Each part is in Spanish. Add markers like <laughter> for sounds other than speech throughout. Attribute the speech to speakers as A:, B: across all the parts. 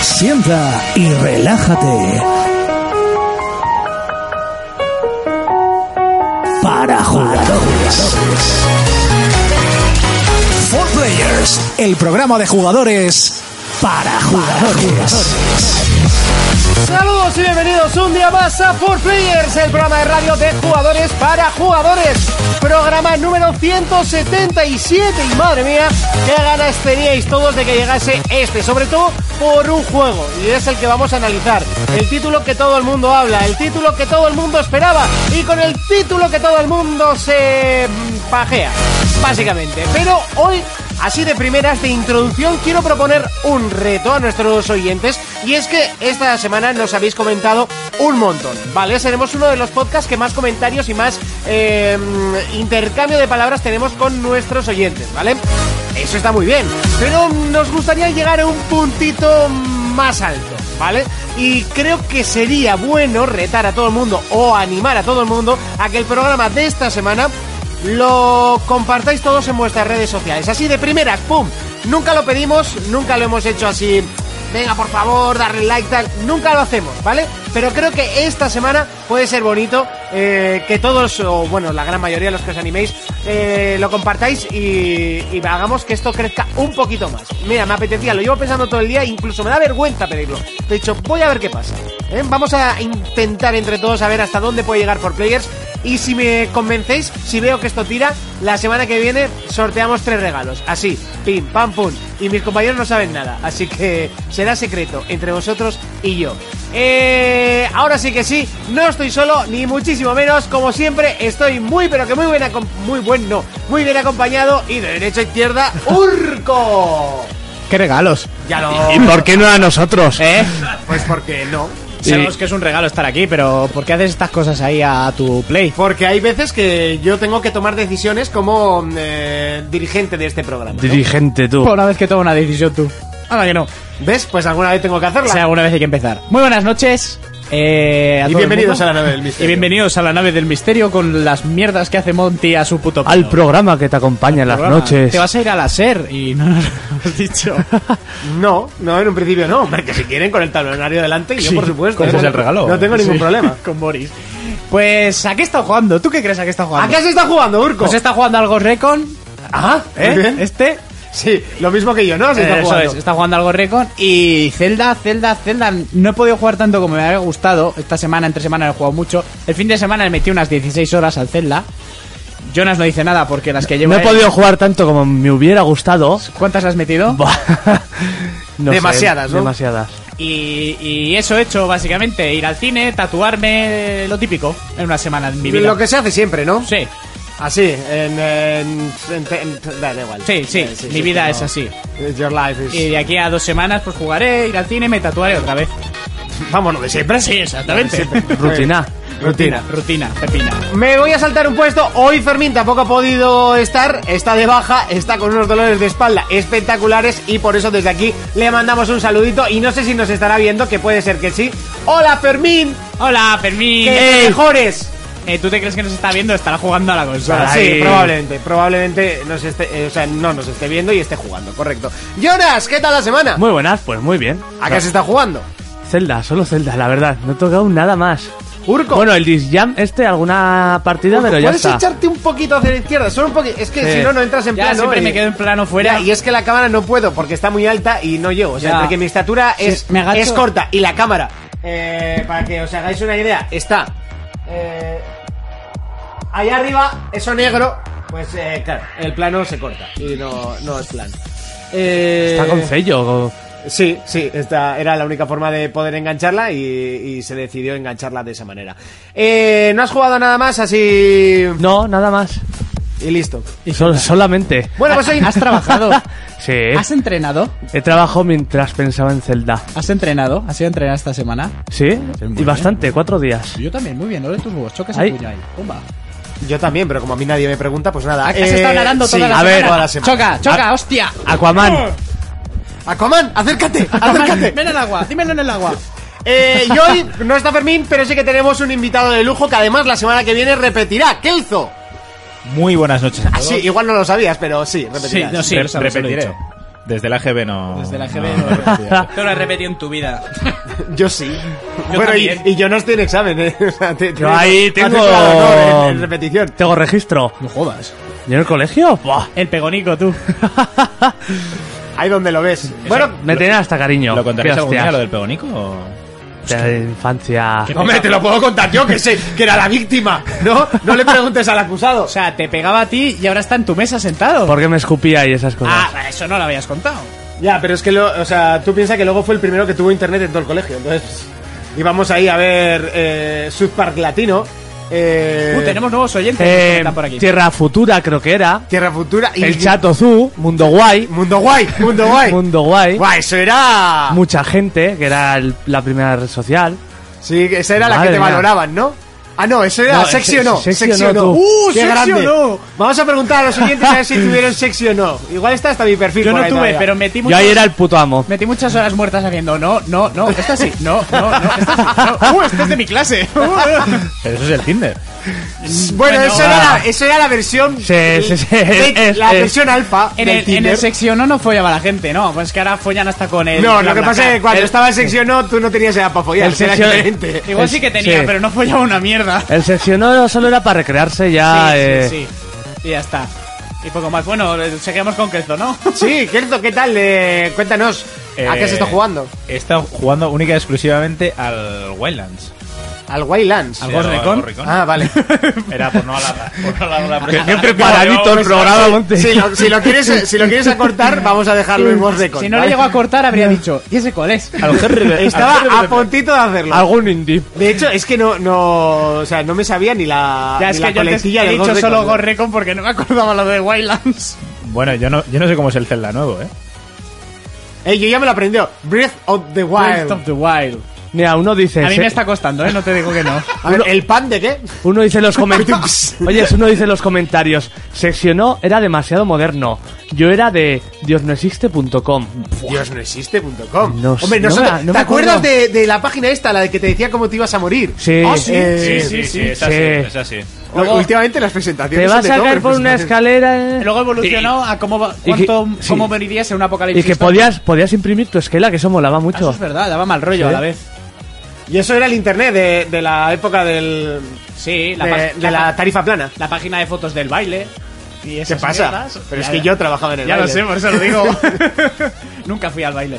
A: Sienta y relájate. Para jugadores. Four Players, el programa de jugadores para jugadores.
B: Saludos y bienvenidos un día más a 4Players, el programa de radio de jugadores para jugadores. Programa número 177 y madre mía, qué ganas teníais todos de que llegase este, sobre todo por un juego y es el que vamos a analizar. El título que todo el mundo habla, el título que todo el mundo esperaba y con el título que todo el mundo se mm, pajea, básicamente. Pero hoy Así de primeras de introducción quiero proponer un reto a nuestros oyentes y es que esta semana nos habéis comentado un montón, ¿vale? Seremos uno de los podcasts que más comentarios y más eh, intercambio de palabras tenemos con nuestros oyentes, ¿vale? Eso está muy bien, pero nos gustaría llegar a un puntito más alto, ¿vale? Y creo que sería bueno retar a todo el mundo o animar a todo el mundo a que el programa de esta semana lo compartáis todos en vuestras redes sociales. Así de primeras, ¡pum! Nunca lo pedimos, nunca lo hemos hecho así. Venga, por favor, darle like, tal. Nunca lo hacemos, ¿vale? Pero creo que esta semana puede ser bonito eh, que todos, o bueno, la gran mayoría de los que os animéis, eh, lo compartáis y, y hagamos que esto crezca un poquito más. Mira, me apetecía, lo llevo pensando todo el día, incluso me da vergüenza pedirlo. De hecho, voy a ver qué pasa. ¿eh? Vamos a intentar entre todos a ver hasta dónde puede llegar por players y si me convencéis, si veo que esto tira, la semana que viene sorteamos tres regalos. Así, pim, pam, pum. Y mis compañeros no saben nada. Así que será secreto entre vosotros y yo. Eh, ahora sí que sí, no estoy solo, ni muchísimo menos. Como siempre, estoy muy, pero que muy buena, muy buen, no, muy bien acompañado. Y de derecha a izquierda, Urco.
C: ¿Qué regalos?
B: Ya lo.
D: ¿Y por qué no a nosotros?
C: ¿Eh?
B: Pues porque no.
C: Sabemos que es un regalo estar aquí, pero ¿por qué haces estas cosas ahí a tu play?
B: Porque hay veces que yo tengo que tomar decisiones como eh, dirigente de este programa. ¿no?
D: Dirigente tú.
C: Por una vez que toma una decisión tú. Ahora que no.
B: ¿Ves? Pues alguna vez tengo que hacerla.
C: O sea, alguna vez hay que empezar. Muy buenas noches. eh, a
B: y
C: todo el
B: bienvenidos a
C: mundo.
B: la nave del misterio.
C: Y bienvenidos a la nave del misterio con las mierdas que hace Monty a su puto
D: Al
C: pelo.
D: programa que te acompaña en las
C: Programa.
D: noches.
C: Te vas a ir a la SER y no nos lo has dicho.
B: No, no, en un principio no. Hombre, que si quieren con el tablonario delante, y yo por supuesto.
D: ese
B: ¿eh?
D: es el regalo.
B: No tengo ningún
C: Sí,
B: problema.
C: <laughs> Con Boris. Pues, ¿a qué está jugando? ¿Tú qué crees a qué está jugando?
B: ¿A qué se está jugando, Urco?
C: Pues está jugando algo Recon.
B: Ah,
C: ¿Eh?
B: muy bien.
C: Este.
B: Sí, lo mismo que yo, ¿no? Se está
C: Eso
B: jugando.
C: es, está jugando algo Recon. Y Zelda, Zelda, Zelda. No he podido jugar tanto como me habría gustado. Esta semana, entre semana, he jugado mucho. El fin de semana le metí unas 16 horas al Zelda. Jonas no dice nada porque las que llevo.
D: No he
C: él-
D: podido jugar tanto como me hubiera gustado. <laughs>
C: ¿Cuántas las has metido?
D: Buah. No sé,
B: Demasiadas, ¿no?
D: Demasiadas.
C: Y, y eso he hecho, básicamente. Ir al cine, tatuarme, lo típico. En una semana en mi vida.
B: Lo que se hace siempre, ¿no?
C: Sí,
B: Así, Ah, en. en, en- en- da da igual.
C: sí, sí.
B: Eh,
C: mi vida
B: no.
C: es así.
B: Your life is.
C: Y de aquí a dos semanas, pues jugaré, ir al cine, me tatuaré otra vez.
B: Vamos, lo de siempre, sí,
C: exactamente. <laughs>
D: Rutina.
B: Rutina.
C: Rutina, pepina.
B: Me voy a saltar un puesto. Hoy Fermín tampoco ha podido estar. Está de baja, está con unos dolores de espalda espectaculares y por eso desde aquí le mandamos un saludito y no sé si nos estará viendo, que puede ser que sí. Hola Fermín,
C: Hola, Fermín.
B: que te mejores.
C: Eh, ¿Tú te crees que nos está viendo? Estará jugando a la consola.
B: Sí,
C: Ay.
B: probablemente, probablemente nos esté, eh, o sea, no nos esté viendo y esté jugando, correcto. Jonas, ¿qué tal la semana?
D: Muy buenas, pues muy bien.
B: ¿A qué se está jugando?
D: Zelda, solo Zelda, la verdad. No he tocado nada más.
B: Urco.
D: Bueno, el Disjam este, alguna partida, pero ya
B: Puedes
D: está.
B: echarte un poquito hacia la izquierda, solo un poquito. Es que
D: Sí.
B: si no, no entras en
C: Ya
B: plano.
C: siempre
B: eh.
C: me quedo en plano fuera.
B: Ya, y es que la cámara no puedo porque está muy alta y no llego. O sea,
C: Ya.
B: entre que mi estatura
C: Sí,
B: es,
C: me agacho.
B: es corta y la cámara, eh, para que os hagáis una idea, está eh, allá arriba, eso negro, pues eh, claro, el plano se corta y no, no es plano. Eh,
D: Está con sello.
B: Sí, sí, esta era la única forma de poder engancharla y, y se decidió engancharla de esa manera. Eh, ¿No has jugado nada más así
D: No, nada más.
B: y listo?
D: Sol- solamente.
B: Bueno, pues hoy...
C: ¿Has trabajado?
D: Sí.
C: ¿Has entrenado?
D: He trabajado mientras pensaba en Zelda.
C: ¿Has entrenado? ¿Has ido a entrenar esta semana?
D: ¿Sí?
C: muy
D: Y bastante, cuatro días.
C: Yo también, muy bien. No tus huevos, choques
D: el
C: el
D: Ahí.
C: puño
D: puño
C: ahí.
D: ahí.
B: <laughs> Yo también, pero como a mí nadie me pregunta, pues nada.
C: Ah, Has estado nadando toda,
B: sí,
C: la
B: a ver,
C: semana. Ah.
B: toda la semana.
C: Choca, choca, hostia.
D: Aquaman.
B: Aquaman, acércate, acércate.
C: <laughs> Ven al agua, dímelo en el agua.
B: Eh, y hoy no está Fermín, pero sí que tenemos un invitado de lujo que además la semana que viene repetirá. Kelzo. Ah,
E: Muy buenas noches. a todos.
B: Sí, igual no lo sabías, pero sí,
C: Sí,
B: repetirá.
C: no, sí,
E: Re-
C: lo sabes, lo he
E: repetiré.
C: dicho.
F: Desde la GB no.
C: Desde la GB
F: no.
C: no.
G: <laughs>
F: decía.
G: Tú eh. lo has repetido en tu
C: <laughs>
G: vida.
B: Yo sí.
G: Yo
B: bueno, y,
G: también.
B: y yo no estoy en examen, ¿eh? <laughs> O sea, te-
D: Yo
B: te-
D: ahí
B: a ti,
D: tengo-
B: claro, no, en, en repetición.
D: Tengo registro.
C: No jodas.
D: ¿Y en el colegio? Buah.
C: El pegonico,
F: <laughs>
C: tú.
B: Ahí donde lo ves. Bueno,
D: Me tenía hasta cariño.
F: ¿Lo contaréis
D: Qué
F: algún día
D: hostias.
F: lo del pegonico? o-
D: De infancia.
B: hombre, te lo puedo contar yo, que sé que era la víctima, ¿no? No le preguntes al acusado.
C: O sea, te pegaba a ti y ahora está en tu mesa sentado.
D: ¿Por qué me escupía y esas cosas?
C: Ah, eso no lo habías contado.
B: Ya, pero es que, lo, o sea, tú piensas que luego fue el primero que tuvo internet en todo el colegio. Entonces, pues, íbamos ahí a ver eh, South Park Latino. Eh,
C: Uh, tenemos nuevos oyentes que
D: Eh,
C: están por aquí.
D: Tierra Futura creo que era.
B: Tierra Futura y...
D: El Chato Zoo, Mundo Guay.
B: Mundo guay, mundo guay.
D: Mundo Guay.
B: Guay, eso era...
D: Mucha gente, que era el- la primera red social.
B: Sí, esa era la
D: Madre
B: que te
D: mía.
B: valoraban, ¿no? Ah, no, eso era
D: No,
B: sexy
D: se-
B: o no.
D: sexy
B: Sexy
D: o
B: o
D: no,
B: no.
D: tú.
B: ¡Uh,
C: sexy o no.
B: Vamos a preguntar a los siguientes a ver si tuvieron sexy o no. Igual está hasta mi perfil.
C: Yo
B: por
C: no
B: ahí
C: tuve,
B: todavía. <laughs>
C: pero metí
D: Yo
C: muchas,
D: ahí era el puto amo.
C: metí muchas horas muertas haciendo no, no, no, esta sí, no, no, no, esta sí,
B: <laughs>
C: no. Uh, este es de mi <laughs> clase.
F: Pero eso es el Tinder.
B: Bueno,
C: Bueno,
B: eso, era la, eso era la versión.
D: Sí, sí, sí,
B: de-
D: es-
B: la
D: es-
B: versión alfa.
C: En
B: del
C: el, en
B: Tinder.
C: el sección no no follaba la gente, ¿no? Pues que ahora follan hasta con el...
B: No, lo
C: la
B: que
C: placa.
B: pasa es que cuando estaba en sexy o no, tú no tenías edad para follar. era
D: El sexy o-
B: diferente.
C: <laughs> Igual sí que tenía,
D: Sí.
C: pero no follaba una mierda.
D: El seccionó solo era para recrearse
B: Ah,
D: ya.
C: <laughs> sí,
D: eh,
C: sí, sí. Y ya está. Y poco más. Bueno, eh, seguimos con Kelzo, ¿no?
B: Sí, Kerto, ¿qué tal? Eh, cuéntanos, ¿a qué
F: Eh,
B: se está jugando?
F: He estado jugando única y exclusivamente al Wildlands.
B: Al Wildlands.
C: Al Gorrecon.
B: Ah,
C: <laughs>
B: vale.
F: Era por no alargar. Por no alargar la
D: Qué
F: presentación.
D: preparadito el
B: <laughs>
D: programa, Monte.
B: Si lo, si lo quieres, eh, si lo quieres acortar, vamos a dejarlo en Gorrecon.
C: Si no le
B: ¿vale?
C: llego a cortar,
B: <laughs>
C: habría dicho, ¿y ese cuál es?
F: Al GRB.
B: Estaba a puntito de hacerlo.
D: Algún indie.
B: Ah, De hecho, es que no, no, o sea, no me sabía ni la,
C: Ya
B: ni
C: es
B: la
C: que yo antes
B: coletilla
C: he
B: del
C: dicho
B: Gorrecon.
C: solo Gorrecon porque no me acordaba lo
B: <laughs>
C: de Wildlands.
F: Bueno, yo no, yo no sé cómo es el Zelda nuevo, ¿eh?
B: Ey, yo ya me lo aprendió. Breath of the
C: Breath of
B: Wild.
C: the Wild.
D: Mira, uno dice.
C: A mí
D: se-
C: me está costando, ¿eh? No te digo que
B: <laughs>
C: no.
B: A ver, ¿el pan de qué?
D: Uno dice en los
C: <laughs>
D: comentarios. Oye, uno dice en los comentarios. Seccionó era demasiado moderno. Yo era de diosnoexiste.com.
B: Dios no existe.com.
D: No sé,
B: Hombre,
D: no me
B: nosotros-
D: la- no me
B: ¿te acuerdas
D: acuerdo.
B: de, de la página esta, la de que te decía cómo te ibas a morir?
D: Sí.
B: Ah, sí.
D: Eh,
B: Sí, sí,
F: es así, es así.
B: Lo- últimamente las presentaciones.
D: Te vas
B: son de
D: a
B: todo,
D: caer por una
B: presentaciones.
D: escalera. eh,
C: Luego evolucionó a cómo, va-
D: y que-
C: cuánto,
D: sí.
C: cómo morirías en un
D: Y
C: apocalipsis.
D: que
C: zombie.
D: podías, podías imprimir tu esquela, que eso molaba
C: Ah, Eso
D: mucho.
C: es verdad, daba mal rollo
D: Sí.
C: a la vez.
B: Y eso era el internet de, de la época del.
C: Sí, la,
B: de,
C: pag-
B: de la tarifa plana.
C: la página de fotos del baile. Y
B: ¿Qué
C: esas
B: pasa?
C: mierdas.
B: Pero es
C: Ya-
B: que yo trabajaba en el
C: Ya lo
B: baile.
C: sé, por eso lo digo. <laughs> Nunca fui al baile.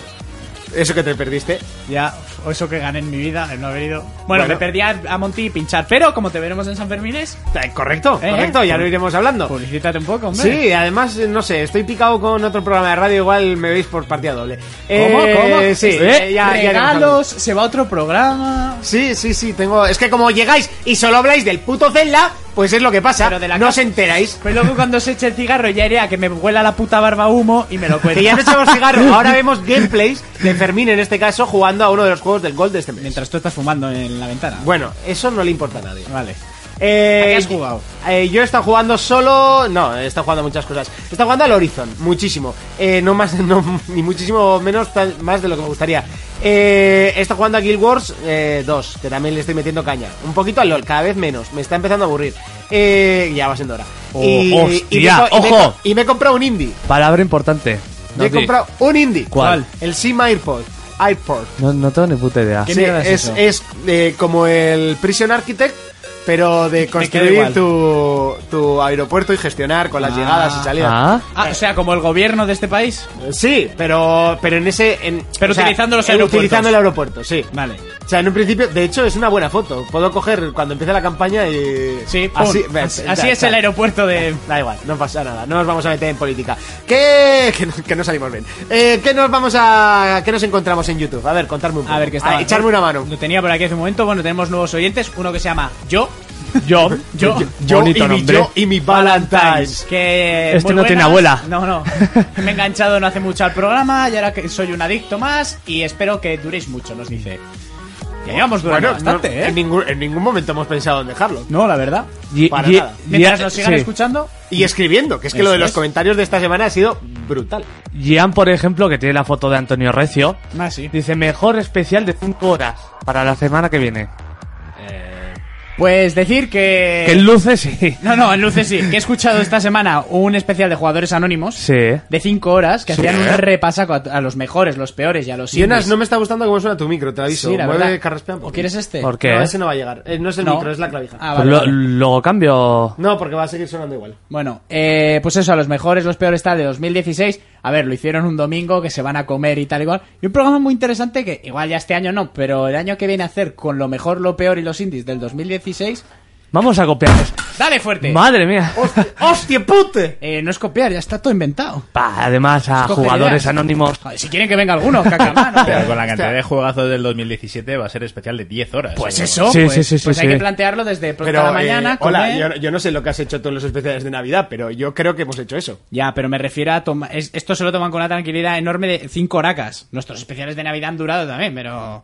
B: Eso que te perdiste.
C: Ya, o eso que gané en mi vida, el no haber ido. Bueno,
B: Bueno.
C: me perdí a, a Monty y pinchar, pero como te veremos en San Fermines,
B: Eh, Correcto,
C: Eh,
B: correcto,
C: eh.
B: ya lo iremos hablando.
C: publicítate un poco, hombre.
B: Sí, además, eh, no sé, estoy picado con otro programa de radio, igual me veis por partida doble. Eh,
C: ¿Cómo?
B: Sí,
C: Eh,
B: eh, ya, ya iremos hablando.
C: regalos, se va a otro programa.
B: Sí, sí, sí, tengo. Es que como llegáis y solo habláis del puto Zelda, pues es lo que pasa.
C: Pero de la
B: no
C: ca-
B: os enteráis.
C: Pero Pues luego cuando se eche el cigarro ya iré a que me huela la puta barba a humo y me lo
B: <laughs>
C: cuente.
B: Que ya no echamos cigarro, ahora vemos gameplays de Fermín en este caso jugando a uno de los juegos del Gold de este mes.
C: Mientras tú estás fumando en la ventana.
B: Bueno, eso no le importa a nadie.
C: Vale.
B: Eh,
C: ¿A qué has jugado?
B: eh, yo he estado jugando solo. No, he estado jugando a muchas cosas. He estado jugando al Horizon, muchísimo. Eh, no más, <laughs> no, ni muchísimo menos, tal- más de lo que me gustaría. Eh, he estado jugando a Guild Wars eh, 2, que también le estoy metiendo caña. Un poquito al LOL, cada vez menos. Me está empezando a aburrir. Eh, ya va siendo hora.
D: Oh,
B: y,
D: hostia,
B: me, co- y me co-
D: ojo.
B: y me he comprado un indie.
D: Palabra importante.
B: Me he
D: No,
B: comprado un indie.
D: ¿Cuál?
B: El Sim iPod. iPod.
D: no, no tengo ni puta idea.
C: ¿Qué
B: Sí,
C: mierda es
B: es,
C: eso?
B: es, eh, como el Prison Architect, pero de construir
C: igual.
B: tu, tu aeropuerto y gestionar con las llegadas y salidas.
D: Ah,
C: Ah, o sea, como el gobierno de este país.
B: Sí, pero, pero en ese... en-
C: Pero utilizando los
B: eh,
C: aeropuertos.
B: Utilizando el aeropuerto, sí.
C: Vale.
B: O sea, en un principio, de hecho, es una buena foto. Puedo coger cuando empiece la campaña y...
C: Sí, pum.
B: así, ve-
C: así,
B: da-
C: así es
B: da-
C: el aeropuerto de...
B: Da igual, no pasa nada, no nos vamos a meter en política. ¿Qué? Que, no- que no salimos bien. Eh, ¿Qué nos vamos a... ¿Qué nos encontramos en YouTube? A ver, contarme un poco.
C: A ver, que está.
B: Ah, echarme una mano.
C: Lo tenía por aquí hace un momento. Bueno, tenemos nuevos oyentes. Uno que se llama Yo.
D: <laughs> yo.
C: Yo.
B: Yo
D: Bonito
B: y, mi,
D: nombre.
B: yo y mi Valentine's.
C: Que
D: Este
C: muy
D: no tiene abuela.
C: No,
D: <laughs>
C: no. Me he enganchado no hace mucho al programa y ahora que soy un adicto más y espero que duréis mucho, nos dice. Ya llevamos durando
B: Bueno,
C: bastante,
B: no, en,
C: ¿eh?
B: ningún, en ningún momento hemos pensado en dejarlo.
C: No, la verdad.
D: Y-
B: Para
D: y-
B: nada.
D: y-
C: Mientras nos sigan
D: sí.
C: escuchando,
B: Y escribiendo, que es que lo
C: Eso
B: de los
C: es.
B: comentarios de esta semana ha sido brutal.
D: Gian, por ejemplo, que tiene la foto de Antonio Recio,
C: más sí. Eh.
D: dice mejor especial de 5 horas para la semana que viene.
C: Pues decir que...
D: Que en luces sí.
C: No, no, en luces sí. Que he escuchado esta semana un especial de jugadores anónimos.
D: Sí.
C: De 5 horas, que hacían un repasaco a, a los mejores, los peores y a los
B: Jonas,
C: indies.
B: ¿eh? no me está gustando cómo suena tu micro, te aviso.
C: Sí, la
B: Mueve
C: verdad.
B: carraspean.
C: ¿O quieres este?
D: ¿Por qué?
B: No, ese no va a llegar. Eh, no es el
C: No.
B: micro, es la clavija.
C: Ah,
D: Pues
C: vale,
D: lo-
C: vale.
D: Luego cambio.
B: No, porque va a seguir sonando igual.
C: Bueno, eh, pues eso, a los mejores, los peores, tal, de 2016. A ver, lo hicieron un domingo, que se van a comer y tal, igual. Y un programa muy interesante que, igual ya este año no, pero el año que viene a hacer con lo mejor, lo peor y los indies del 2016.
D: Vamos a copiar.
C: ¡Dale fuerte!
D: Madre mía.
B: <laughs> ¡Hostia pute!
C: Eh, no es copiar, ya está todo inventado.
D: Pa, además a
C: Escoge
D: jugadores
C: ideas.
D: anónimos.
C: Joder, si quieren que venga alguno, cacamán.
D: <laughs>
C: ¿no?
F: <laughs> Pero
C: <laughs>
F: con la cantidad de juegazos del 2017 va a ser especial de 10 horas.
C: Pues eso,
F: seguro.
D: Sí,
C: pues,
D: sí, sí, sí,
C: pues hay
D: sí.
C: que plantearlo desde pronto
B: Pero,
C: a la
B: eh,
C: mañana.
B: hola,
C: comer.
B: yo, yo no sé lo que has hecho todos los especiales de Navidad, pero yo creo que hemos hecho eso.
C: Ya, pero me refiero a tomar. Esto se lo toman con una tranquilidad enorme de cinco horacas. Nuestros especiales de Navidad han durado también, pero.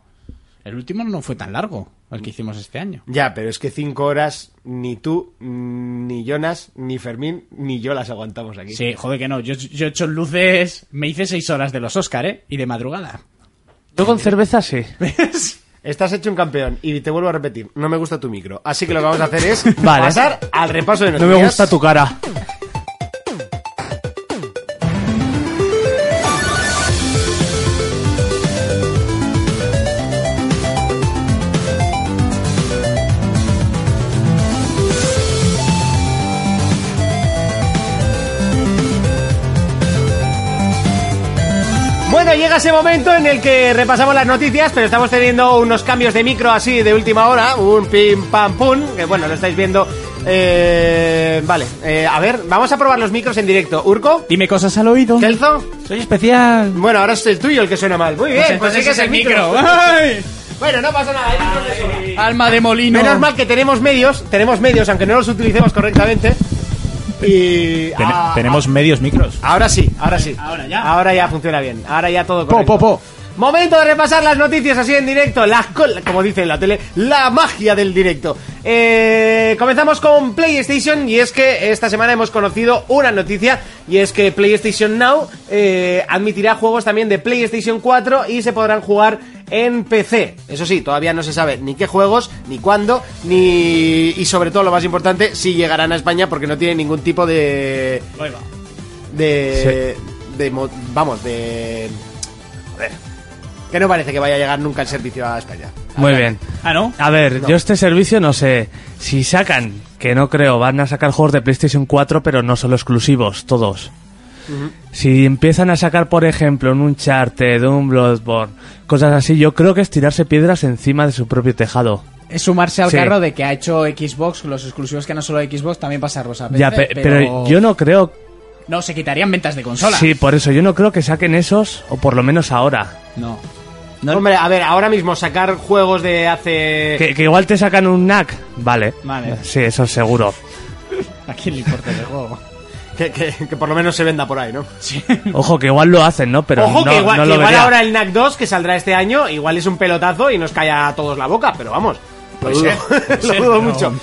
C: El último no fue tan largo, el que hicimos este año.
B: Ya, pero es que cinco horas ni tú, ni Jonas, ni Fermín, ni yo las aguantamos aquí.
C: Sí, joder que no. Yo, yo he hecho luces. Me hice seis horas de los Oscar, ¿eh? Y de madrugada.
D: Yo con cerveza sí.
C: ¿Ves?
B: Estás hecho un campeón y te vuelvo a repetir, no me gusta tu micro. Así que lo que vamos a hacer es
D: <laughs> Vale.
B: pasar al repaso de
D: No
B: noticias.
D: me gusta tu cara.
B: Bueno, llega ese momento en el que repasamos las noticias, pero estamos teniendo unos cambios de micro así de última hora, un pim pam pum, que bueno, lo estáis viendo. Eh, vale, eh, a ver, vamos a probar los micros en directo. Urco,
C: Dime cosas al oído.
B: Kelzo.
C: Soy especial.
B: Bueno, ahora es el tuyo el que suena mal. Muy bien, pues sí que es el micro.
C: <laughs> ¡Ay!
B: Bueno, no pasa nada. el micro no suena.
C: Alma de molino.
B: Menos mal que tenemos medios, tenemos medios, aunque no los utilicemos correctamente. Y
F: Ten-
B: ah,
F: tenemos medios micros.
B: Ahora sí, ahora sí.
C: Ahora ya.
B: Ahora ya funciona bien. Ahora ya todo correcto.
C: po, po.
B: Momento de repasar las noticias así en directo. Las col- como dice en la tele, la magia del directo. Eh, comenzamos con PlayStation y es que esta semana hemos conocido una noticia y es que PlayStation Now eh, admitirá juegos también de PlayStation 4 y se podrán jugar en PC. Eso sí, todavía no se sabe ni qué juegos, ni cuándo, ni... Y sobre todo, lo más importante, si llegarán a España porque no tiene ningún tipo de de, de mo- vamos de joder, que no parece que vaya a llegar nunca el servicio a España.
D: Muy bien.
C: Ah, ¿no?
D: A ver, yo este servicio no sé. Si sacan, que no creo, van a sacar juegos de PlayStation 4, pero no solo exclusivos, todos. Si empiezan a sacar, por ejemplo, un Uncharted, un Bloodborne, cosas así, yo creo que es tirarse piedras encima de su propio tejado.
C: Es sumarse al
D: Sí.
C: carro de que ha hecho Xbox, los exclusivos que no solo de Xbox, también pasarlos a PC.
D: ya, pe- pero... yo no creo...
C: No, se quitarían ventas de consola.
D: Sí, por eso, yo no creo que saquen esos, o por lo menos ahora.
C: No.
B: Hombre, a ver, ahora mismo sacar juegos de hace
D: Que, que igual te sacan un NAC, vale.
C: Vale.
D: Sí, eso seguro.
C: ¿A quién le importa el juego?
B: que, que- que por lo menos se venda por ahí, ¿no? <laughs>
D: Ojo, que igual lo hacen, ¿no? Pero
B: Ojo
D: no,
B: que igual,
D: no
B: que
D: lo
B: igual
D: vería.
B: ahora el NAC 2 que saldrá este año, igual es un pelotazo y nos calla a todos la boca, pero vamos, lo dudo, <laughs> lo dudo mucho.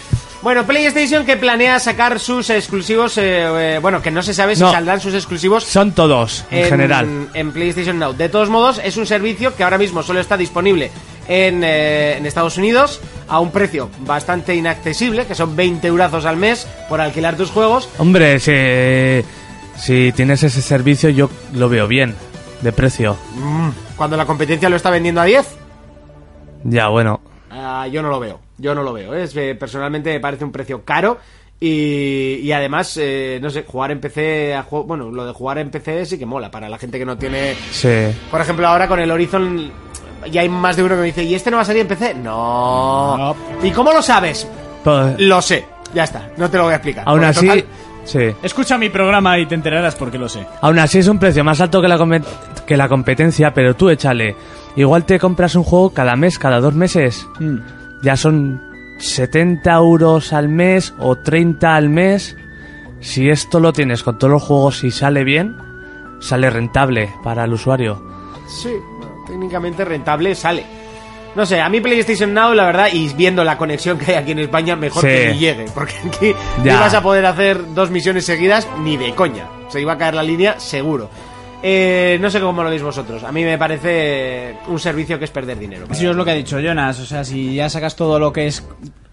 B: Bueno, PlayStation que planea sacar sus exclusivos, eh, eh, bueno, que no se sabe si
D: No.
B: saldrán sus exclusivos
D: Son todos, en general.
B: En PlayStation Now. De todos modos, es un servicio que ahora mismo solo está disponible en, eh, en Estados Unidos a un precio bastante inaccesible, que son 20 eurazos al mes por alquilar tus juegos.
D: Hombre, si, si tienes ese servicio yo lo veo bien, de precio.
B: Cuando la competencia lo está vendiendo a 10,
D: Ya, bueno.
B: ah, yo no lo veo. Yo no lo veo. ¿eh? Es, eh, personalmente me parece un precio caro. Y, y además, eh, no sé, jugar en PC a juego. Bueno, lo de jugar en PC sí que mola para la gente que no tiene
D: Sí.
B: Por ejemplo, ahora con el Horizon ya hay más de uno que me dice, ¿y este no va a salir en PC? No.
C: No.
B: ¿Y cómo lo sabes?
D: Pa-
B: Lo sé. Ya está, no te lo voy a explicar.
D: aún
B: Porque,
D: así,
B: pues total,
D: sí.
C: Escucha mi programa y te enterarás porque lo sé.
D: Aún así es un precio más alto que la, come- que la competencia, pero tú échale. Igual te compras un juego cada mes, cada dos meses.
C: Mm.
D: Ya son 70 euros al mes o 30 al mes. Si esto lo tienes con todos los juegos y sale bien, sale rentable para el usuario.
B: Sí, bueno, técnicamente rentable sale. No sé, a mí PlayStation Now, la verdad, y viendo la conexión que hay aquí en España, mejor
D: Sí.
B: que ni llegue. Porque aquí
D: Ya.
B: no vas a poder hacer dos misiones seguidas ni de coña. Se iba a caer la línea, seguro. Eh, no sé cómo lo veis vosotros. A mí me parece un servicio que es perder dinero.
C: Eso es lo que ha dicho Jonas. O sea, si ya sacas todo lo que es.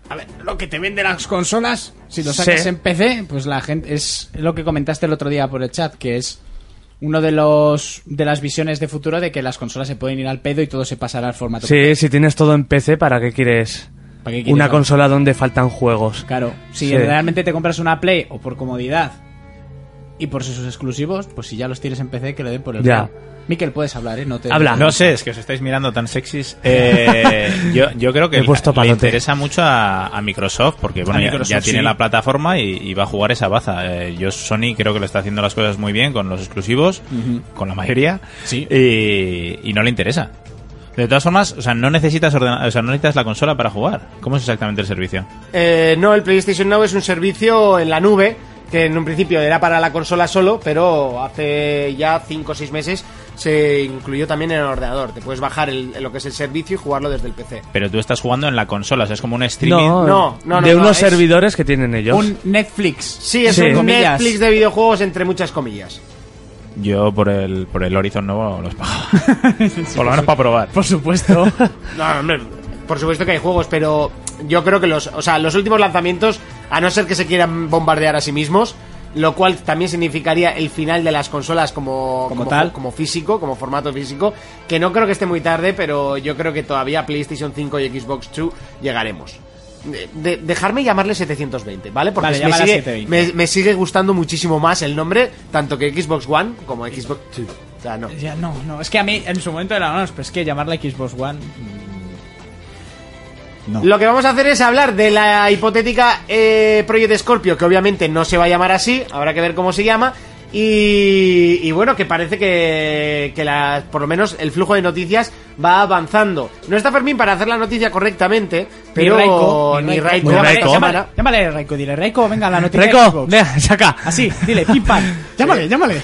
B: A ver, lo-
C: lo que te venden las consolas. Si lo sacas
D: Sí.
C: en PC, pues la gente es lo que comentaste el otro día por el chat, que es uno de los de las visiones de futuro de que las consolas se pueden ir al pedo y todo se pasará al formato.
D: Sí, si tienes todo en PC, ¿para qué quieres
C: ¿Para qué quieres
D: una
C: algo?
D: consola donde faltan juegos?
C: Claro, si
D: Sí.
C: realmente te compras una Play o por comodidad y por sus exclusivos, pues si ya los tienes en PC que le den por el
D: Ya.
C: culo. Miquel, puedes hablar, ¿eh? No te
D: Habla.
F: No sé, es que os estáis mirando tan sexys. Eh,
C: <laughs>
F: yo, yo creo que
D: Me he puesto
F: le
D: palote.
F: interesa mucho a, a Microsoft, porque bueno,
C: A
F: ya-
C: Microsoft,
F: ya, tiene
C: sí.
F: la plataforma y, y va a jugar esa baza. Eh, yo, Sony, creo que lo está haciendo las cosas muy bien con los exclusivos, con la mayoría,
C: Sí.
F: y, y no le interesa. De todas formas, o sea, no necesitas ordena- o sea, no necesitas la consola para jugar. ¿Cómo es exactamente el servicio?
B: Eh, no, el PlayStation Now es un servicio en la nube que en un principio era para la consola solo, pero hace ya 5 o 6 meses se incluyó también en el ordenador. Te puedes bajar el- lo que es el servicio y jugarlo desde el PC.
F: Pero tú estás jugando en la consola, o sea, es como un streaming.
B: No, no, no,
D: de
B: no,
D: unos
B: es-
D: servidores que tienen ellos.
C: Un Netflix.
B: Sí, es
D: Sí.
B: un
C: Comillas.
B: Netflix de videojuegos entre muchas comillas.
F: Yo por el, por el Horizon nuevo
C: <laughs>
F: los pago. por lo menos para probar.
C: Por supuesto.
B: No, hombre, por supuesto que hay juegos, pero yo creo que los, o sea, los últimos lanzamientos, a no ser que se quieran bombardear a sí mismos, lo cual también significaría el final de las consolas como,
C: Como tal.
B: como físico, como formato físico, que no creo que esté muy tarde, pero yo creo que todavía a PlayStation 5 y Xbox 2 llegaremos. De- de- dejarme llamarle 720, ¿vale? Porque
C: Vale,
B: me,
C: llámala
B: sigue,
C: 720.
B: me, me sigue gustando muchísimo más el nombre, tanto que Xbox One como Xbox 2. O sea, no.
C: Ya, no, no. Es que a mí en su momento era no, pero es que llamarla Xbox One.
B: Lo que vamos a hacer es hablar de la hipotética eh, Project Scorpio, que obviamente no se va a llamar así, habrá que ver cómo se llama. Y, y bueno, que parece que, que la- por lo menos el flujo de noticias va avanzando. No está Fermín para hacer la noticia correctamente, pero
C: ni Raiko.
B: ni Raiko,
C: Raiko. Llámale,
B: esta
C: llámale,
B: semana.
C: llámale Raiko, dile Raiko, venga la noticia.
D: <laughs>
C: de
D: Reco,
C: Xbox.
D: vea, saca.
C: Así, dile, pim
D: <laughs>
C: pam. Llámale, llámale.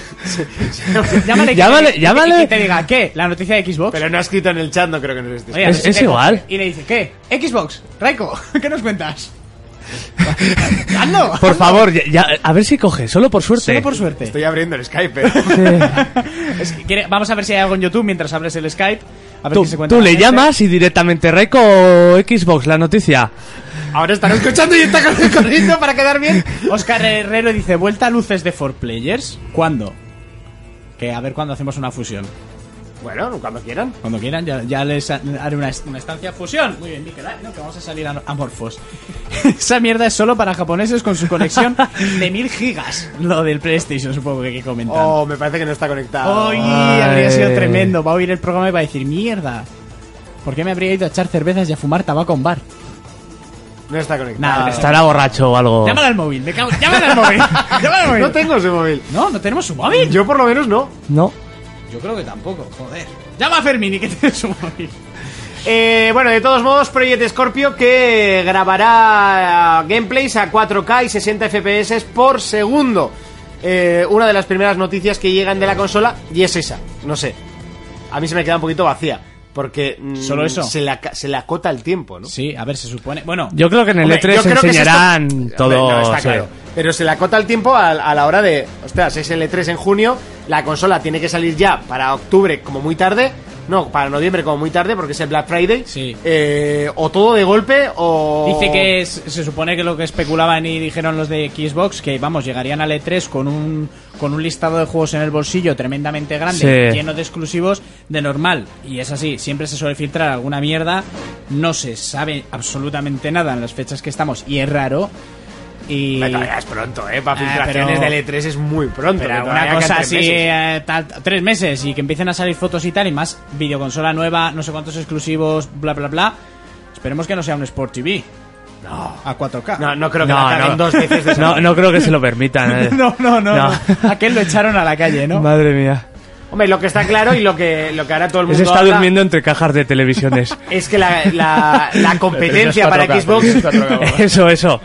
C: llámale, que
D: Llámale,
C: te-
D: llámale.
C: Y te diga, ¿qué? La noticia de Xbox.
B: Pero no ha escrito en el chat, no creo que nos esté.
C: Oye, a
D: Es-
C: ver si
D: es
C: te coge.
D: igual.
C: Y le dice, ¿qué? Xbox, Raiko, <laughs> ¿qué nos
D: <laughs>
C: cuentas? ¡Ando!
D: Por favor, ya- ya- a ver si coge, solo por suerte.
C: <laughs> Solo por suerte.
B: Estoy abriendo el Skype. eh.
C: <laughs> Es que quiere- vamos a ver si hay algo en YouTube mientras abres el Skype. A ver
D: Tú,
C: qué se cuenta
D: tú
C: la
D: le
C: gente.
D: llamas y directamente Reco o Xbox, la noticia.
B: Ahora están escuchando y está cor- corriendo para quedar bien.
C: Oscar Herrero dice, vuelta a luces de 4Players. ¿Cuándo? Que a ver cuándo hacemos una fusión.
B: Bueno, cuando quieran.
C: Cuando quieran, ya, ya les ha- haré una, est- una estancia fusión. Muy bien, Mikel, ah, no, que vamos a salir a- amorfos. <laughs> Esa mierda es solo para japoneses con su conexión de 1000 gigas. Lo del PlayStation, supongo que, que comentan.
B: Oh, me parece que no está conectado.
C: ¡Ay!
D: Ay.
C: Habría sido tremendo. Va a oír el programa y va a decir, mierda. ¿Por qué me habría ido a echar cervezas y a fumar tabaco en bar?
B: No está conectado.
C: Nada,
D: Estará borracho o algo.
C: Llámala al móvil, me cago. Llámala al móvil. Llámala al móvil.
B: No tengo su móvil.
C: No, no tenemos su móvil.
B: Yo por lo menos no.
D: No.
C: Yo creo que tampoco, joder. Llama a Fermín y que tiene su móvil.
B: Eh, bueno, de todos modos, Project Scorpio que grabará eh, gameplays a 4K y 60 FPS por segundo. Eh, una de las primeras noticias que llegan de la consola y es esa. No sé. A mí se me queda un poquito vacía. Porque mm,
C: ¿Solo eso?
B: Se, le aca- se le acota el tiempo, ¿no?
C: Sí, a ver, se supone. Bueno,
D: Yo creo que en el
B: Hombre, yo
D: E3
B: creo que se
D: enseñarán
B: está-
D: todo.
B: Hombre, no, está
D: sí.
B: claro. Pero se le acota el tiempo a, a la hora de. Ostras, es el 3 en junio. La consola tiene que salir ya para octubre, como muy tarde. No, para noviembre, como muy tarde, porque es el Black Friday.
C: Sí.
B: Eh, o todo de golpe, o.
C: dice que es- se supone que lo que especulaban y dijeron los de Xbox, que vamos, llegarían al E3 con un, con un listado de juegos en el bolsillo tremendamente grande,
D: Sí.
C: lleno de exclusivos, de normal. Y es así, siempre se suele filtrar alguna mierda. No se sabe absolutamente nada en las fechas que estamos y es raro. Y...
B: Hombre, todavía es pronto, ¿eh? Para
C: Ah,
B: filtraciones
C: pero-
B: del E3 es muy pronto. que
C: Pero
B: todavía
C: una cosa
B: quedan
C: así,
B: tres meses.
C: eh, tal- tres meses y que empiecen a salir fotos y tal, y más videoconsola nueva, no sé cuántos exclusivos, bla, bla, bla. Esperemos que no sea un Sport TV. No. A 4K.
B: No,
C: <laughs>
B: no creo que la
D: No,
B: caguen
D: no.
B: dos veces de esa
D: <laughs> No, no creo que se lo
B: <laughs>
D: permitan. eh.
C: no, no, no,
D: No.
C: no. <laughs> Aquel lo echaron a la calle, ¿no?
D: Madre mía.
B: Hombre, lo que está claro y lo que, lo que ahora todo el mundo.
D: Ese está
B: habla
D: durmiendo entre cajas de
B: <laughs>
D: televisiones.
B: Es que la,
D: <laughs>
B: la, la competencia
F: El
B: para
F: 3 es 4K,
B: Xbox.
F: el 3 es 4K.
B: <laughs>
D: eso, eso.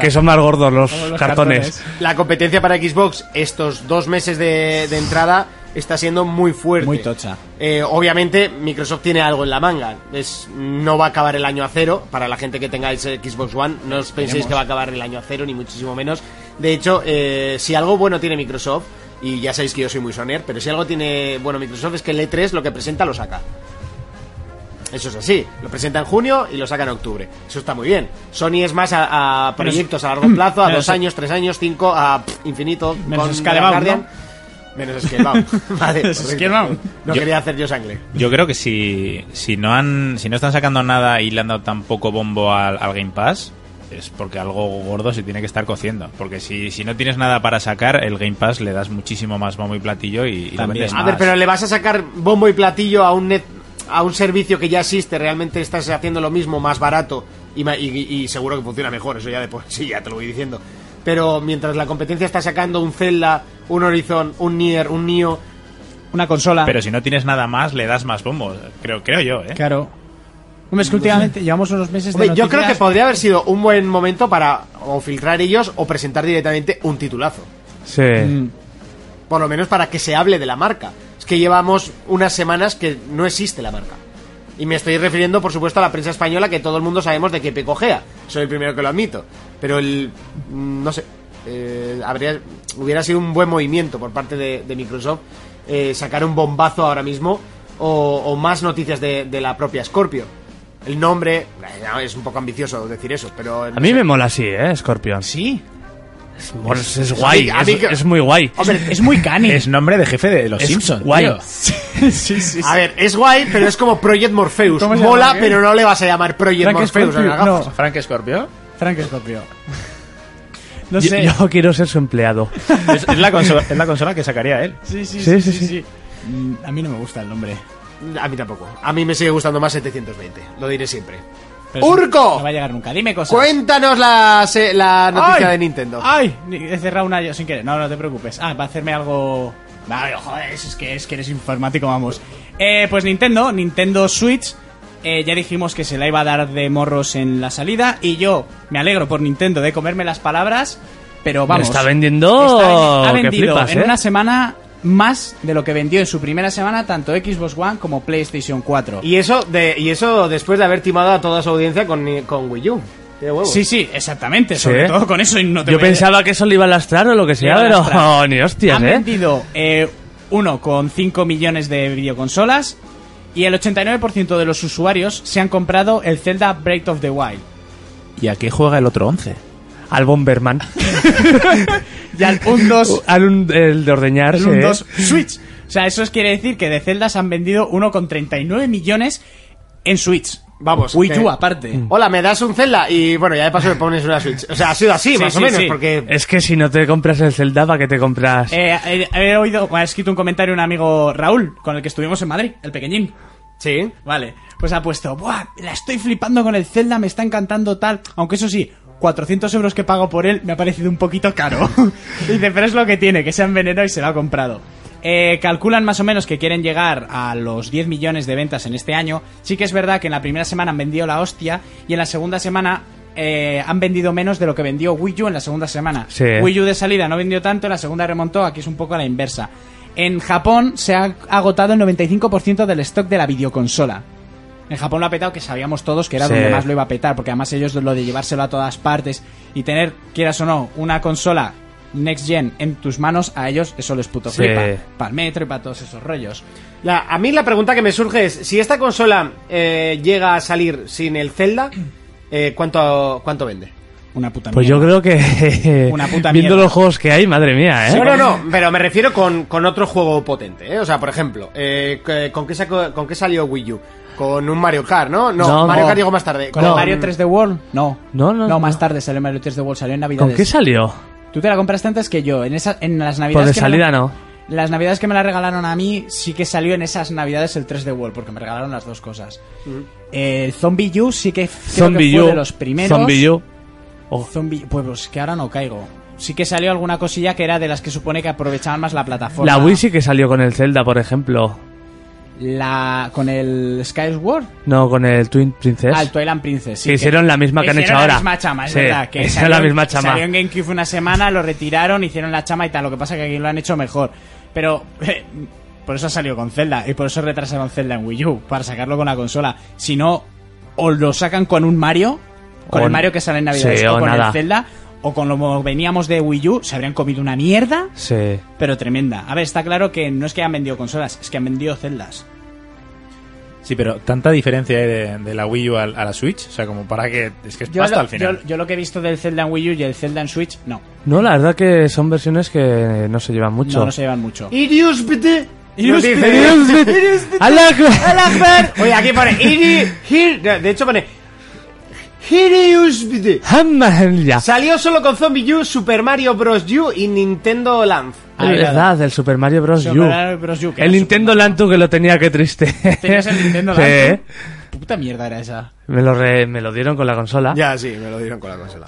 D: Que son más gordos los,
C: Como los
D: cartones.
C: cartones.
B: La competencia para Xbox estos dos meses de, de entrada está siendo muy fuerte.
C: Muy tocha.
B: Eh, obviamente Microsoft tiene algo en la manga. Es, no va a acabar el año a cero. Para la gente que tengáis eh, Xbox One, no os penséis que va a acabar el año a cero, ni muchísimo menos. De hecho, eh, si algo bueno tiene Microsoft, y ya E sabéis que yo soy muy soner, pero si algo tiene bueno Microsoft es que el E3 lo que presenta lo saca. Eso es así. Lo presenta en junio y lo saca en octubre. Eso está muy bien. Sony es más a, a proyectos a
C: <clears throat>
B: largo plazo, a
F: menos-
B: dos años, tres años, cinco, a pff, infinito.
C: Menos
B: con
C: Scalebound,
B: Guardian. Menos Scalebound. <laughs> vale,
C: Menos
B: correcto.
C: Scalebound.
B: No
F: Yo-
B: quería hacer yo sangre.
F: Yo creo que si, si no han si no están sacando nada y le han dado tan poco bombo al, al Game Pass es porque algo gordo se tiene que estar cociendo. Porque si, si no tienes nada para sacar, el Game Pass le das muchísimo más bombo y platillo y, y lo
H: También.
F: vendes
B: A
F: más.
B: ver, pero le vas a sacar bombo y platillo a un net, a un servicio que ya existe, realmente estás haciendo lo mismo, más barato y, ma- y- y seguro que funciona mejor, eso ya de por <laughs> sí, ya te lo voy diciendo. Pero mientras la competencia está sacando un Zelda, un Horizon, un Nier, un Nio,
C: Una consola.
F: Pero si no tienes nada más, le das más bombo. Creo, creo yo, ¿eh?
C: Claro. Hombre, es que últimamente llevamos unos meses de
B: hombre, yo creo que
C: noticias-
B: podría haber sido un buen momento para o filtrar ellos o presentar directamente un titulazo.
D: Sí.
C: Mm.
B: Por lo menos para que se hable de la marca. Es que llevamos unas semanas que no existe la marca. Y me estoy refiriendo, por supuesto, a la prensa española, que todo el mundo sabemos de qué pecojea. Soy el primero que lo admito. Pero el. mm, No sé. eh, habría, hubiera sido un buen movimiento por parte de, de Microsoft eh, sacar un bombazo ahora mismo o, o más noticias de, de la propia Scorpio. El nombre. eh, no, Es un poco ambicioso decir eso, pero.
D: A mí me mola así, ¿eh? Scorpion.
F: Sí.
D: Es, bueno, es- es guay.
B: a
D: es,
B: mí que-
D: es muy guay.
B: Hombre,
C: Es <laughs> muy cani.
F: Es nombre de jefe de los
D: Es
F: Simpsons.
D: guay. <laughs>
F: tío.
C: sí, sí.
B: A ver, es guay, pero es como Project Morpheus.
C: ¿Cómo se
B: Mola,
C: llama, qué?
B: pero no le vas a llamar Project
C: Frank
B: Morpheus a
C: Scorpio,
B: las gafas.
C: no.
H: Frank Scorpio.
B: <laughs>
C: Frank Scorpio. No
D: Yo,
C: sé.
D: yo quiero ser su empleado.
C: <laughs>
F: Es, es la consola, es la consola que sacaría él.
C: Sí, sí,
D: Sí,
C: sí,
D: sí,
C: sí,
D: sí.
C: sí. Mm, A mí no me gusta el nombre.
B: A mí tampoco. A mí me sigue gustando más 720. Lo diré siempre.
C: Pero
B: ¡Urco! Pues
C: No va a llegar nunca. Dime cosas.
B: Cuéntanos la, se- la noticia
C: ¡Ay!
B: de Nintendo.
C: ¡Ay! Ni- He cerrado una yo sin querer. No, no te preocupes. Ah, va a hacerme algo. Vale, joder, es que, es que eres informático, vamos. Eh, pues Nintendo, Nintendo Switch. eh, ya dijimos que se la iba a dar de morros en la salida. Y yo me alegro por Nintendo de comerme las palabras. Pero vamos.
D: Está vendiendo-
C: Está vendi- ha
D: que
C: vendido
D: flipas,
C: en
D: ¿eh?
C: una semana más de lo que vendió en su primera semana tanto Xbox One como PlayStation 4.
B: Y eso, de, y eso después de haber timado a toda su audiencia con, ni- con Wii U. Qué huevos.
C: Sí, sí, exactamente. Sobre
D: Sí.
C: todo con eso. y No te
D: Yo
C: voy a-
D: pensaba que eso le iba a lastrar o lo que sea,
C: iba a
D: pero <laughs>
C: lastrar.
D: ni hostias,
C: Han
D: ¿eh?
C: vendido eh, uno con 5 millones de videoconsolas y el 89% de los usuarios se han comprado el Zelda Breath of the Wild.
F: ¿Y a qué juega el otro 11?
D: Al Bomberman. <laughs>
C: Y al 1-2,
D: Al un- el de ¿eh? ordeñar.
C: el 1-2 Switch. O sea, eso quiere decir que de Zelda se han vendido uno con 39 millones en Switch.
B: Vamos,
C: Wii
B: que-
C: U aparte.
B: Hola, me das un Zelda y bueno, ya de paso me pones una Switch. O sea, ha sido así,
C: Sí,
B: más
C: sí,
B: o menos,
C: sí.
B: porque.
D: Es que si no te compras el Zelda, ¿para qué te compras?
C: Eh, eh, he oído, ha escrito un comentario un amigo Raúl, con el que estuvimos en Madrid, el pequeñín.
B: Sí.
C: Vale, pues ha puesto, ¡buah! La estoy flipando con el Zelda, me está encantando tal. Aunque eso sí, 400 euros que pago por él me ha parecido un poquito caro. <laughs> Dice, pero es lo que tiene, que se ha envenenado y se lo ha comprado. Eh, calculan más o menos que quieren llegar a los 10 millones de ventas en este año. Sí que es verdad que en la primera semana han vendido la hostia y en la segunda semana eh, han vendido menos de lo que vendió Wii U en la segunda semana.
D: Sí.
C: Wii U de salida no vendió tanto, en la segunda remontó, aquí es un poco a la inversa. En Japón se ha agotado el 95% del stock de la videoconsola. En Japón lo ha petado, que sabíamos todos que era
D: Sí.
C: donde más lo iba a petar, porque además ellos lo de llevárselo a todas partes y tener, quieras o no, una consola next gen en tus manos, a ellos eso les puto
D: Sí.
C: flipa. Para el metro y para todos esos rollos.
B: La- a mí la pregunta que me surge es, si esta consola eh, llega a salir sin el Zelda, eh, ¿cuánto, ¿cuánto vende?
C: Una puta
D: Pues yo
C: mierda.
D: creo que. <laughs>
C: Una puta
D: viendo
C: mierda.
D: los juegos que hay, madre mía, ¿eh?
B: No, no, no, pero me refiero con, con otro juego potente, ¿eh? O sea, por ejemplo, eh, que- ¿con, qué saco- ¿con qué salió Wii U? Con un Mario Kart, ¿no? No,
D: No,
B: Mario
D: no.
B: Kart llegó más tarde.
C: ¿Con el Mario 3D World? No.
D: No, no,
C: más
D: no.
C: tarde salió Mario 3D World, salió en Navidad.
D: ¿Con qué salió?
C: Tú te la compraste antes que yo. En, esa, en las navidades.
D: Pues de
C: que me
D: salida
C: la-
D: no.
C: Las navidades que me la regalaron a mí, sí que salió en esas navidades el 3D World, porque me regalaron las dos cosas. El Zombie U sí que, creo que
D: Zombie
C: fue
D: U.
C: de los primeros.
D: Zombie U. Oh.
C: Zombie- pues, pues que ahora no caigo. Sí que salió alguna cosilla que era de las que supone que aprovechaban más la plataforma.
D: La Wii sí que salió con el Zelda, por ejemplo.
C: La- con el Skyward.
D: No, con el Twin Princess.
C: Ah, el Twilight Princess. Sí,
D: Que hicieron la misma que han
C: hicieron
D: hecho
C: la
D: ahora.
C: misma chama, es
D: Sí,
C: verdad. Que
D: hicieron
C: salió-
D: la misma chama.
C: Salió en GameCube una semana, lo retiraron, hicieron la chama y tal. Lo que pasa es que aquí lo han hecho mejor. Pero <laughs> eh, por eso salió con Zelda y por eso retrasaron Zelda en Wii U, para sacarlo con la consola. Si no, o lo sacan con un Mario, con
D: O-
C: el Mario que sale en Navidad,
D: sí,
C: o
D: o
C: con
D: nada.
C: el Zelda, o con lo como veníamos de Wii U, se habrían comido una mierda,
D: Sí.
C: pero tremenda. A ver, está claro que no es que hayan vendido consolas, es que han vendido celdas.
F: Sí, pero tanta diferencia hay de, de la Wii U al- a, la Switch. O sea, como para que. Es que es
C: Yo
F: pasta
C: lo,
F: al final.
C: yo- yo lo que he visto del Zelda en Wii U y el Zelda en Switch, no.
D: No, la verdad que son versiones que no se llevan mucho.
C: No, no se llevan mucho.
B: Irius, bitte. Nos
C: Irius, bitte.
B: dice-
C: Oye, aquí pone
B: Iri- Hir- no, de hecho pone Hirius bitte.
D: Hammer, ya.
B: Salió solo con Zombie U, Super Mario Bros. U y Nintendo Land.
C: Ahí,
D: Es
C: nada.
D: verdad, el Super Mario Bros.
C: Super
D: U.
C: Mario Bros. U, que
D: El
C: era
D: Nintendo Lantu que lo tenía, que triste.
C: ¿Tenías el Nintendo
D: Sí,
C: Land? Puta mierda era esa. <laughs>
D: me lo, re- me lo dieron con la consola.
B: Ya, sí, me lo dieron con la consola.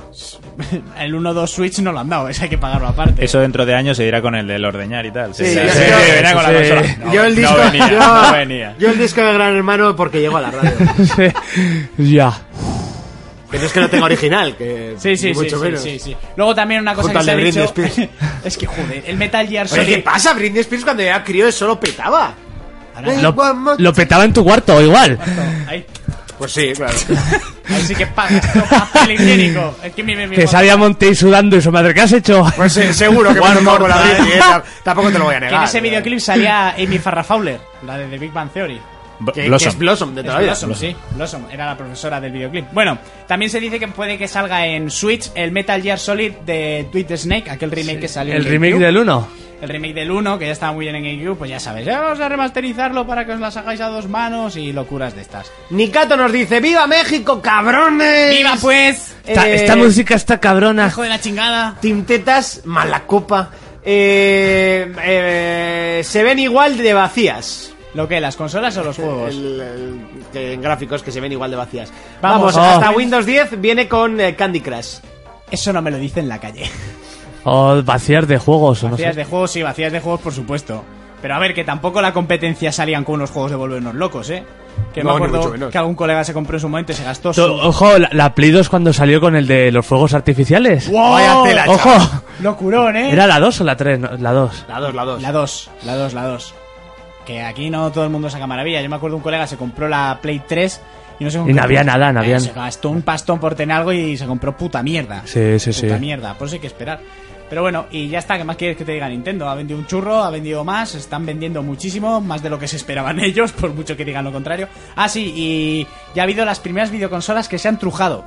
C: El 1-2 Switch no lo han dado, ese hay que pagarlo aparte.
F: Eso dentro de años se dirá con el del ordeñar y tal. Sí,
B: Sí,
F: sí,
B: yo-
F: sí,
B: yo-
F: sí, venía con la
D: sí.
F: consola.
B: <laughs>
F: No,
B: yo el
F: no
B: disco.
F: venía,
B: yo,
F: no venía.
B: yo el disco de Gran Hermano porque llegó a la radio.
D: <laughs> ya.
B: Pero es que no tengo original, que
C: Sí, sí,
B: ni
C: sí,
B: mucho
C: sí,
B: menos.
C: sí, sí. Luego también una cosa
B: Junto
C: que se ha
B: al de
C: dicho...
B: Britney
C: <laughs> es que, joder, el Metal Gear
B: Oye, ¿qué
C: Solid...
B: pasa? Britney Spears cuando era crío solo petaba.
D: Lo,
B: One more-
D: lo petaba en tu cuarto, igual.
C: Ahí,
B: Pues sí,
C: <laughs>
B: claro.
C: ahí sí que pagas todo papel higiénico. Es que mi, mi- mi-
D: Que sabía Montey sudando y su madre, ¿qué has hecho?
B: Pues sí, seguro que me he tocado con la Britney. eh,
C: <laughs>
B: tam- Tampoco te lo voy a
C: que
B: negar. eh.
C: en ese videoclip
D: eh.
C: salía Amy Farrah Fowler, la de The Big Bang Theory.
F: B-
B: Que, que
F: Blossom.
B: es Blossom de
C: Es
B: toda la vida.
C: Blossom, sí. Blossom era la profesora del videoclip. Bueno, también se dice que puede que salga en Switch el Metal Gear Solid de Tweet Snake, aquel remake que salió. en
D: El remake
C: GameCube.
D: del 1.
C: El remake del 1, que ya estaba muy bien en GameCube, pues ya sabes, ya vamos a remasterizarlo para que os las hagáis a dos manos y locuras de estas.
B: Nikato nos dice, ¡Viva México, cabrones!
C: ¡Viva pues!
D: Esta,
B: Eh,
D: esta música está cabrona.
C: ¡Hijo de la chingada!
B: Team Tetas, mala copa. Eh, eh, se ven igual de vacías.
C: ¿Lo que? ¿Las consolas o los juegos?
B: El- el- que en gráficos que se ven igual de vacías. Vamos,
C: Vamos,
B: hasta
C: oh.
B: Windows 10 viene con eh, Candy Crush.
C: Eso no me lo dice en
B: <laughs>
C: la calle.
D: O vacías Oh, de juegos, o no
C: Vacías
D: sé.
C: de juegos, sí, vacías de juegos, por supuesto. Pero a ver, que tampoco la competencia salían con unos juegos de volvernos locos, ¿eh? Que
B: No,
C: me
B: ni mucho
C: acuerdo
B: menos.
C: que algún colega se compró en su momento y se gastó
D: To-
C: su...
D: Ojo, la, la Play 2 cuando salió con el de los fuegos artificiales.
C: ¡Wow!
B: Vaya tela,
D: ¡Ojo!
C: ¡Locurón, eh!
D: ¿Era la 2 o la 3? No, la 2.
B: La 2, la 2.
C: La 2, la 2, la 2. Que aquí no todo el mundo saca maravilla. Yo me acuerdo un colega se compró la Play 3 y no se compró.
D: no había nada, no
C: Eh,
D: había-
C: Se gastó un pastón por tener algo y se compró puta mierda.
D: Sí, sí, sí.
C: Puta mierda, por eso hay que esperar. Pero bueno, y ya está, ¿qué más quieres que te diga Nintendo? Ha vendido un churro, ha vendido más, están vendiendo muchísimo, más de lo que se esperaban <laughs> ellos, por mucho que digan lo contrario. Ah, sí, y ya ha habido las primeras videoconsolas que se han trujado.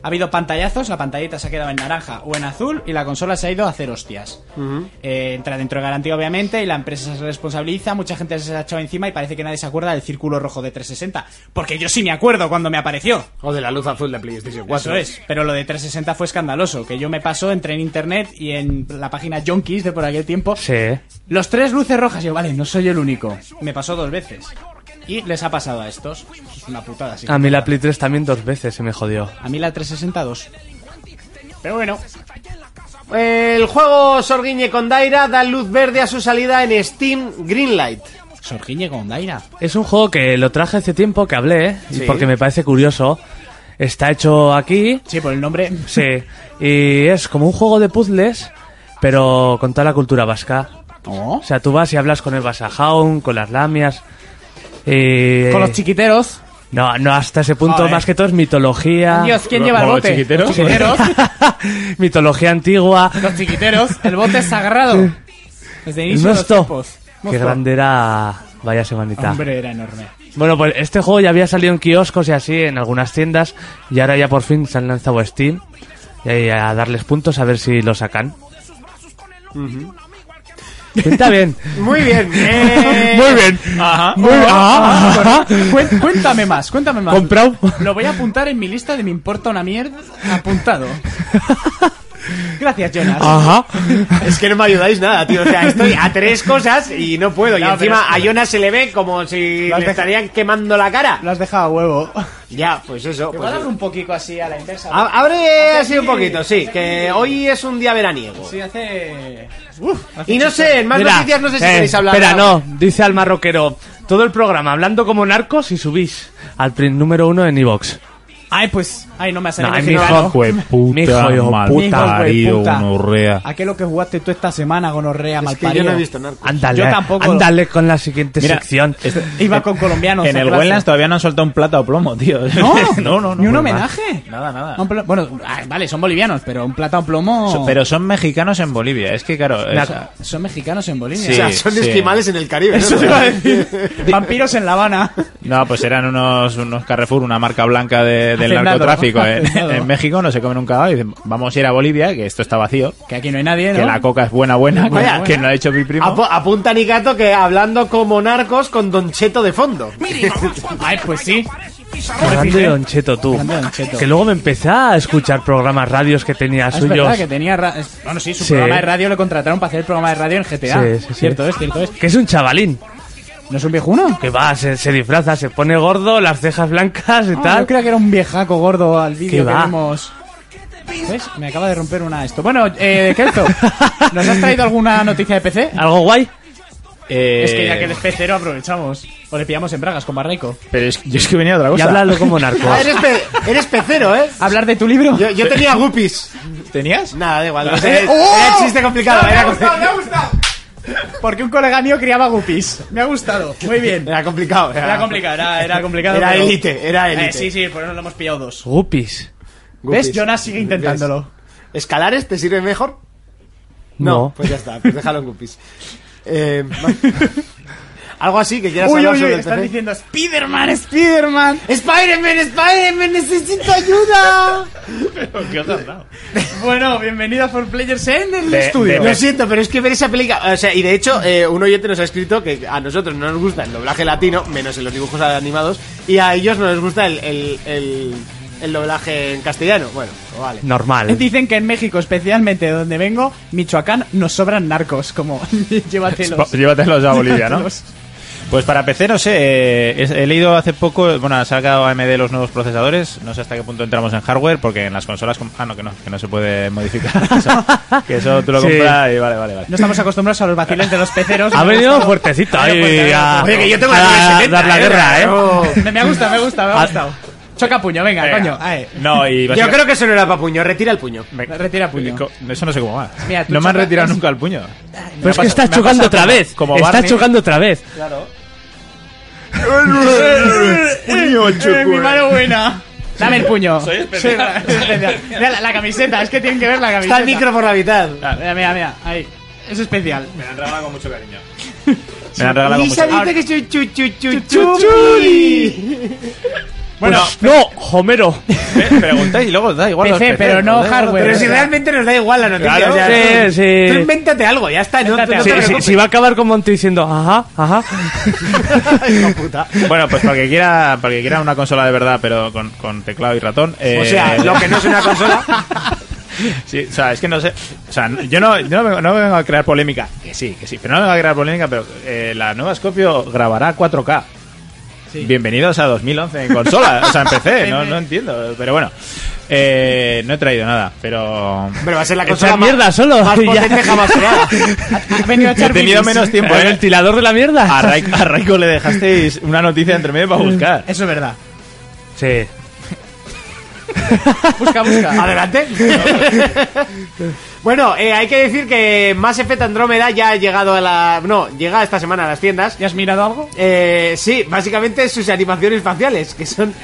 C: Ha habido pantallazos, la pantallita se ha quedado en naranja o en azul y la consola se ha ido a hacer hostias. Eh, entra dentro de garantía, obviamente, y la empresa se responsabiliza. Mucha gente se ha echado encima y parece que nadie se acuerda del círculo rojo de 360. Porque yo sí me acuerdo cuando me apareció.
B: O de la luz azul de PlayStation 4.
C: Eso es. Pero lo de 360 fue escandaloso. Que yo me paso, entré en internet y en la página Junkies de por aquel tiempo.
D: Sí.
C: Los tres luces rojas. Yo, vale, no soy el único. Me pasó dos veces. Y les ha pasado a estos. Es una putada. así que-
D: A mí la Play 3 también dos veces se me jodió.
C: A mí la 360 dos. Pero bueno,
B: El juego Sorguiñe con Daira da luz verde a su salida en Steam Greenlight.
C: Sorgiñe con Daira.
D: Es un juego que lo traje hace tiempo que hablé, y
B: Sí.
D: porque me parece curioso. Está hecho aquí,
C: Sí, por el nombre.
D: sí, y es como un juego de puzzles, pero con toda la cultura vasca.
C: Oh.
D: O sea, tú vas y hablas con el Basajaun, con las lamias. y-
C: Con los chiquiteros.
D: No, no hasta ese punto,
C: Joder.
D: más que todo es mitología.
C: Dios, ¿quién lleva el
F: ¿Como
C: bote?
F: chiquiteros?
C: Ah. Los chiquiteros.
D: <laughs> mitología antigua.
C: los chiquiteros. El bote es sagrado. Desde el
D: El
C: inicio de los
D: Mosto.
C: tiempos.
D: Qué
C: Mosto.
D: grande era. Vaya semanita.
C: Hombre, era enorme.
D: Bueno, pues este juego ya había salido en kioscos y así en algunas tiendas y ahora ya por fin se han lanzado a Steam y ahí a darles puntos a ver si lo sacan. Está bien.
B: Muy bien. <laughs> eh, Oh,
D: Muy bien.
F: Ajá.
D: Muy bien. Ah,
C: <laughs> Cuen- Cuéntame más, cuéntame más.
D: Comprado.
C: Lo voy a apuntar en mi lista de me importa una mierda. Apuntado. <laughs> Gracias, Jonas.
D: Ajá.
B: Es que no me ayudáis nada, tío. O sea, estoy a tres cosas y no puedo. y
C: No, pero
B: encima
C: es
B: a
C: que-
B: Jonas se le ve como si
C: Lo has
B: le
C: dejado-
B: estarían quemando la cara.
C: Lo has dejado a huevo. Ah.
B: Ya, pues eso. pues-
C: un poquito así a la inversa?
B: A- Abre así un poquito, sí. Que hoy es un día veraniego.
C: Sí, hace.
B: Y no sé, en más
D: Mira,
B: noticias no sé si
D: eh,
B: queréis hablar.
D: Espera,
B: de algo.
D: no. Dice al marroquero. Todo el programa hablando como narcos y subís al print número uno en Evox.
C: Ay, pues. Ay, no me hace
F: Nah,
C: nada.
F: mi hijo de
D: Mi hijo
F: puta,
D: de
F: mal
D: puta.
F: parido, gonorrea.
C: ¿A qué lo que jugaste tú esta semana, gonorrea,
B: Es
C: mal
B: que yo no he visto narco.
D: Ándale,
C: Yo tampoco.
D: ándale con la siguiente
F: Mira, este,
D: sección.
B: eh,
C: Este, Iba con colombianos.
F: En
C: a
F: el
C: clase.
F: Wellness todavía no han soltado un plata o plomo, tío.
C: No,
F: <laughs> no, no, no.
C: Ni un
F: pues
C: homenaje.
F: Nada, nada.
C: Un pla- Bueno, ah, vale, son bolivianos, pero un plata, un plomo.
F: nada. So- Pero son mexicanos en Bolivia. Es que, claro. es-
C: Son- Son mexicanos en Bolivia.
F: Sí.
B: o sea, son
F: sí.
B: esquimales en el Caribe. ¿no?
C: <laughs> Eso te iba a decir. Vampiros en La Habana.
F: No, pues eran unos, unos Carrefour, una marca blanca de- del
C: Hacendado,
F: narcotráfico. En,
C: hacendado.
F: en México no se comen un cagado y dicen, vamos a ir a Bolivia, que esto está vacío,
C: Que aquí no hay nadie, ¿no?
F: que la coca es buena, buena,
B: Vaya,
F: que, que no ha hecho mi primo.
B: Apu- apunta Nicato que hablando como narcos con Don Cheto de fondo.
C: Ay, pues sí.
D: Grande
B: eh?
D: Don Cheto, tú.
C: Grande Don Cheto. Ah,
D: Que luego me empecé a escuchar programas radios que tenía
C: Es
D: suyos.
C: verdad que tenía. ra- es- Bueno, sí, su
D: Sí.
C: programa de radio lo contrataron para hacer el programa de radio en GTA.
D: Sí, sí, sí.
C: Cierto es, cierto es.
D: Que es un chavalín.
C: ¿No es un viejuno?
D: Que va, se, se disfraza, se pone gordo, las cejas blancas y
C: Ah,
D: tal.
C: yo creía que era un viejaco gordo al
D: ¿Qué
C: vídeo que
D: va?
C: vimos. ¿Ves? Me acaba de romper una esto. Bueno, eh, Kelzo, ¿nos has traído alguna noticia de PC?
D: ¿Algo guay?
F: Eh,
C: Es que ya que eres pecero aprovechamos. O le pillamos en bragas con Barraico.
F: Pero es, yo es que venía de otra
D: Y
F: cosa.
D: háblalo como narco.
B: Ah, eres, pe- eres pecero, ¿eh?
C: ¿Hablar de tu libro?
B: Yo, yo tenía guppies.
F: ¿Tenías?
B: Nada, da igual. no
C: Eh,
B: sé,
C: ¡oh!
B: era chiste complicado. Era, compli-
C: Porque un colega mío criaba guppies. <laughs> Me ha gustado. Muy bien.
B: era complicado. Era,
C: Era complicado, era, era complicado.
B: Era
C: pero-
B: élite, era
C: Eh,
B: élite.
C: sí, sí, por eso lo hemos pillado dos.
D: Guppies.
B: Guppies.
C: ¿Ves? Jonas sigue intentándolo.
B: ¿Escalares te sirve mejor?
D: No.
B: Pues ya está, pues déjalo en guppies.
C: <laughs>
B: Eh, algo así que quieras
C: Uy,
B: hablar
C: uy, uy,
B: sobre el
C: están
B: PC.
C: diciendo Spiderman, Spiderman.
B: ¡Spider-Man, Spider-Man, necesito ayuda!
C: Bueno, bienvenido a For Players en el
F: De-
C: estudio.
F: de-
B: Lo siento, pero es que ver esa película. O sea, y de hecho, eh, un oyente nos ha escrito que a nosotros no nos gusta el doblaje latino, menos en los dibujos animados, y a ellos no les gusta el, el, el, el doblaje en castellano. Bueno, pues vale.
D: Normal.
C: Eh, Dicen que en México, especialmente de donde vengo, Michoacán, nos sobran narcos. Como, <laughs> llévatelos.
F: pues, Po- Llévatelos a Bolivia, ¿no?
C: Llévatelos.
F: Pues para PC, no sé, eh, es- he leído hace poco, bueno, ha sacado AMD los nuevos procesadores, no sé hasta qué punto entramos en hardware, porque en las consolas... com- Ah, no, que no, que no se puede modificar. Eso- que eso tú lo
D: Sí.
F: compras y vale, vale, vale.
C: No estamos acostumbrados a los vaciles de los peceros.
D: <laughs> Ha
C: Me
D: venido
C: gustado.
D: fuertecito ahí
C: fuerte,
D: a,
B: Oye, que yo tengo
D: a
B: la 1070,
D: dar la
B: eh,
D: guerra, ¿eh?
B: no.
C: Me, me ha gustado, me ha gustado, me ha gustado. Choca puño, venga,
F: Venga.
C: coño. ae.
F: No, y
B: Yo creo que eso no era para puño, retira el puño.
F: Me-
C: Retira puño.
F: Co- Eso no sé cómo va.
C: Mira, tú
F: no me han
C: chocas-
F: retirado nunca el puño.
D: Pero es que
F: está
D: estás chocando otra vez.
F: Como
D: Estás
F: Barney.
D: chocando otra vez.
C: Eh, mi mano buena. Dame el puño. Soy especial. <laughs> Mira, la, la camiseta, es que tienen que ver la camiseta.
B: Está el micro por la mitad.
C: Mira, mira, mira, ahí. Es especial.
F: Me la han regalado con mucho cariño. Me la han regalado con mucho
B: Lisa
F: cariño.
B: dice que soy chu, chu, chu, chu,
C: Chuchuli. Bueno,
D: Pues, No, Homero.
F: Pe- Eh, Preguntáis y luego os da igual. los
C: PC,
F: PCs,
C: pero no
F: os da igual.
C: hardware.
B: Pero si realmente nos da igual la noticia.
F: Claro.
B: o sea,
D: Sí,
B: tú,
D: sí.
B: tú invéntate algo, ya está. No, no te
D: Sí, sí,
B: preocupes.
D: sí, va a acabar con Monty diciendo, ajá, ajá.
B: <laughs> Hijo puta.
F: Bueno, pues para que quiera, para que quiera una consola de verdad, pero con, con teclado y ratón. eh,
B: O sea, lo que no es una consola.
F: <laughs> sí, o sea, es que no sé. O sea, no- yo no, yo no, vengo, no vengo a crear polémica. Que sí, que sí. Pero no vengo a crear polémica, pero eh, la nueva Scorpio grabará 4K. Bienvenidos a 2011 en consola, o sea, en
C: <laughs>
F: PC, no, no entiendo, pero bueno, eh, no he traído nada, pero
B: Pero va a ser la
D: Echa
B: consola más,
D: mierda solo,
B: más <laughs>
D: ya.
B: potente jamás <laughs> creada.
C: has venido a
F: he
C: echar
F: tenido
C: bilis.
F: menos tiempo.
D: El
F: ¿eh?
D: ventilador de la
F: A,
D: mierda.
F: Raiko, a Raiko le dejasteis una noticia entre medio para buscar.
C: Eso es verdad.
D: Sí.
C: Busca, busca.
B: Adelante. <laughs> bueno, eh, hay que decir que Mass Effect Andrómeda ya ha llegado a la... No, llega esta semana a las tiendas.
C: ¿Ya has mirado algo?
B: Eh, sí, básicamente sus animaciones faciales, que son... <laughs>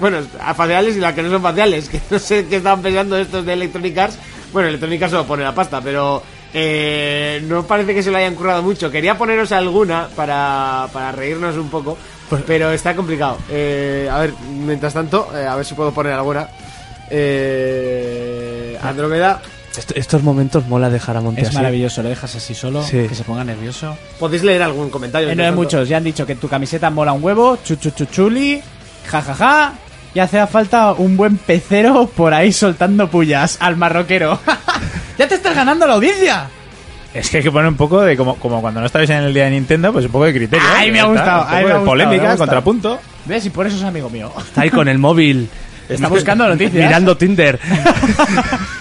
B: Bueno, faciales y las que no son faciales, que no sé qué estaban pensando estos de Electronic Arts. Bueno, Electronic Arts solo pone la pasta, pero... eh, no parece que se lo hayan currado mucho. Quería poneros alguna para, para reírnos un poco,
C: Pues-
B: pero está complicado. Eh, a ver, mientras tanto, eh, a ver si puedo poner alguna. Eh, Andrómeda.
D: Est- estos momentos mola dejar a Monty
C: Es
D: así.
C: maravilloso, lo dejas así solo,
D: Sí.
C: que se ponga nervioso.
B: Podéis leer algún comentario.
C: Eh, no hay
B: mientras tanto?
C: muchos, ya han dicho que tu camiseta mola un huevo, chuchuchuchuli, jajaja, y hace falta un buen pecero por ahí soltando pullas al marroquero. <laughs> ¡Ya te estás ganando la audiencia!
F: Es que hay que poner un poco de como, como cuando no estáis en el día de Nintendo, pues un poco de criterio.
C: Ay,
F: ¿eh?
C: me ha
F: Ya está,
C: gustado,
F: un poco
C: ay, me
F: de
C: ha gustado,
F: polémica,
C: me ha gustado.
F: contrapunto.
C: ¿Ves? Y por eso es amigo mío.
D: Está ahí con el móvil.
C: <laughs> Está buscando noticias.
D: Mirando Tinder.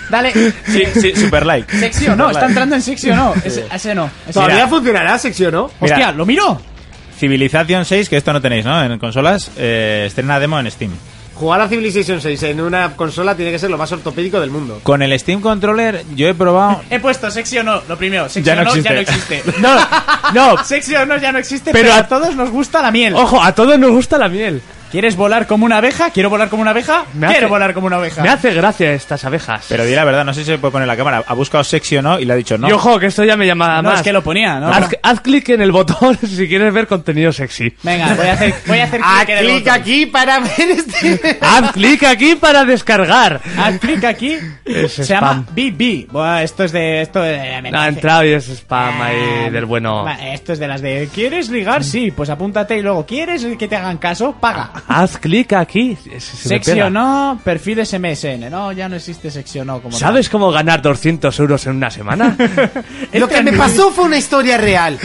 C: Dale,
F: <laughs> Sí, sí, super like.
C: sexy o no, está entrando en sexy o no. Ese, ese no. ese no.
B: Todavía
F: Mira.
B: funcionará sección, ¿no?
F: Mira.
C: Hostia, ¿lo miro?
F: Civilización 6, que esto no tenéis, ¿no? En consolas, eh, estrena demo en Steam.
B: Jugar a Civilization 6 en una consola tiene que ser lo más ortopédico del mundo.
F: Con el Steam Controller yo he probado...
C: He puesto sexy o no, lo primero. Sexy
F: Ya
C: o
F: no
C: no, ya no
F: existe.
D: <laughs>
C: existe.
D: No, no.
C: <laughs> Sexy o no, ya no existe.
D: Pero
C: Pero,
D: a- Oh.
C: a todos nos gusta la
D: <laughs>
C: miel.
D: Ojo, a todos nos gusta la miel.
C: ¿Quieres volar como una abeja? ¿Quiero volar como una abeja?
D: Me hace-
C: Quiero volar como una abeja.
D: Me hace gracia estas abejas.
F: Pero di la verdad, no sé si se puede poner la cámara. Ha buscado sexy o no y le ha dicho no.
D: Y ojo, que esto ya me llama
C: no,
D: Ah, más.
C: es que lo ponía, ¿no?
D: haz, haz clic en el botón <laughs> si quieres ver contenido sexy.
C: Venga, voy a hacer, voy a hacer
B: Haz
C: clic en el
B: clic
C: botón.
B: aquí para ver este.
D: Haz clic aquí para descargar.
C: Haz clic aquí.
D: Es
C: se
D: spam.
C: llama BB. Buah, esto es de. Esto de- me
D: Ha
C: parece-
D: entrado y es spam ahí
C: Ah,
D: del bueno.
C: va, Esto es de las de. ¿Quieres ligar? Sí, pues apúntate y luego. ¿Quieres que te hagan caso? Paga.
D: Haz clic aquí. Se- Ah, se me
C: Sexy
D: pega.
C: o no, perfil SMSN. No, ya no existe sexy o no. Como
D: ¿Sabes cómo ganar 200 euros en una
C: <laughs>
D: semana?
C: tal.
B: Lo que
C: Entra
B: me
C: en-
B: pasó fue una historia real.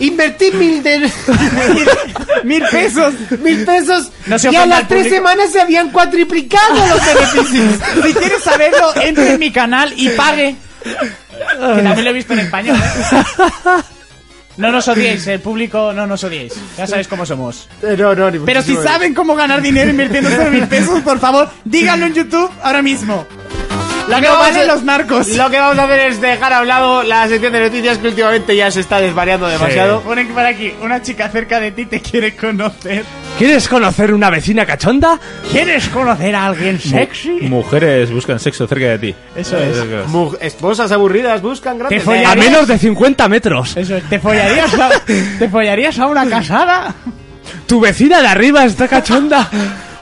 B: Invertí mil, de-
C: <laughs>
B: <laughs>
C: Mil pesos.
B: mil pesos
C: No se
B: y a
C: ofenda
B: las
C: al
B: tres
C: público.
B: semanas se habían cuatriplicado los beneficios.
C: Si quieres saberlo, entre en mi canal y pague. Que también lo he visto en español. ¿eh? No nos odiéis, el público no nos odiéis. Ya sabéis cómo somos.
B: No, no, ni
C: Pero si
B: muchísimo menos.
C: saben cómo ganar dinero invirtiendo solo mil pesos, por favor, díganlo en YouTube ahora mismo. La que
B: No,
C: valen
B: vamos a-
C: los narcos.
B: Lo que vamos a hacer es dejar a un lado la sección de noticias que últimamente ya se está desvariando demasiado.
C: Ponen para aquí, una chica cerca de ti te quiere conocer.
D: ¿Quieres conocer una vecina cachonda?
C: ¿Quieres conocer a alguien sexy?
F: Mujeres buscan sexo cerca de ti.
C: Eso es.
B: Mu- Esposas aburridas buscan grandes.
C: Te follaré.
D: A
B: A mí-
D: menos de 50 metros.
C: Eso es, ¿te follarías a, ¿te follarías a una casada?
D: Tu vecina de arriba está
C: <laughs>
D: cachonda.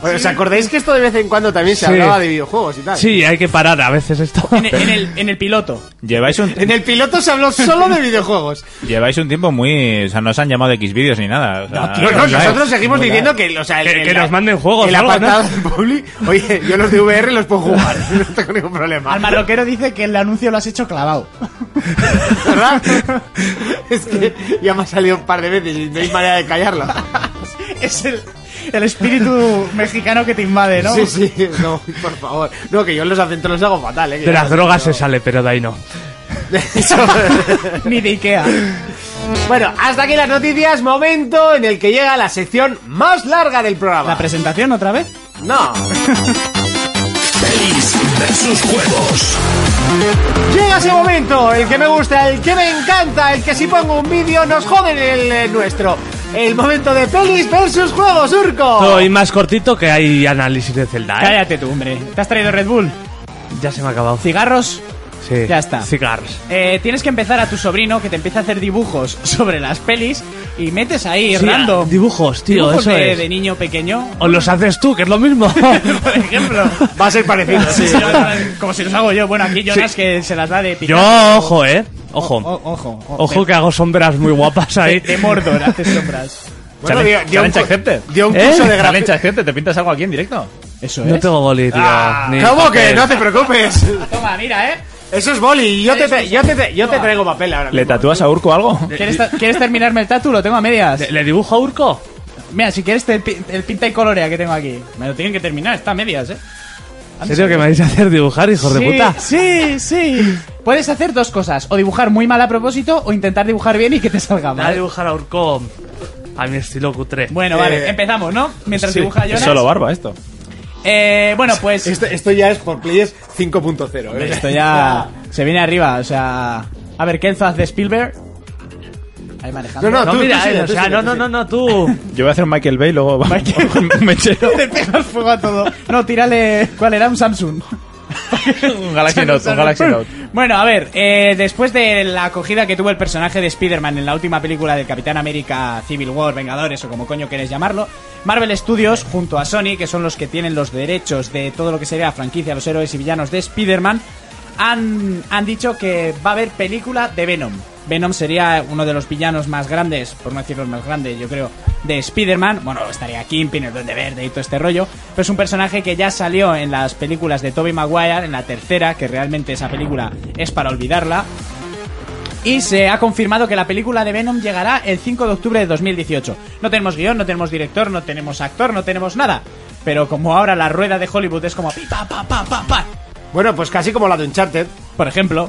B: Oye, ¿Os acordáis que esto de vez en cuando también se
D: Sí.
B: hablaba de videojuegos y tal?
D: Sí, hay que parar a veces esto.
C: En, en el, en el piloto.
F: Lleváis un,
B: En el piloto se habló solo de videojuegos.
F: lleváis un tiempo muy... O sea, no os han llamado de X vídeos ni nada. o sea,
B: No, no, nosotros seguimos
F: Muy
B: diciendo que, o sea, el-
D: Que-
B: el-
D: que nos manden juegos
B: El
D: o algo,
B: apartado de Publi, oye, yo los de VR los puedo jugar, <laughs> no tengo ningún problema.
C: Al marroquero dice que el anuncio lo has hecho clavado.
B: ¿Verdad? <laughs> Es que ya me ha salido un par de veces y no hay manera de callarlo.
C: <laughs> Es el, el espíritu mexicano que te invade, ¿no?
B: Sí, sí, no, por favor. No, que yo los acentos los hago fatal, eh. que
D: De
B: ya
D: las
B: lo-
D: drogas se sale, pero de ahí no.
B: <laughs>
C: Pues Ni de Ikea.
B: Bueno, hasta aquí las noticias, momento en el que llega la sección más larga del programa.
C: ¿La presentación otra vez?
B: no.
I: Pelis versus juegos.
B: Llega ese momento, el que me gusta, el que me encanta, el que si pongo un vídeo nos joden el, eh, nuestro. El momento de pelis versus juegos, Urco.
C: Oh.
D: Soy más cortito que hay análisis de Zelda, ¿eh?
C: Cállate tú, hombre. ¿Te has traído Red Bull?
D: Ya se me ha acabado.
C: ¿Cigarros?
D: Sí.
C: Ya está.
D: Cigars.
C: Eh, tienes que empezar a tu sobrino que te empieza a hacer dibujos <laughs> sobre las pelis y metes ahí
D: Sí,
C: random.
D: Dibujos, tío,
C: Dibujos
D: eso
C: de,
D: es.
C: de niño pequeño.
D: O los haces tú, que es lo mismo.
C: <laughs> Por ejemplo.
B: Va a ser parecido,
C: <laughs>
D: <laughs>
B: sí.
C: Si no, Como si los hago yo. Bueno, aquí Jonas que se las da de
D: Yo,
C: picar.
D: ojo, eh. Ojo.
C: O- ojo. o-
D: Ojo que hago sombras muy guapas
C: de,
D: ahí.
C: oh, de Mordor haces sombras.
B: Bueno, dio, dio
F: Challenge-
B: un,
F: challenge
B: cu-
F: accepted.
B: dio un
D: ¿Eh?
B: curso de
F: Dale,
B: gráfica.
F: gente, ¿te pintas algo aquí en directo?
C: Eso
D: No
C: es.
D: tengo boli, tío.
C: Ah.
D: ni
B: ¿Cómo que?
D: papel.
B: No te preocupes.
C: Toma, mira, eh.
B: Eso es boli. Yo te, tra- yo te, tra- yo te traigo papel ahora
F: ¿Le
B: mismo.
F: tatúas a Urco algo?
C: ¿Quieres, ta- quieres terminarme el tatu? Lo tengo a medias.
D: ¿Le- ¿Le dibujo a Urco?
C: Mira, si quieres te pi- el pinta y colorea que tengo aquí. Me lo tienen que terminar, está a medias, eh.
D: ¿En serio que me vais a hacer dibujar, hijos de
C: sí,
D: puta?
C: Sí, sí. Puedes hacer dos cosas, o dibujar muy mal a propósito o intentar dibujar bien y que te salga
D: Voy a
C: mal.
D: dibujar a Urco a mi estilo cutre.
C: Bueno,
B: Eh,
C: vale, empezamos, ¿no? Mientras dibuja
F: Es
C: Jonas.
F: solo barba esto.
C: Eh, bueno, pues
B: Esto, esto ya es por players 5.0. ¿eh?
C: esto ya se viene arriba, o sea, a ver Kenzo haz de Spielberg. Ahí manejando.
B: No, no,
D: no,
B: tú-
D: mira,
B: tú sigue,
D: eh, o
B: tú
D: sea,
B: sigue,
D: no,
B: tú
D: no,
B: sigue.
D: no, no, <laughs> tú.
F: Yo voy a hacer un Michael Bay y luego <laughs> un mechero.
C: Le pegas fuego a todo. <laughs> No, tírale. ¿Cuál era? Un Samsung.
F: un Galaxy Note, un Galaxy Note.
C: Bueno, a ver, eh, después de la acogida que tuvo el personaje de Spider-Man en la última película del Capitán América Civil War, Vengadores o como coño quieres llamarlo, Marvel Studios, junto a Sony, que son los que tienen los derechos de todo lo que sería la franquicia, los héroes y villanos de Spider-Man, han, han dicho que va a haber película de Venom. Venom sería uno de los villanos más grandes, por no decir los más grandes, yo creo, de Spider-Man. Bueno, estaría Kingpin, el Duende Verde y todo este rollo. Pero es un personaje que ya salió en las películas de Tobey Maguire, en la tercera, que realmente esa película es para olvidarla. Y se ha confirmado que la película de Venom llegará el 5 de octubre de 2018. No tenemos guión, no tenemos director, no tenemos actor, no tenemos nada. Pero como ahora la rueda de Hollywood es como... pi, pa, pa, pa, pa, pa,
B: Bueno, pues casi como la de Uncharted.
C: Por ejemplo,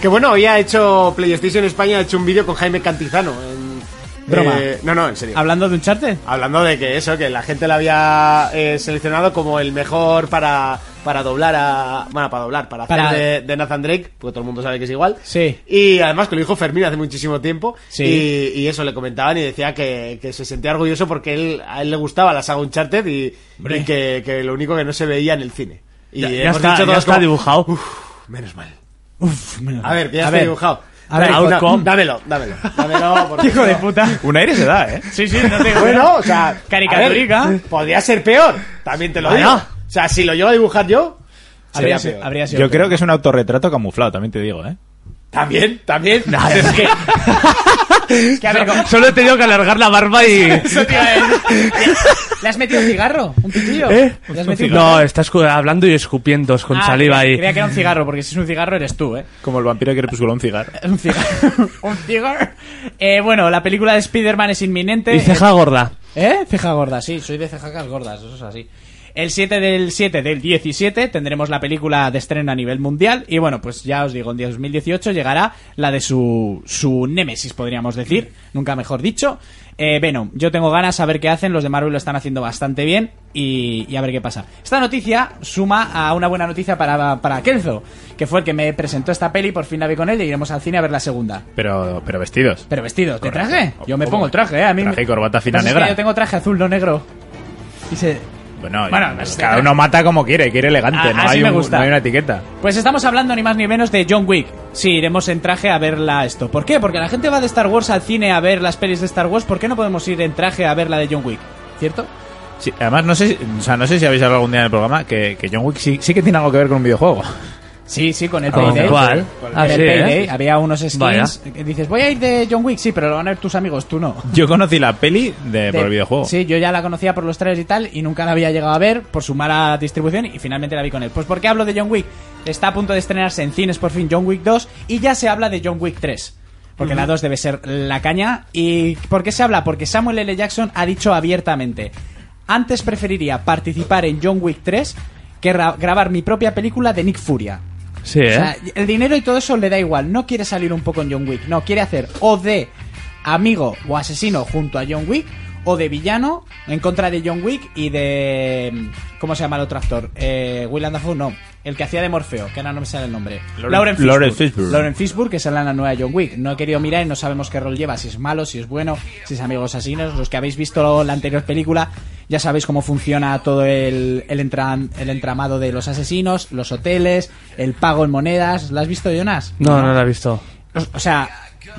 B: Que bueno, hoy ha hecho PlayStation España, ha hecho un vídeo con Jaime Cantizano en,
C: Broma.
B: Eh, no, no, en serio.
C: Hablando de un charter.
B: Hablando de que eso, que la gente la había eh, seleccionado como el mejor para, para doblar a. Bueno, para doblar, para,
C: Para-
B: hacer de, de Nathan Drake, porque todo el mundo sabe que es igual.
C: Sí.
B: Y además que lo dijo Fermín hace muchísimo tiempo.
C: Sí.
B: Y, y eso le comentaban y decía que, que se sentía orgulloso porque él, a él le gustaba la saga Uncharted y,
C: Hombre.
B: y que, que lo único que no se veía en el cine. Y
D: Ya, ya
B: hemos
D: está,
B: dicho
D: ya
B: todos
D: está
B: como,
D: dibujado.
B: Menos mal.
C: Uf, menos
B: A ver, que ya
C: A
B: está
C: ver.
B: dibujado.
C: A ver,
B: Dale, da-
C: Outcom.
B: dámelo, dámelo.
C: <laughs>
B: Dámelo. porque-
C: Hijo de puta.
F: Un aire se da, ¿eh?
C: Sí, sí, no te
B: <laughs> Bueno, o sea,
C: Caricaturica.
B: a ver, Podría ser peor, también te lo
C: Bueno.
B: digo. O sea, si lo llego a dibujar yo,
C: habría,
B: sería
C: sido,
B: peor.
C: habría sido
F: Yo
C: peor.
F: creo que es un autorretrato camuflado, también te digo, ¿eh?
B: También,
C: <laughs>
B: también.
D: es que-
C: Es que, a ver, ¿cómo-
D: Solo he tenido que alargar la barba y...
C: Eso te iba a decir. <laughs> ¿Le has metido un cigarro? ¿Un pitillo?
D: ¿Eh?
C: ¿Le has metido un
D: No, estás cu- hablando y escupiendo con
C: Ah,
D: saliva
C: creía-
D: ahí.
C: Creía que era un cigarro, porque si es un cigarro eres tú, ¿eh? <laughs>
F: Como el vampiro que crepusculó un cigarro.
C: Un cigarro. <laughs> un cigarro. Eh, bueno, la película de Spider-Man es inminente.
D: Y ceja gorda.
C: ¿Eh? Ceja gorda, sí, soy de cejacas gordas, eso es así. El 7 del 7 del 17 tendremos la película de estreno a nivel mundial y bueno, pues ya os digo, en 2018 llegará la de su, su némesis, podríamos decir, nunca mejor dicho. Eh, Venom, yo tengo ganas a ver qué hacen, los de Marvel lo están haciendo bastante bien y, y a ver qué pasa. Esta noticia suma a una buena noticia para, para Kelzo, que fue el que me presentó esta peli, por fin la vi con él y iremos al cine a ver la segunda.
F: Pero, pero vestidos.
C: Pero vestido, ¿te
F: Correcto.
C: traje? Yo me
F: Ojo.
C: pongo el traje, ¿eh? A mí
F: Traje
C: me-
F: y corbata fina
C: Lo que pasa es
F: negra.
C: que yo tengo traje azul, no negro. Y se-
F: Bueno,
C: Bueno,
F: yo-
C: pues,
F: cada uno mata como quiere, quiere elegante,
C: A-
F: no,
C: así
F: hay
C: me
F: un-
C: gusta.
F: no hay una etiqueta.
C: Pues estamos hablando ni más ni menos de John Wick. Sí, iremos en traje a verla esto. ¿Por qué? Porque la gente va de Star Wars al cine a ver las pelis de Star Wars. ¿Por qué no podemos ir en traje a ver la de John Wick? ¿Cierto?
F: Sí, además, no sé, si- o sea, no sé si habéis hablado algún día en el programa que, que John Wick sí, sí que tiene algo que ver con un videojuego. <laughs>
C: Sí, sí,
F: Ah,
C: con el
D: ¿Con
C: Payday.
D: cuál?
C: Con
D: Ah,
C: el
D: sí,
C: Payday.
D: ¿eh?
C: Había unos skins
D: Vaya.
C: que dices, voy a ir de John Wick, sí, pero lo van a ver tus amigos, tú no.
F: Yo conocí la peli de, por el videojuego.
C: Sí, yo ya la conocía por los trailers y tal, y nunca la había llegado a ver por su mala distribución, y finalmente la vi con él. Pues ¿por qué hablo de John Wick? Está a punto de estrenarse en cines por fin John Wick 2, y ya se habla de John Wick 3. Porque la 2 debe ser la caña. ¿Y por qué se habla? Porque Samuel L. Jackson ha dicho abiertamente, antes preferiría participar en John Wick 3 que ra- grabar mi propia película de Nick Furia.
D: Sí, ¿eh?
C: O sea, el dinero y todo eso le da igual. No quiere salir un poco en John Wick. No, quiere hacer o de amigo o asesino junto a John Wick o de villano en contra de John Wick y de... ¿Cómo se llama el otro actor? Eh, William Dafoe, no. El que hacía de Morfeo, que ahora no me sale el nombre. Lauren
F: Lauren-
C: Fishburne.
F: Lauren Fishburne.
C: Lauren Fishburne, que sale en la nueva John Wick. No he querido mirar y no sabemos qué rol lleva, si es malo, si es bueno, si es amigos asesinos. Los que habéis visto la anterior película ya sabéis cómo funciona todo el, el, entran- el entramado de los asesinos, los hoteles, el pago en monedas. ¿La has visto, Jonas?
D: No, no la he visto.
C: O, o sea,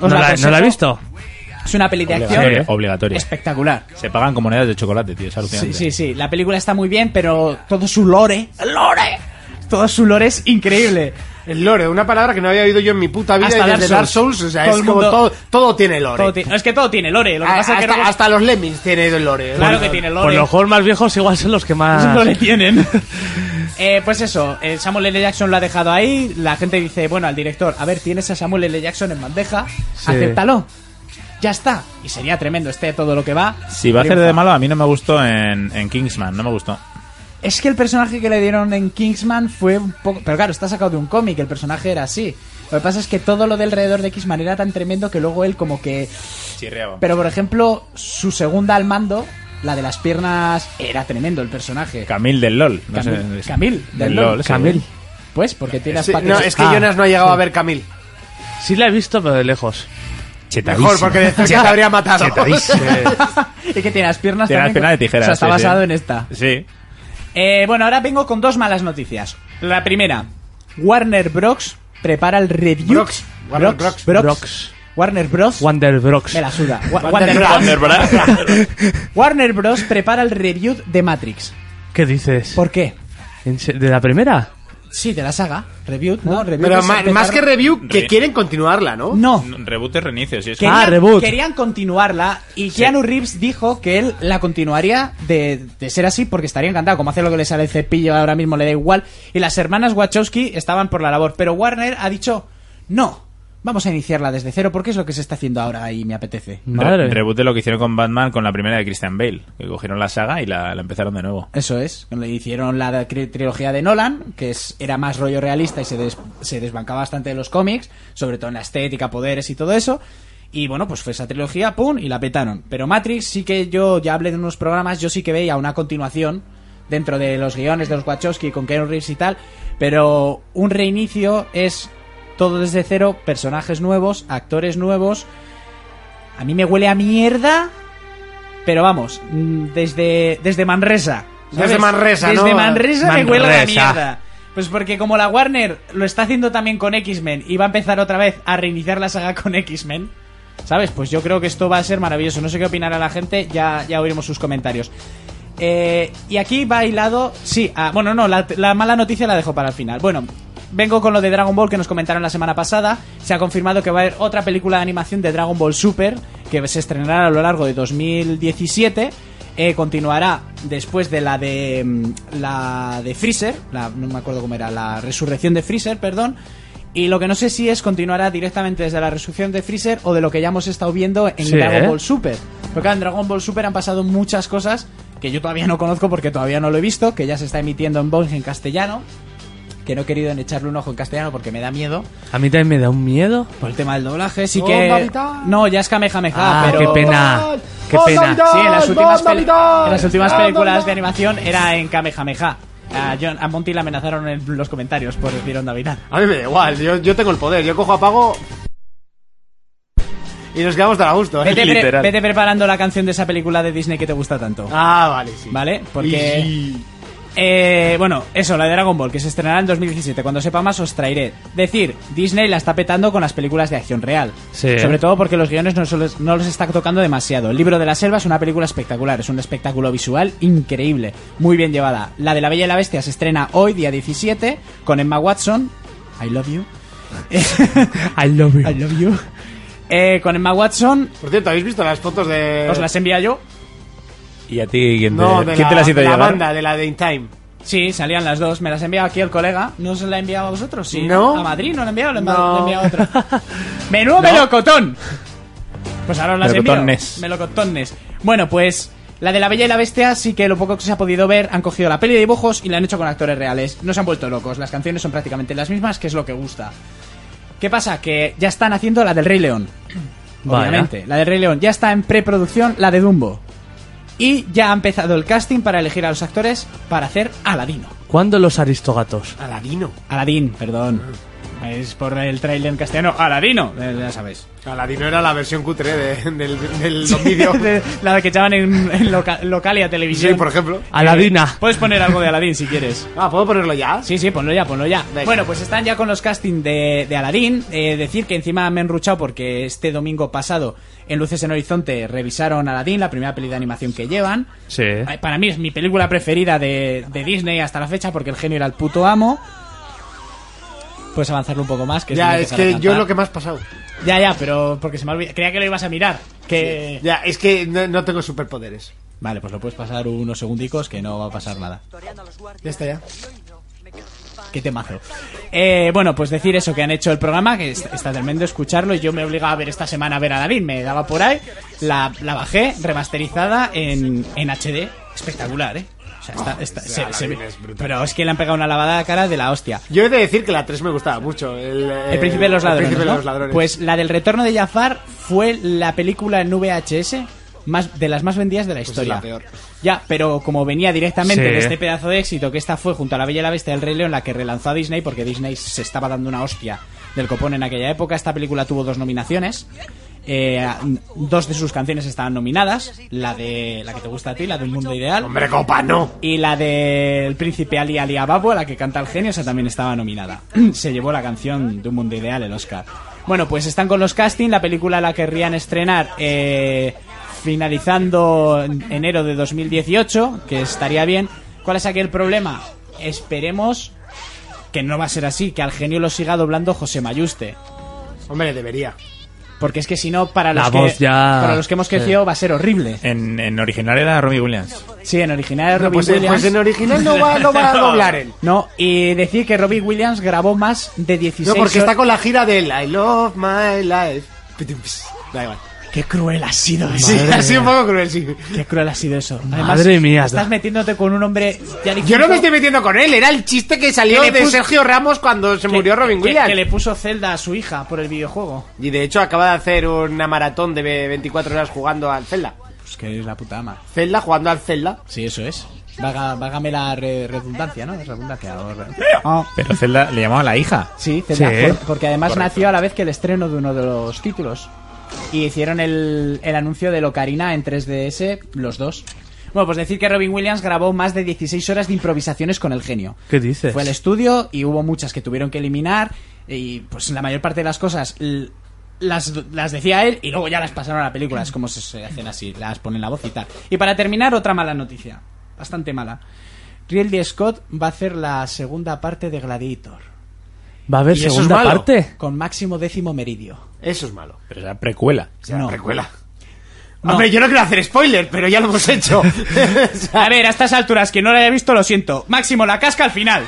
C: os
D: ¿No la, no
C: aconsejo.
D: la he visto?
C: Es una peli de acción
F: Obligatoria.
D: Sí.
F: Obligatoria.
C: espectacular.
F: Se pagan con monedas de chocolate, tío, es
C: Sí,
F: alucinante.
C: sí, sí. La película está muy bien, pero todo su lore. ¡Lore! Todo su lore es increíble.
B: El lore, una palabra que no había oído yo en mi puta vida
C: Hasta
B: y desde
C: Dark
B: Dark,
C: Souls.
B: Souls. O sea,
C: Todo
B: es
C: el
B: como
C: mundo-
B: todo, todo tiene lore.
C: Todo ti- es que todo tiene lore. Lo que
B: Ah,
C: pasa es
B: hasta,
C: que luego-
B: hasta los lemmings tiene lore.
C: Claro
B: Bueno,
C: que tiene lore.
D: Pues los juegos más viejos igual son los que
F: Ah.
C: No le
D: más...
F: <laughs>
C: tienen. Eh, pues eso, eh, Samuel L. Jackson lo ha dejado ahí. La gente dice, bueno, al director, a ver, tienes a Samuel L. Jackson en bandeja,
D: Sí.
C: acéptalo. Ya está. Y sería tremendo, esté todo lo que va.
F: Si va a hacer
C: Triunfa.
F: de malo, a mí no me gustó en, en Kingsman, no me gustó.
C: Es que el personaje que le dieron en Kingsman fue un poco. Pero claro, está sacado de un cómic, el personaje era así. Lo que pasa es que todo lo de alrededor de Kingsman era tan tremendo que luego él, como que.
F: Chirriaba.
C: Pero por ejemplo, su segunda al mando, la de las piernas, era tremendo el personaje.
F: Camil del LOL. No
C: Camil-
F: sé,
C: Camil del
F: del
C: LOL.
F: LOL. sí.
D: Camil.
C: Pues, porque tiene las
B: sí,
C: patas.
B: no, es que
C: Ah.
B: Jonas
C: <laughs>
B: no ha llegado a ver Camil.
D: Sí la he visto, pero de lejos.
F: Chetadísimo.
B: Mejor, porque de
D: <laughs>
B: cerca te habría matado. <laughs>
F: Chetadísimo.
C: y que tiene las piernas
F: Tiene las
C: también
F: piernas de
C: con-
F: tijeras.
C: O sea, está
F: sí, sí.
C: basado en esta.
F: Sí.
C: Eh, bueno, ahora vengo con dos malas noticias. La primera, Warner Bros. prepara el review.
B: Brox, Warner Brox.
C: Brox, Brox.
D: Brox.
C: Warner Bros.
D: Wonder Brox.
C: Me la suda. Wa-
B: Warner
F: <laughs>
C: Warner, Bros.
F: Warner Bros.
C: Warner Bros. prepara el review de Matrix.
D: ¿Qué dices?
C: ¿Por qué?
D: ¿En se- ¿De la primera?
C: Sí, de la saga. Review, ¿no? Review
B: Pero
C: es
B: ma-
C: empezar-
B: más que review, que
F: Re-
B: quieren continuarla, ¿no?
C: No.
F: Reboot y reinicio, sí. Es
C: Querían,
D: Ah, reboot.
C: querían continuarla y Keanu Reeves dijo que él la continuaría de, de ser así porque estaría encantado, como hace lo que le sale el cepillo ahora mismo le da igual. Y las hermanas Wachowski estaban por la labor, pero Warner ha dicho no, vamos a iniciarla desde cero porque es lo que se está haciendo ahora y me apetece.
D: Madre.
F: Re- reboot de lo que hicieron con Batman con la primera de Christian Bale. Que cogieron la saga y la, la empezaron de nuevo.
C: Eso es, le hicieron la tri- trilogía de Nolan, que es, era más rollo realista y se, des- se desbancaba bastante de los cómics, sobre todo en la estética, poderes y todo eso. Y bueno, pues fue esa trilogía, pum, y la petaron. Pero Matrix sí que yo ya hablé en unos programas, yo sí que veía una continuación dentro de los guiones de los Wachowski con Keanu Reeves y tal, pero un reinicio es todo desde cero, personajes nuevos, actores nuevos. A mí me huele a mierda, pero vamos, mm, desde, desde Manresa.
B: Desde Manresa, ¿no?
C: Desde Manresa, me huele a la
D: Manresa.
C: mierda. Pues porque como la Warner lo está haciendo también con X-Men y va a empezar otra vez a reiniciar la saga con X-Men, ¿sabes? Pues yo creo que esto va a ser maravilloso. No sé qué opinará la gente, ya, ya oiremos sus comentarios. Eh, y aquí va hilado, sí, ah, bueno, no, la, la mala noticia la dejo para el final. Bueno, vengo con lo de Dragon Ball que nos comentaron la semana pasada. Se ha confirmado que va a haber otra película de animación de Dragon Ball Super que se estrenará a lo largo de 2017. Eh, continuará después de la de mm, la de Freezer, la- no me acuerdo cómo era, la resurrección de Freezer, perdón. Y lo que no sé si es continuará directamente desde la resurrección de Freezer o de lo que ya hemos estado viendo en
D: Sí,
C: Dragon
D: ¿eh?
C: Ball Super. Porque claro, en Dragon Ball Super han pasado muchas cosas que yo todavía no conozco porque todavía no lo he visto, que ya se está emitiendo en Boing en castellano, que no he querido en echarle un ojo en castellano porque me da miedo
D: A mí también me da un miedo.
C: por el tema del doblaje, sí
B: ¡Oh,
C: que
B: Navidad!
C: no, ya es Kamehameha,
D: Ah,
C: pero
D: qué pena. Qué pena.
C: Sí, en las últimas, pel-
B: ¡Vandalidad!
C: en las últimas
B: ¡Vandalidad!
C: películas de animación era en Kamehameha. A, John, a Monty le amenazaron en los comentarios por decir onda viral.
B: A mí me da igual, yo, yo tengo el poder, yo cojo apago y nos quedamos tan a gusto. ¿eh?
C: Vete, pre-
F: Literal.
C: vete preparando la canción de esa película de Disney que te gusta tanto.
B: Ah, vale, sí.
C: ¿Vale? Porque.
B: Y-
C: Eh, bueno, eso, la de Dragon Ball, que se estrenará en 2017. Cuando sepa más os traeré. Decir, Disney la está petando con las películas de acción real.
D: Sí.
C: Sobre todo porque los guiones no, sueles- no los está tocando demasiado. El libro de la selva es una película espectacular, es un espectáculo visual increíble, muy bien llevada. La de la Bella y la Bestia se estrena hoy, día 17, con Emma Watson. I love you. <laughs>
D: I love you.
C: I love you. Eh, con Emma Watson,
B: Por cierto, ¿habéis visto las fotos de...
C: os las envía yo.
F: ¿Y a ti quién te,
B: No, de
F: ¿quién
B: la,
F: te las hizo
B: de la
F: llevar?
B: banda, de la de In Time.
C: Sí, salían las dos. Me las enviaba aquí el colega. ¿No se la enviaba a vosotros? Sí.
B: No.
C: ¿A Madrid no la enviaba? La
B: No.
C: enviaba otra. ¡Menudo melocotón! Pues ahora os las envío.
F: Melocotones.
C: Melocotones. Bueno, pues la de la Bella y la Bestia sí que lo poco que se ha podido ver han cogido la peli de dibujos y la han hecho con actores reales. No se han vuelto locos. Las canciones son prácticamente las mismas, que es lo que gusta. ¿Qué pasa? Que ya están haciendo la del Rey León.
D: Vaya.
C: Obviamente. La del Rey León. Ya está en preproducción la de Dumbo. Y ya ha empezado el casting para elegir a los actores para hacer Aladino.
D: ¿Cuándo los aristogatos?
B: Aladino.
C: Aladín, perdón. Es por el trailer en castellano. Aladino, eh, ya sabéis.
B: Aladino era la versión cutre de- del, del vídeo.
C: <laughs> De- la que echaban en, en loca- localia televisión. Eh,
B: Sí, por ejemplo.
D: Aladina.
C: Puedes poner algo de Aladín si quieres.
B: Ah, ¿puedo ponerlo ya?
C: Sí, sí, ponlo ya, ponlo ya.
B: Venga.
C: Bueno, pues están ya con los castings de, de Aladín. Eh, decir que encima me he enruchado porque este domingo pasado en Luces en Horizonte revisaron Aladín, la primera peli de animación que llevan.
D: Sí.
C: Ay, Para mí es mi película preferida de, de Disney hasta la fecha porque el genio era el puto amo. Puedes avanzarlo un poco más. Que
B: ya,
C: me
B: es
C: empezará a
B: que yo es
C: cantar.
B: lo que más ha pasado.
C: Ya, ya, pero porque se me olvidó. Creía que lo ibas a mirar. Que...
B: Ya, es que no, no tengo superpoderes.
C: Vale, pues lo puedes pasar unos segundicos que no va a pasar nada.
B: Ya está, ya.
C: Qué temazo. Eh, bueno, pues decir eso que han hecho el programa, que es- está tremendo escucharlo. Y yo me obligaba a ver esta semana a ver a David. Me daba por ahí. La, la bajé remasterizada en, en HD. Espectacular, ¿eh? O sea, está, está- se- se ve- pero es que le han pegado una lavada de cara de la hostia.
B: Yo he de decir que la 3 me gustaba mucho. El, eh,
C: El príncipe de los
B: el
C: ladrones.
B: príncipe de
C: ¿no?
B: los ladrones.
C: Pues la del retorno de Jafar fue la película en VHS más, de las más vendidas de la historia.
B: Pues es la peor.
C: Ya, pero como venía directamente
D: Sí.
C: de este pedazo de éxito que esta fue junto a La Bella y la Bestia del Rey León la que relanzó a Disney porque Disney se estaba dando una hostia del copón en aquella época. Esta película tuvo dos nominaciones. Eh, dos de sus canciones estaban nominadas, la de la que te gusta a ti, la de Un Mundo Ideal.
B: Hombre, copa, no.
C: Y la del príncipe Ali Ali Ababo, la que canta el genio, esa también estaba nominada. <clears throat> Se llevó la canción de un mundo ideal el Oscar. Bueno, pues están con los casting, la película la querrían estrenar eh, finalizando en enero de 2018, que estaría bien. ¿Cuál es aquí el problema? Esperemos que no va a ser así, que al genio lo siga doblando José Mayuste.
B: Hombre, debería.
C: Porque es que si no, para los,
D: La
C: que,
D: voz ya- eh.
C: para los que hemos crecido va a ser horrible.
F: En, en original era Robbie Williams.
C: Sí, en original es
B: No,
C: Robin
B: pues,
J: eh,
C: Williams.
B: pues en original no va, no
C: <laughs>
B: va a
J: Ah.
B: doblar él.
C: No, y decir que Robbie Williams grabó más de 16
B: No, porque
C: horas-
B: está con la gira del I Love My Life. Da igual.
C: Qué cruel ha sido eso.
J: Sí, ha sido un poco cruel, sí.
C: <laughs> Qué cruel ha sido eso.
D: Madre mía.
C: Estás metiéndote con un hombre. ya ni
J: Yo no
C: cinco-
J: me estoy metiendo con él, era el chiste que salió
C: Que le
J: de
C: puso-
J: Sergio Ramos cuando se
C: que-
J: murió Robin
C: que-
J: Williams.
C: Que le puso Zelda a su hija por el videojuego.
J: Y de hecho acaba de hacer una maratón de 24 horas jugando al Zelda.
C: Pues que es la puta ama.
J: Zelda jugando al Zelda.
C: Sí, eso es. Vaga- vágame la re- redundancia, ¿no? Es redundancia. o re-
J: Ah.
F: Pero Zelda le llamaba la hija.
C: Sí, Zelda,
D: Sí.
C: por- porque además nació a la vez que el estreno de uno de los títulos. Y hicieron el, el anuncio de Locarina en 3DS, los dos. Bueno, pues decir que Robin Williams grabó más de 16 horas de improvisaciones con el genio.
D: ¿Qué dices?
C: Fue al estudio y hubo muchas que tuvieron que eliminar y pues la mayor parte de las cosas l- las, las decía él y luego ya las pasaron a la película, es como se- se hacen así, las ponen la voz y tal. Y para terminar, otra mala noticia, bastante mala. Ridley Scott va a hacer la segunda parte de Gladiator
D: ¿Va a haber
J: Y eso es
D: segunda
J: malo.
D: parte?
C: con máximo décimo meridio.
J: Eso es malo.
F: Pero era precuela.
J: O sea,
C: No.
J: precuela.
C: No.
J: Hombre, yo no quiero hacer spoiler, pero ya lo hemos
C: <laughs>
J: hecho.
C: A ver, a estas alturas, que no lo haya visto, lo siento. Máximo, la casca al final.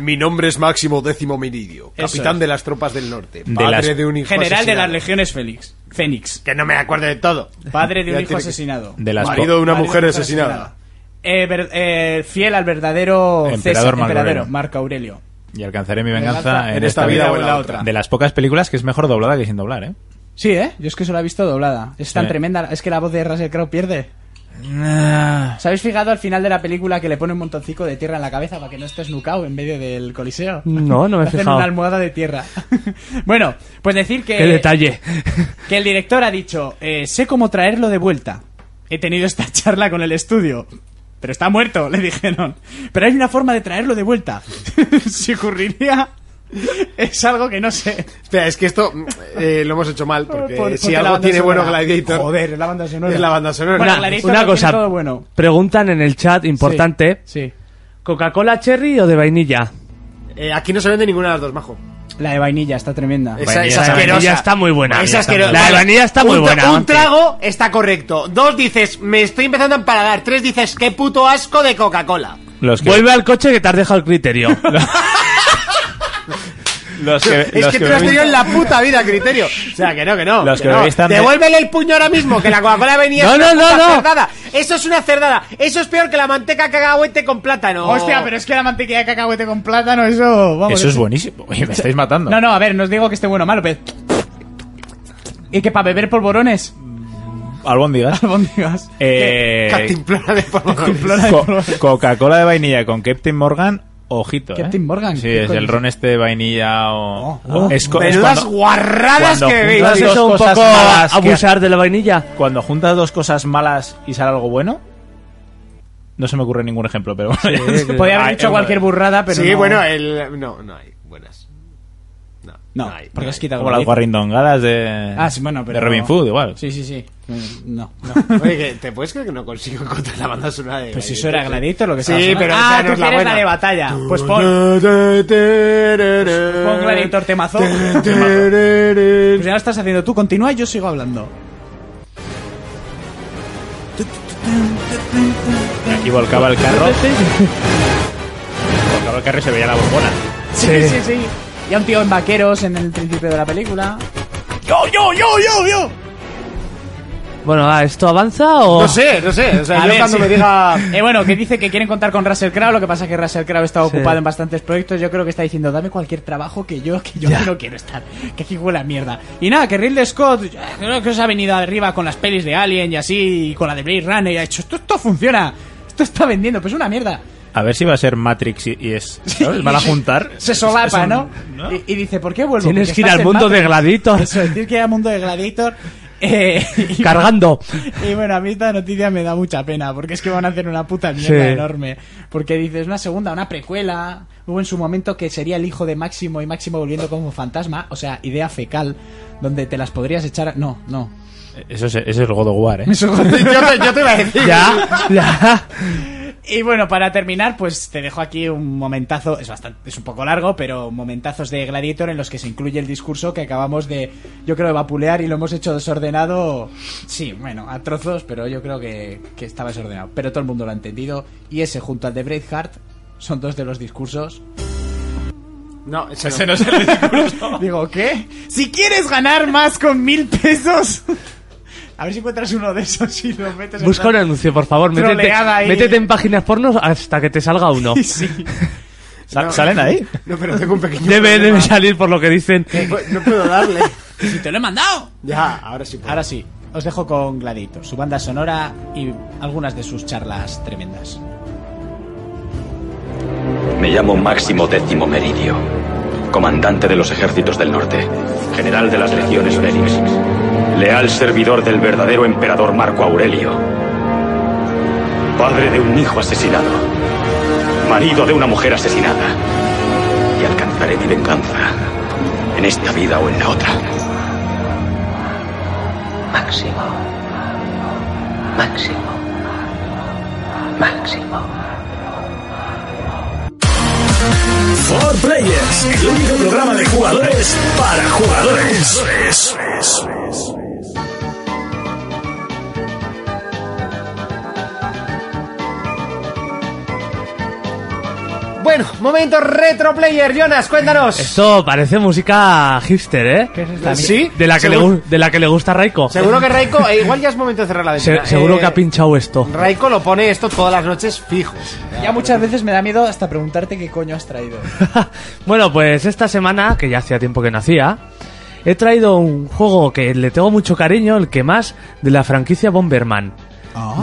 B: Mi nombre es Máximo Décimo Meridio,
C: Eso
B: capitán
C: es.
B: de las tropas del norte,
F: De
B: padre
F: las-
B: de <laughs> un hijo
C: General de las
B: asesinado,
C: legiones Félix. Fénix.
J: que no me acuerdo de todo.
C: Padre de
B: Ya
C: un hijo
B: tiene que-
C: asesinado.
F: De las
B: marido de una
C: Marido
B: mujer
C: de
B: asesinada.
C: Eh, ver- eh, fiel al verdadero
F: Emperador
C: César,
F: Marco
C: emperadero
F: Aurelio.
C: Marco Aurelio.
F: Y alcanzaré mi venganza en,
B: esta vida o en la otra.
F: De las pocas películas que es mejor doblada que sin doblar, ¿eh?
C: Sí, ¿eh? Yo es que se lo he visto doblada. Es tan
F: Sí.
C: tremenda. Es que la voz de Russell Crowe pierde. ¿Os habéis fijado al final de la película que le pone un montoncito de tierra en la cabeza para que no estés nucao en medio del coliseo?
D: No,
C: <laughs>
D: no me he
C: Hacen
D: fijado.
C: una almohada de tierra. <laughs> bueno, pues decir que...
D: ¡Qué
C: <laughs>
D: detalle!
C: que el director ha dicho, eh, sé cómo traerlo de vuelta. He tenido esta <laughs> charla con el estudio. Pero está muerto, le dijeron. Pero hay una forma de traerlo de vuelta. <laughs> si ocurriría, es algo que no sé.
B: Espera, es que esto eh, lo hemos hecho mal, porque
C: Por-
B: si
C: ponte la
B: algo
C: banda
B: tiene bueno
C: sonora.
B: Gladiator
C: Joder, es la banda sonora.
B: es la banda sonora.
C: Bueno,
B: Nah,
C: Gladiator
D: Una
C: lo tiene
D: cosa,
C: todo bueno.
D: preguntan en el chat, importante,
C: Sí.
D: ¿Coca-Cola cherry o de vainilla?
B: eh, aquí no se vende ninguna de las dos, majo.
C: La de vainilla está tremenda.
B: Esa,
F: Vainilla
B: es
F: está
D: La de
B: asquerosa.
D: vainilla está muy buena.
B: Esa
F: está
B: asquerosa.
D: La de vainilla está muy
B: Un tra-
D: buena.
B: Un trago está correcto. Dos dices, me estoy empezando a empalagar. Tres dices, qué puto asco de Coca-Cola.
F: Los que,
D: Vuelve al coche que te has dejado
B: <laughs>
D: el criterio.
F: los que,
B: Es
F: los
B: que
F: que
B: tú no has
F: bebéis-
B: tenido en la puta vida criterio. O sea, que no, que no.
F: Los que
B: no.
F: bebéis tan de-
B: Devuélvele el puño ahora mismo, que la Coca-Cola venía
D: No,
B: es una
D: no, no,
B: puta
D: no.
B: cerdada. Eso es una cerdada. Eso es peor que la manteca cacahuete con plátano.
C: Hostia, pero es que la mantequilla de cacahuete con plátano, eso... Vamos,
F: Eso es buenísimo. Oye, me estáis matando.
C: No, no, a ver, no os digo que esté bueno o malo, pero... Y que para beber polvorones, <laughs>
F: Albóndigas.
C: albóndigas.
F: Eh, <laughs>
B: Cantimplora de polvorones.
C: Flora de
F: Co-
C: flores.
F: Coca-Cola de vainilla con Captain Morgan, ojito. ¿eh?
C: Captain Morgan,
F: Sí,
C: ¿qué
F: es
C: coño
F: el
C: es?
F: ron este de vainilla o.
C: Oh,
F: o- es co- es
B: Menudas
F: cuando-
B: guarradas
F: cuando
B: que veis.
F: juntas
D: ¿Has
F: dos
D: hecho un
F: cosas
D: poco
F: malas que-
D: abusar de la vainilla?
F: Cuando juntas dos cosas malas y sale algo bueno. No se me ocurre ningún ejemplo, pero <laughs> bueno.
C: Podía
F: Ah,
C: haber
F: eh,
C: dicho cualquier burrada, pero
B: sí,
C: no.
B: bueno, eh. el... No, no hay buenas. No,
C: No,
B: hay,
C: porque
B: no
C: has
B: hay.
C: quitado
F: Como las
C: el maíz.
F: guarrindongadas de.
C: Ah, sí, bueno, pero...
F: De Robin Hood, igual.
C: Sí, sí, sí. Eh, No, no.
B: Oye, que ¿te puedes creer que no consigo encontrar la banda sonora de
C: Pues
B: Gladiator?
C: eso era Gladiator lo que
B: eh, Sí,
C: estaba sonando.
B: pero
C: Ah,
B: esa no
C: tú
B: es la
C: quieres
B: buena.
C: de batalla. Pues pon... Pon Gladiator temazo. Pues ya lo estás haciendo tú. Continúa y yo sigo hablando.
F: Aquí volcaba el
C: <laughs>
F: carro. volcaba el carro y se veía la bombona.
C: <laughs> Sí, sí, sí. Y a un tío en vaqueros en el principio de la película.
F: ¡Yo, yo, yo, yo, yo!
D: Bueno, ah, ¿esto avanza o...?
B: No sé, no sé. O sea,
C: A
B: yo
C: ver,
B: cuando
C: sí.
B: me diga...
C: <laughs> Eh, bueno, que dice que quieren contar con Russell Crowe. Lo que pasa es que Russell Crowe está ocupado en bastantes proyectos. Yo creo que está diciendo, dame cualquier trabajo que yo, que yo no quiero estar. Que aquí huele a mierda. Y nada, que Ridley Scott, eh, creo que os ha venido arriba con las pelis de Alien y así, y con la de Blade Runner. Y ha dicho, esto, esto funciona. Esto está vendiendo, pues una mierda.
F: A ver si va a ser Matrix y, y es. ¿sabes? Van
C: <laughs>
F: a juntar.
C: Se solapa,
F: Es
C: ¿no?
F: un- ¿no?
C: Y, y dice, ¿por qué vuelvo?
D: Tienes
C: Porque
D: que ir
C: estás
D: al
C: en
D: mundo de
C: Matrix".
D: Gladiator
C: <laughs> Eso, tienes que ir al mundo
D: <laughs>
C: de Gladiator. Eh, y-
D: cargando.
C: Y bueno, a mí esta noticia me da mucha pena, porque es que van a hacer una puta mierda
D: Sí.
C: enorme. Porque dices, una segunda, una precuela. Hubo en su momento que sería el hijo de Máximo y Máximo volviendo como fantasma, o sea, idea fecal, donde te las podrías echar. a- No, no.
F: Eso es, eso es el God of War, ¿eh?
C: Eso-
B: Yo te, yo te iba a decir.
D: Ya,
B: <laughs>
D: ya.
C: y bueno, para terminar, pues te dejo aquí un momentazo, es bastante, es un poco largo, pero momentazos de Gladiator en los que se incluye el discurso que acabamos de, yo creo, de vapulear y lo hemos hecho desordenado. Sí, bueno, a trozos, pero yo creo que, que estaba desordenado. Pero todo el mundo lo ha entendido. Y ese junto al de Braveheart son dos de los discursos
B: <laughs> No, ese no.
F: Ese no es el discurso.
A: Digo, ¿qué? Si quieres ganar más con mil
C: <laughs>
A: pesos. A ver si encuentras uno de esos y lo metes en
D: Busca un
A: plan-
D: anuncio, por favor. Métete,
A: Troleada ahí.
D: métete en páginas porno hasta que te salga uno.
C: <laughs>
A: Sí.
F: Sa- ¿Salen ahí?
B: No, pero tengo un pequeño.
D: Debe, debe
B: problema.
D: salir por lo que dicen.
B: Pues No puedo darle.
A: Si te lo he mandado.
B: Ya, ahora sí puedo.
A: Ahora sí, os dejo con Gladiator, su banda sonora y algunas de sus charlas tremendas.
K: Me llamo Máximo Décimo Meridio, comandante de los ejércitos del norte, general de las legiones Félix, leal servidor del verdadero emperador Marco Aurelio, padre de un hijo asesinado, marido de una mujer asesinada, y alcanzaré mi venganza en esta vida o en la otra.
C: Máximo. Máximo. Máximo.
K: For Players, el único programa de jugadores para jugadores.
L: Bueno, momento retro player, Jonas, cuéntanos.
D: Esto parece música hipster, ¿eh? ¿Qué es esta?
L: ¿Sí?
D: De la que, le,
L: Seguro-
D: gu- de la que le gusta a Raiko.
L: Seguro que Raiko, eh, igual ya es momento de cerrar la
D: Se-
L: ventana.
D: seguro
L: Eh,
D: que ha pinchado esto.
L: Raiko lo pone esto todas las noches fijo.
A: Ya muchas veces me da miedo hasta preguntarte qué coño has traído.
D: <laughs> bueno, pues esta semana, que ya hacía tiempo que no hacía, he traído un juego que le tengo mucho cariño, el que más, de la franquicia Bomberman.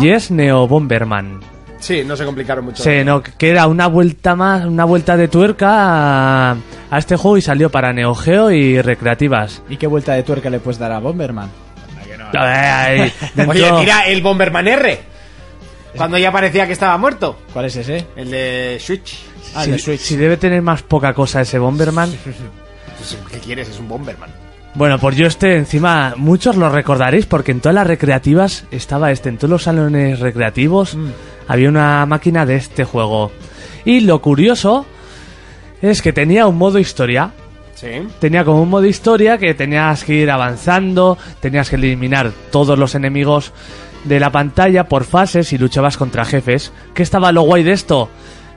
D: Y es Neo Bomberman.
B: Sí, no se complicaron mucho.
D: Se no, que era una vuelta más, una vuelta de tuerca a, a este juego y salió para Neo Geo y recreativas.
A: <laughs> ¿Y qué vuelta de tuerca le puedes dar a Bomberman?
D: A ver, ahí,
B: Oye,
D: dentro-
B: mira, el Bomberman R. Cuando ya parecía que estaba muerto.
A: ¿Cuál es ese?
B: El de Switch.
A: Ah, el
D: si,
A: de Switch.
D: si debe tener más poca cosa ese Bomberman.
B: Pues, ¿Qué quieres? Es un Bomberman.
D: Bueno, pues yo este encima, muchos lo recordaréis porque en todas las recreativas estaba este, en todos los salones recreativos había una máquina de este juego. Y lo curioso es que tenía un modo historia.
B: Sí.
D: Tenía como un modo historia que tenías que ir avanzando, tenías que eliminar todos los enemigos de la pantalla por fases y luchabas contra jefes. ¿Qué estaba lo guay de esto?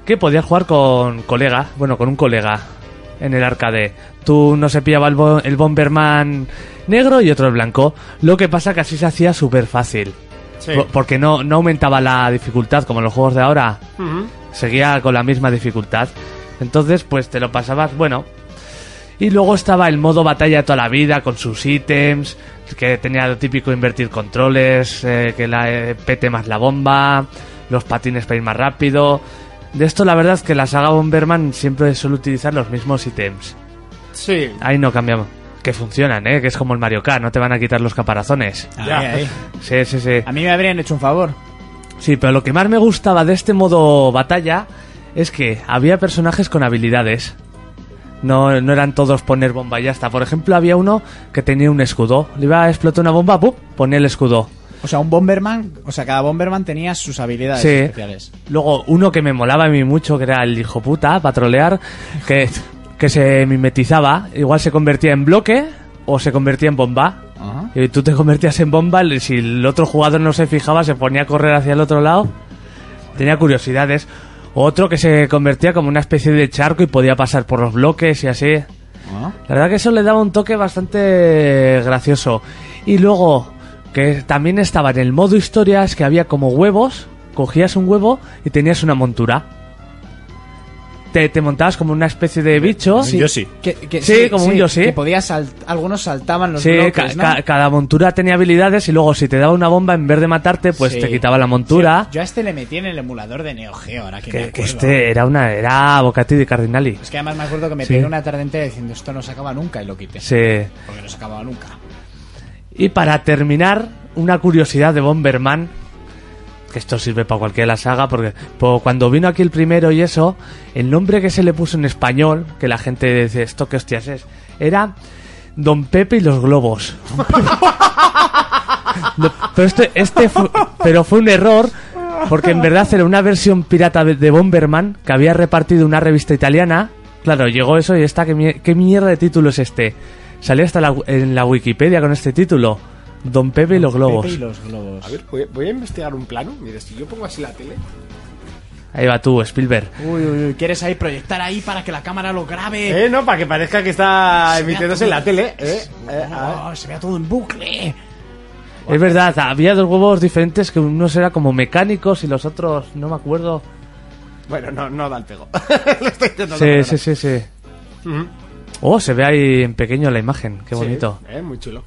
D: Que podías jugar con colega, bueno, con un colega en el arcade. Tú no se pillaba el, bo- el Bomberman negro y otro el blanco. Lo que pasa que así se hacía súper fácil.
B: Sí.
D: Po- Porque no, no aumentaba la dificultad como en los juegos de ahora
B: Ujú.
D: seguía con la misma dificultad. Entonces, pues te lo pasabas bueno. Y luego estaba el modo batalla toda la vida con sus ítems, que tenía lo típico invertir controles, eh, que la eh, pete más la bomba, los patines para ir más rápido. De esto la verdad es que la saga Bomberman siempre suele utilizar los mismos ítems.
B: Sí.
D: Ahí no cambiamos. Que funcionan, ¿eh? Que es como el Mario Kart, no te van a quitar los caparazones.
A: Ah,
B: Ya.
A: ahí, ahí.
D: Sí, sí, sí.
A: A mí me habrían hecho un favor.
D: Sí, pero lo que más me gustaba de este modo batalla es que había personajes con habilidades. No, no eran todos poner bomba y ya está. Por ejemplo, había uno que tenía un escudo. Le iba a explotar una bomba, ¡pum! Ponía el escudo.
A: O sea, un Bomberman, o sea, cada Bomberman tenía sus habilidades
D: Sí.
A: especiales.
D: Luego, uno que me molaba a mí mucho, que era el hijo puta, patrolear, que, que se mimetizaba. Igual se convertía en bloque o se convertía en bomba.
A: Ajá.
D: Y tú te convertías en bomba, le- si el otro jugador no se fijaba, se ponía a correr hacia el otro lado. Tenía curiosidades. Otro que se convertía como una especie de charco y podía pasar por los bloques y así.
A: Ah.
D: La verdad que eso le daba un toque bastante gracioso. Y luego, que también estaba en el modo historia, es que había como huevos, cogías un huevo y tenías una montura. Te, te montabas como una especie de bicho.
F: Sí. Yoshi.
A: Que- que-
D: Sí, como un Yoshi.
A: Que podía salt- algunos saltaban los
D: Sí,
A: bloques,
D: ca-
A: ¿no?
D: ca- cada montura tenía habilidades y luego si te daba una bomba en vez de matarte, pues
A: Sí.
D: te quitaba la montura.
A: Yo a este le metí en el emulador de Neo Geo, ahora que, me
D: que, que
A: acuerdo.
D: este era una era Bocati de Cardinali.
A: Es que además me acuerdo que me
D: Sí.
A: pegué una tarde entera diciendo esto no se acaba nunca y lo quité.
D: Sí.
A: Porque no se acababa nunca.
D: Y para terminar, una curiosidad de Bomberman, que esto sirve para cualquiera de la saga, porque po- cuando vino aquí el primero y eso, el nombre que se le puso en español, que la gente dice, esto qué hostias es, era Don Pepe y los globos. <laughs> No, pero este, este fu- pero fue un error, porque en verdad era una versión pirata de- de Bomberman que había repartido una revista italiana. Claro, llegó eso y está, ¿qué, mie- qué mierda de título es este? Salió hasta la- en la Wikipedia con este título. Don Pepe y los globos.
A: Pepe y los globos.
B: A ver, voy, voy a investigar un plano. Mira, si yo pongo así la tele.
D: Ahí va tú, Spielberg.
C: Uy, uy, uy, quieres ahí proyectar ahí para que la cámara lo grabe.
B: Eh, no, para que parezca que está
C: Se vea
B: emitiéndose en la
C: todo.
B: tele. eh, eh, a ver.
C: Oh, se vea todo en bucle.
D: Es verdad, había dos huevos diferentes que unos eran como mecánicos y los otros no me acuerdo.
B: Bueno, no, no da el pego. <laughs> Lo estoy intentando.
D: Sí,
B: pero
D: sí, sí, sí.
B: no. Ujú.
D: Oh, se ve ahí en pequeño la imagen, qué bonito.
B: Sí, eh, muy chulo.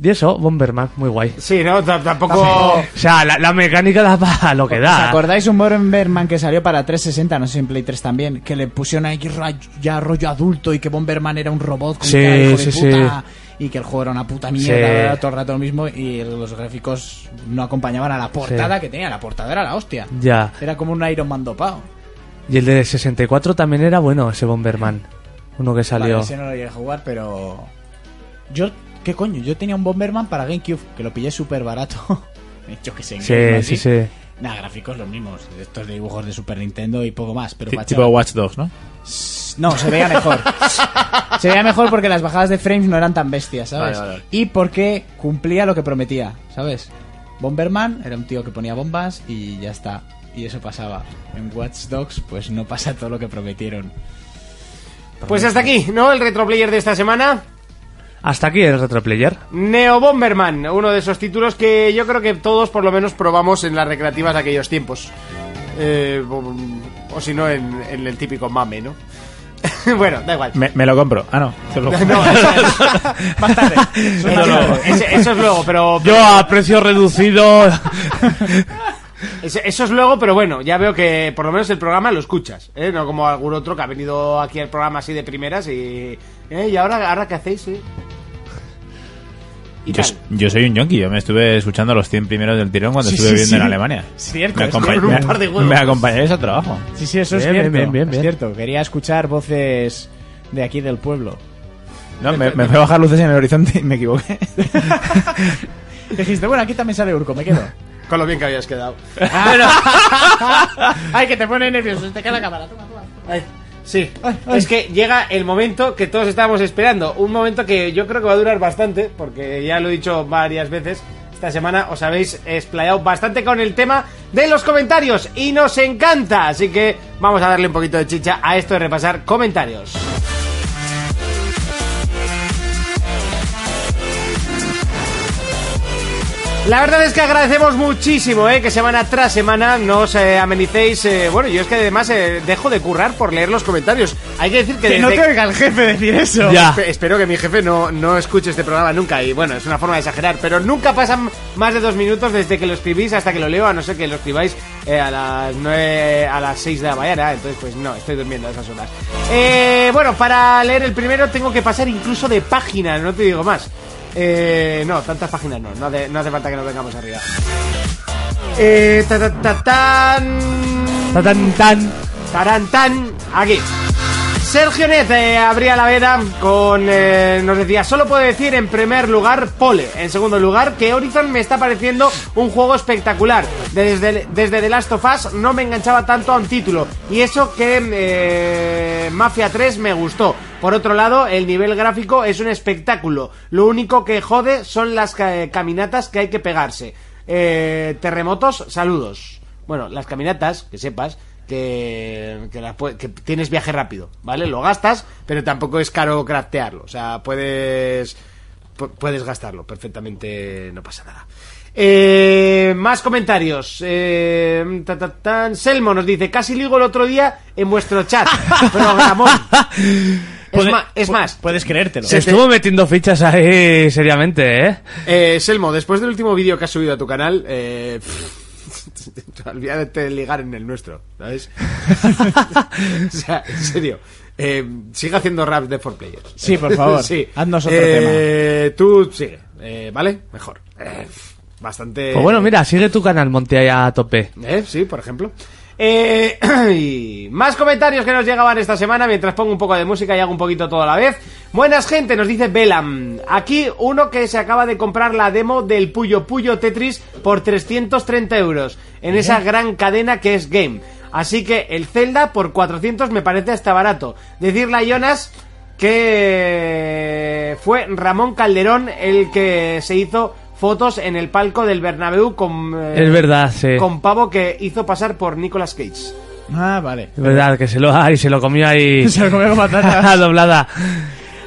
D: Y eso, Bomberman, muy guay.
B: Sí, no, T- tampoco.
D: O sea, la, la mecánica da para lo que
C: ¿Os
D: da.
C: acordáis un Bomberman que salió para 360, no sé si en Play 3 también? Que le pusieron ahí ra- ya rollo adulto y que Bomberman era un robot con
D: Sí,
C: cara de hijo de
D: sí,
C: puta, Y que el juego era una puta mierda,
D: Sí.
C: era todo el rato lo mismo. Y los gráficos no acompañaban a la portada que tenía. La portada era la hostia.
D: Ya.
C: Era como un Iron Man dopado.
D: Y el de 64 también era bueno, ese Bomberman. Uno que
C: Vale,
D: salió.
C: ese no lo llegué a jugar, pero. Yo, ¿qué coño? Yo tenía un Bomberman para GameCube que lo pillé súper barato. <laughs> Yo que sé, en Game, ¿no?
D: Sí, sí,
C: Así.
D: sí.
C: Nada, gráficos los mismos. Estos de dibujos de Super Nintendo y poco más, pero
F: Ti-
C: fachada.
F: Tipo Watch Dogs, ¿no?
C: No, se veía mejor. se veía mejor porque las bajadas de frames no eran tan bestias, ¿sabes?
B: Vale, vale.
C: Y porque cumplía lo que prometía, ¿sabes? Bomberman era un tío que ponía bombas y ya está. Y eso pasaba. En Watch Dogs, pues no pasa todo lo que prometieron.
B: Pues hasta aquí, ¿no? El retroplayer de esta semana.
D: Hasta aquí el retroplayer.
B: Neo Bomberman, uno de esos títulos que yo creo que todos por lo menos probamos en las recreativas de aquellos tiempos. Eh, o o si no, en, en el típico mame, ¿no? <laughs> bueno, da igual.
F: Me, me lo compro. Ah, no. te lo
B: No,
F: <laughs>
C: Más tarde. Eso es
B: no,
C: más
B: no,
C: tarde.
B: ese- eso es luego, pero...
D: Yo a precio reducido.
B: ese- Eso es luego, pero bueno, ya veo que por lo menos el programa lo escuchas, ¿eh? No como algún otro que ha venido aquí al programa así de primeras y... ¿eh? ¿Y ahora, ahora qué hacéis? eh? Y
F: Yo,
B: tal.
F: yo soy un yonki, yo me estuve escuchando los 100 primeros del tirón cuando
C: Sí,
F: estuve
C: sí, sí.
F: viviendo en Alemania.
C: Cierto,
F: Me,
C: es
F: acompa-
B: que era un par de
F: me-
B: huevos.
F: me acompañáis al trabajo.
C: Sí, sí, eso es
D: Bien, bien,
C: cierto.
D: bien, bien,
C: es
D: bien.
C: cierto. Quería escuchar voces de aquí del pueblo.
F: No, me, me fui a bajar luces en el horizonte y me equivoqué. <laughs>
C: Dijiste, bueno, aquí también sale Urco, me
D: <laughs>
C: quedo.
B: Con lo bien que habías quedado.
C: Ah, <laughs> Ay, que te pone nervioso, te cae la cámara. Toma, toma.
B: Ay, sí,
C: Ay, ay.
B: es que llega el momento que todos estábamos esperando. Un momento que yo creo que va a durar bastante, porque ya lo he dicho varias veces. Esta semana os habéis explayado bastante con el tema de los comentarios y nos encanta. Así que vamos a darle un poquito de chicha a esto de repasar comentarios. La verdad es que agradecemos muchísimo ¿eh? que semana tras semana nos eh, amenicéis. eh, bueno, yo es que además eh, dejo de currar por leer los comentarios. Hay que decir que,
C: Que no te
B: desde-
C: oiga el jefe decir eso.
D: Ya.
B: Espe- Espero que mi jefe no, no escuche este programa nunca. Y bueno, es una forma de exagerar. Pero nunca pasan más de dos minutos desde que lo escribís hasta que lo leo, a no ser que lo escribáis eh, a las nueve, a las 6 de la mañana. Entonces, pues no, estoy durmiendo a esas horas. Eh, bueno, para leer el primero tengo que pasar incluso de página, no te digo más. Eh, no, tantas páginas no, no hace, no hace falta que nos vengamos arriba. Eh, ta, ta, ta, tan.
D: Ta, tan, tan.
B: Tarantán, aquí. Sergio Net eh, abría la veda con. eh, nos decía, solo puedo decir en primer lugar Pole. En segundo lugar, que Horizon me está pareciendo un juego espectacular. Desde, desde The Last of Us no me enganchaba tanto a un título. Y eso que eh, Mafia 3 me gustó. Por otro lado, el nivel gráfico es un espectáculo. Lo único que jode son las ca- eh, caminatas que hay que pegarse. Eh, terremotos, saludos. Bueno, las caminatas, que sepas, que, que, las pue- que tienes viaje rápido, ¿vale? Lo gastas, pero tampoco es caro craftearlo. O sea, puedes, pu- puedes gastarlo perfectamente, no pasa nada. Eh, más comentarios. Eh, ta, ta, tan. Selmo nos dice, casi ligo el otro día en vuestro
C: <laughs>
B: chat. Programón. Es,
C: Puede-
B: ma- es
C: pu-
B: más,
C: Puedes creértelo.
D: Se estuvo metiendo fichas ahí seriamente, ¿eh?
B: Eh, Selmo, después del último vídeo que has subido a tu canal, eh, pff, <laughs> olvídate de ligar en el nuestro, ¿sabes? <laughs> o sea, en serio. Eh, sigue haciendo raps de 4Players.
C: Sí, por
B: <laughs>
C: favor. Haznos otro
B: tema. Tú sigue, eh, ¿vale? Mejor. Eh, bastante...
D: Pues bueno, mira, sigue tu canal, Monte, ahí a tope.
B: Eh, Sí, por ejemplo. Eh, <clears throat> y más comentarios que nos llegaban esta semana mientras pongo un poco de música y hago un poquito todo a la vez. Buenas gente, nos dice Belam. Aquí uno que se acaba de comprar la demo del Puyo Puyo Tetris por 330 euros en esa gran cadena que es Game. Así que el Zelda por 400 me parece hasta barato. Decirle a Jonas que fue Ramón Calderón el que se hizo fotos en el palco del Bernabéu con, eh,
D: Es verdad, sí.
B: con pavo que hizo pasar por Nicolas Cage.
C: Ah, vale. <laughs>
D: Es verdad que se lo, ay, se lo comió ahí
C: Se lo comió con
D: <laughs>
C: patatas.
D: doblada.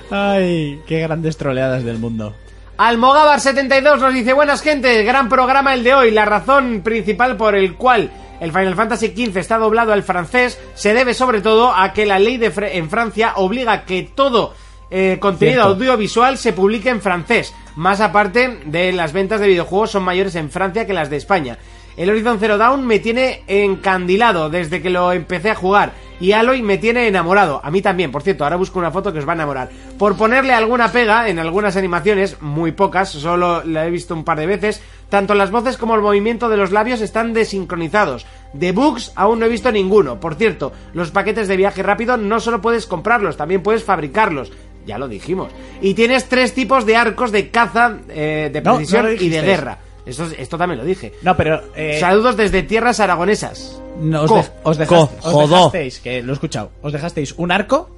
C: Ay, qué grandes troleadas del mundo.
B: Almogávar72 nos dice, buenas gente, gran programa el de hoy. La razón principal por el cual el Final Fantasy XV está doblado al francés se debe sobre todo a que la ley de Fre- en Francia obliga a que todo eh, contenido
C: Cierto.
B: audiovisual se publique en francés. Más aparte de las ventas de videojuegos son mayores en Francia que las de España. El Horizon Zero Dawn me tiene encandilado desde que lo empecé a jugar. Y Aloy me tiene enamorado. A mí también, por cierto. Ahora busco una foto que os va a enamorar. Por ponerle alguna pega en algunas animaciones, muy pocas, solo la he visto un par de veces. Tanto las voces como el movimiento de los labios están desincronizados. De bugs aún no he visto ninguno. Por cierto, los paquetes de viaje rápido no solo puedes comprarlos, también puedes fabricarlos. Ya lo dijimos. Y tienes tres tipos de arcos de caza, eh, de
C: No, no lo
B: precisión y de
C: dijisteis.
B: guerra. Esto, esto también lo dije.
C: No, pero. eh,
B: Saludos desde tierras aragonesas.
C: no, os,
B: Co,
C: dej- os
D: co,
C: dejaste- os
D: jodó.
C: dejasteis, que lo he escuchado, os dejasteis un arco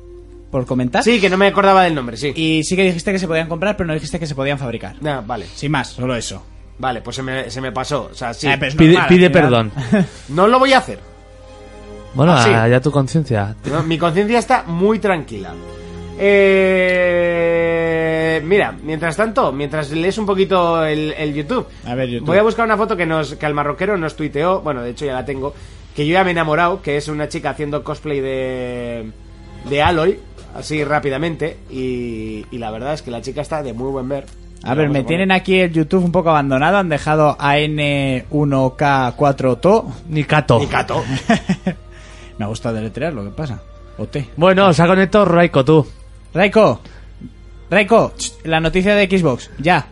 C: por comentar.
B: Sí, que no me acordaba del nombre, sí.
C: Y sí que dijiste que se podían comprar, pero no dijiste que se podían fabricar.
B: Ah, vale,
C: Sin más, solo eso.
B: vale, pues se me, se me pasó. O sea, sí.
C: Eh, pero es
D: Pide,
C: normal,
D: pide
C: al final.
D: perdón.
B: No lo voy a hacer.
D: Bueno,
B: Ah, sí.
D: a- ya tu conciencia.
B: No, mi conciencia está muy tranquila. Eh, mira, mientras tanto, mientras lees un poquito el, el YouTube,
C: A ver, YouTube.
B: voy a buscar una foto que nos que al marroquero nos tuiteó, bueno, de hecho ya la tengo, que yo ya me he enamorado, que es una chica haciendo cosplay de, de Aloy, así rápidamente, y, y la verdad es que la chica está de muy buen ver.
C: A ver,
B: Vamos
C: me
B: poner.
C: tienen aquí el YouTube un poco abandonado. Han dejado AN1K4TO.
D: Ni Cato.
B: Y Cato.
C: Me ha gustado deletrear lo que pasa. O T.
D: Bueno, se ha conectado Raiko, tú.
C: Raiko. Raiko, ch, la noticia de Xbox. Ya.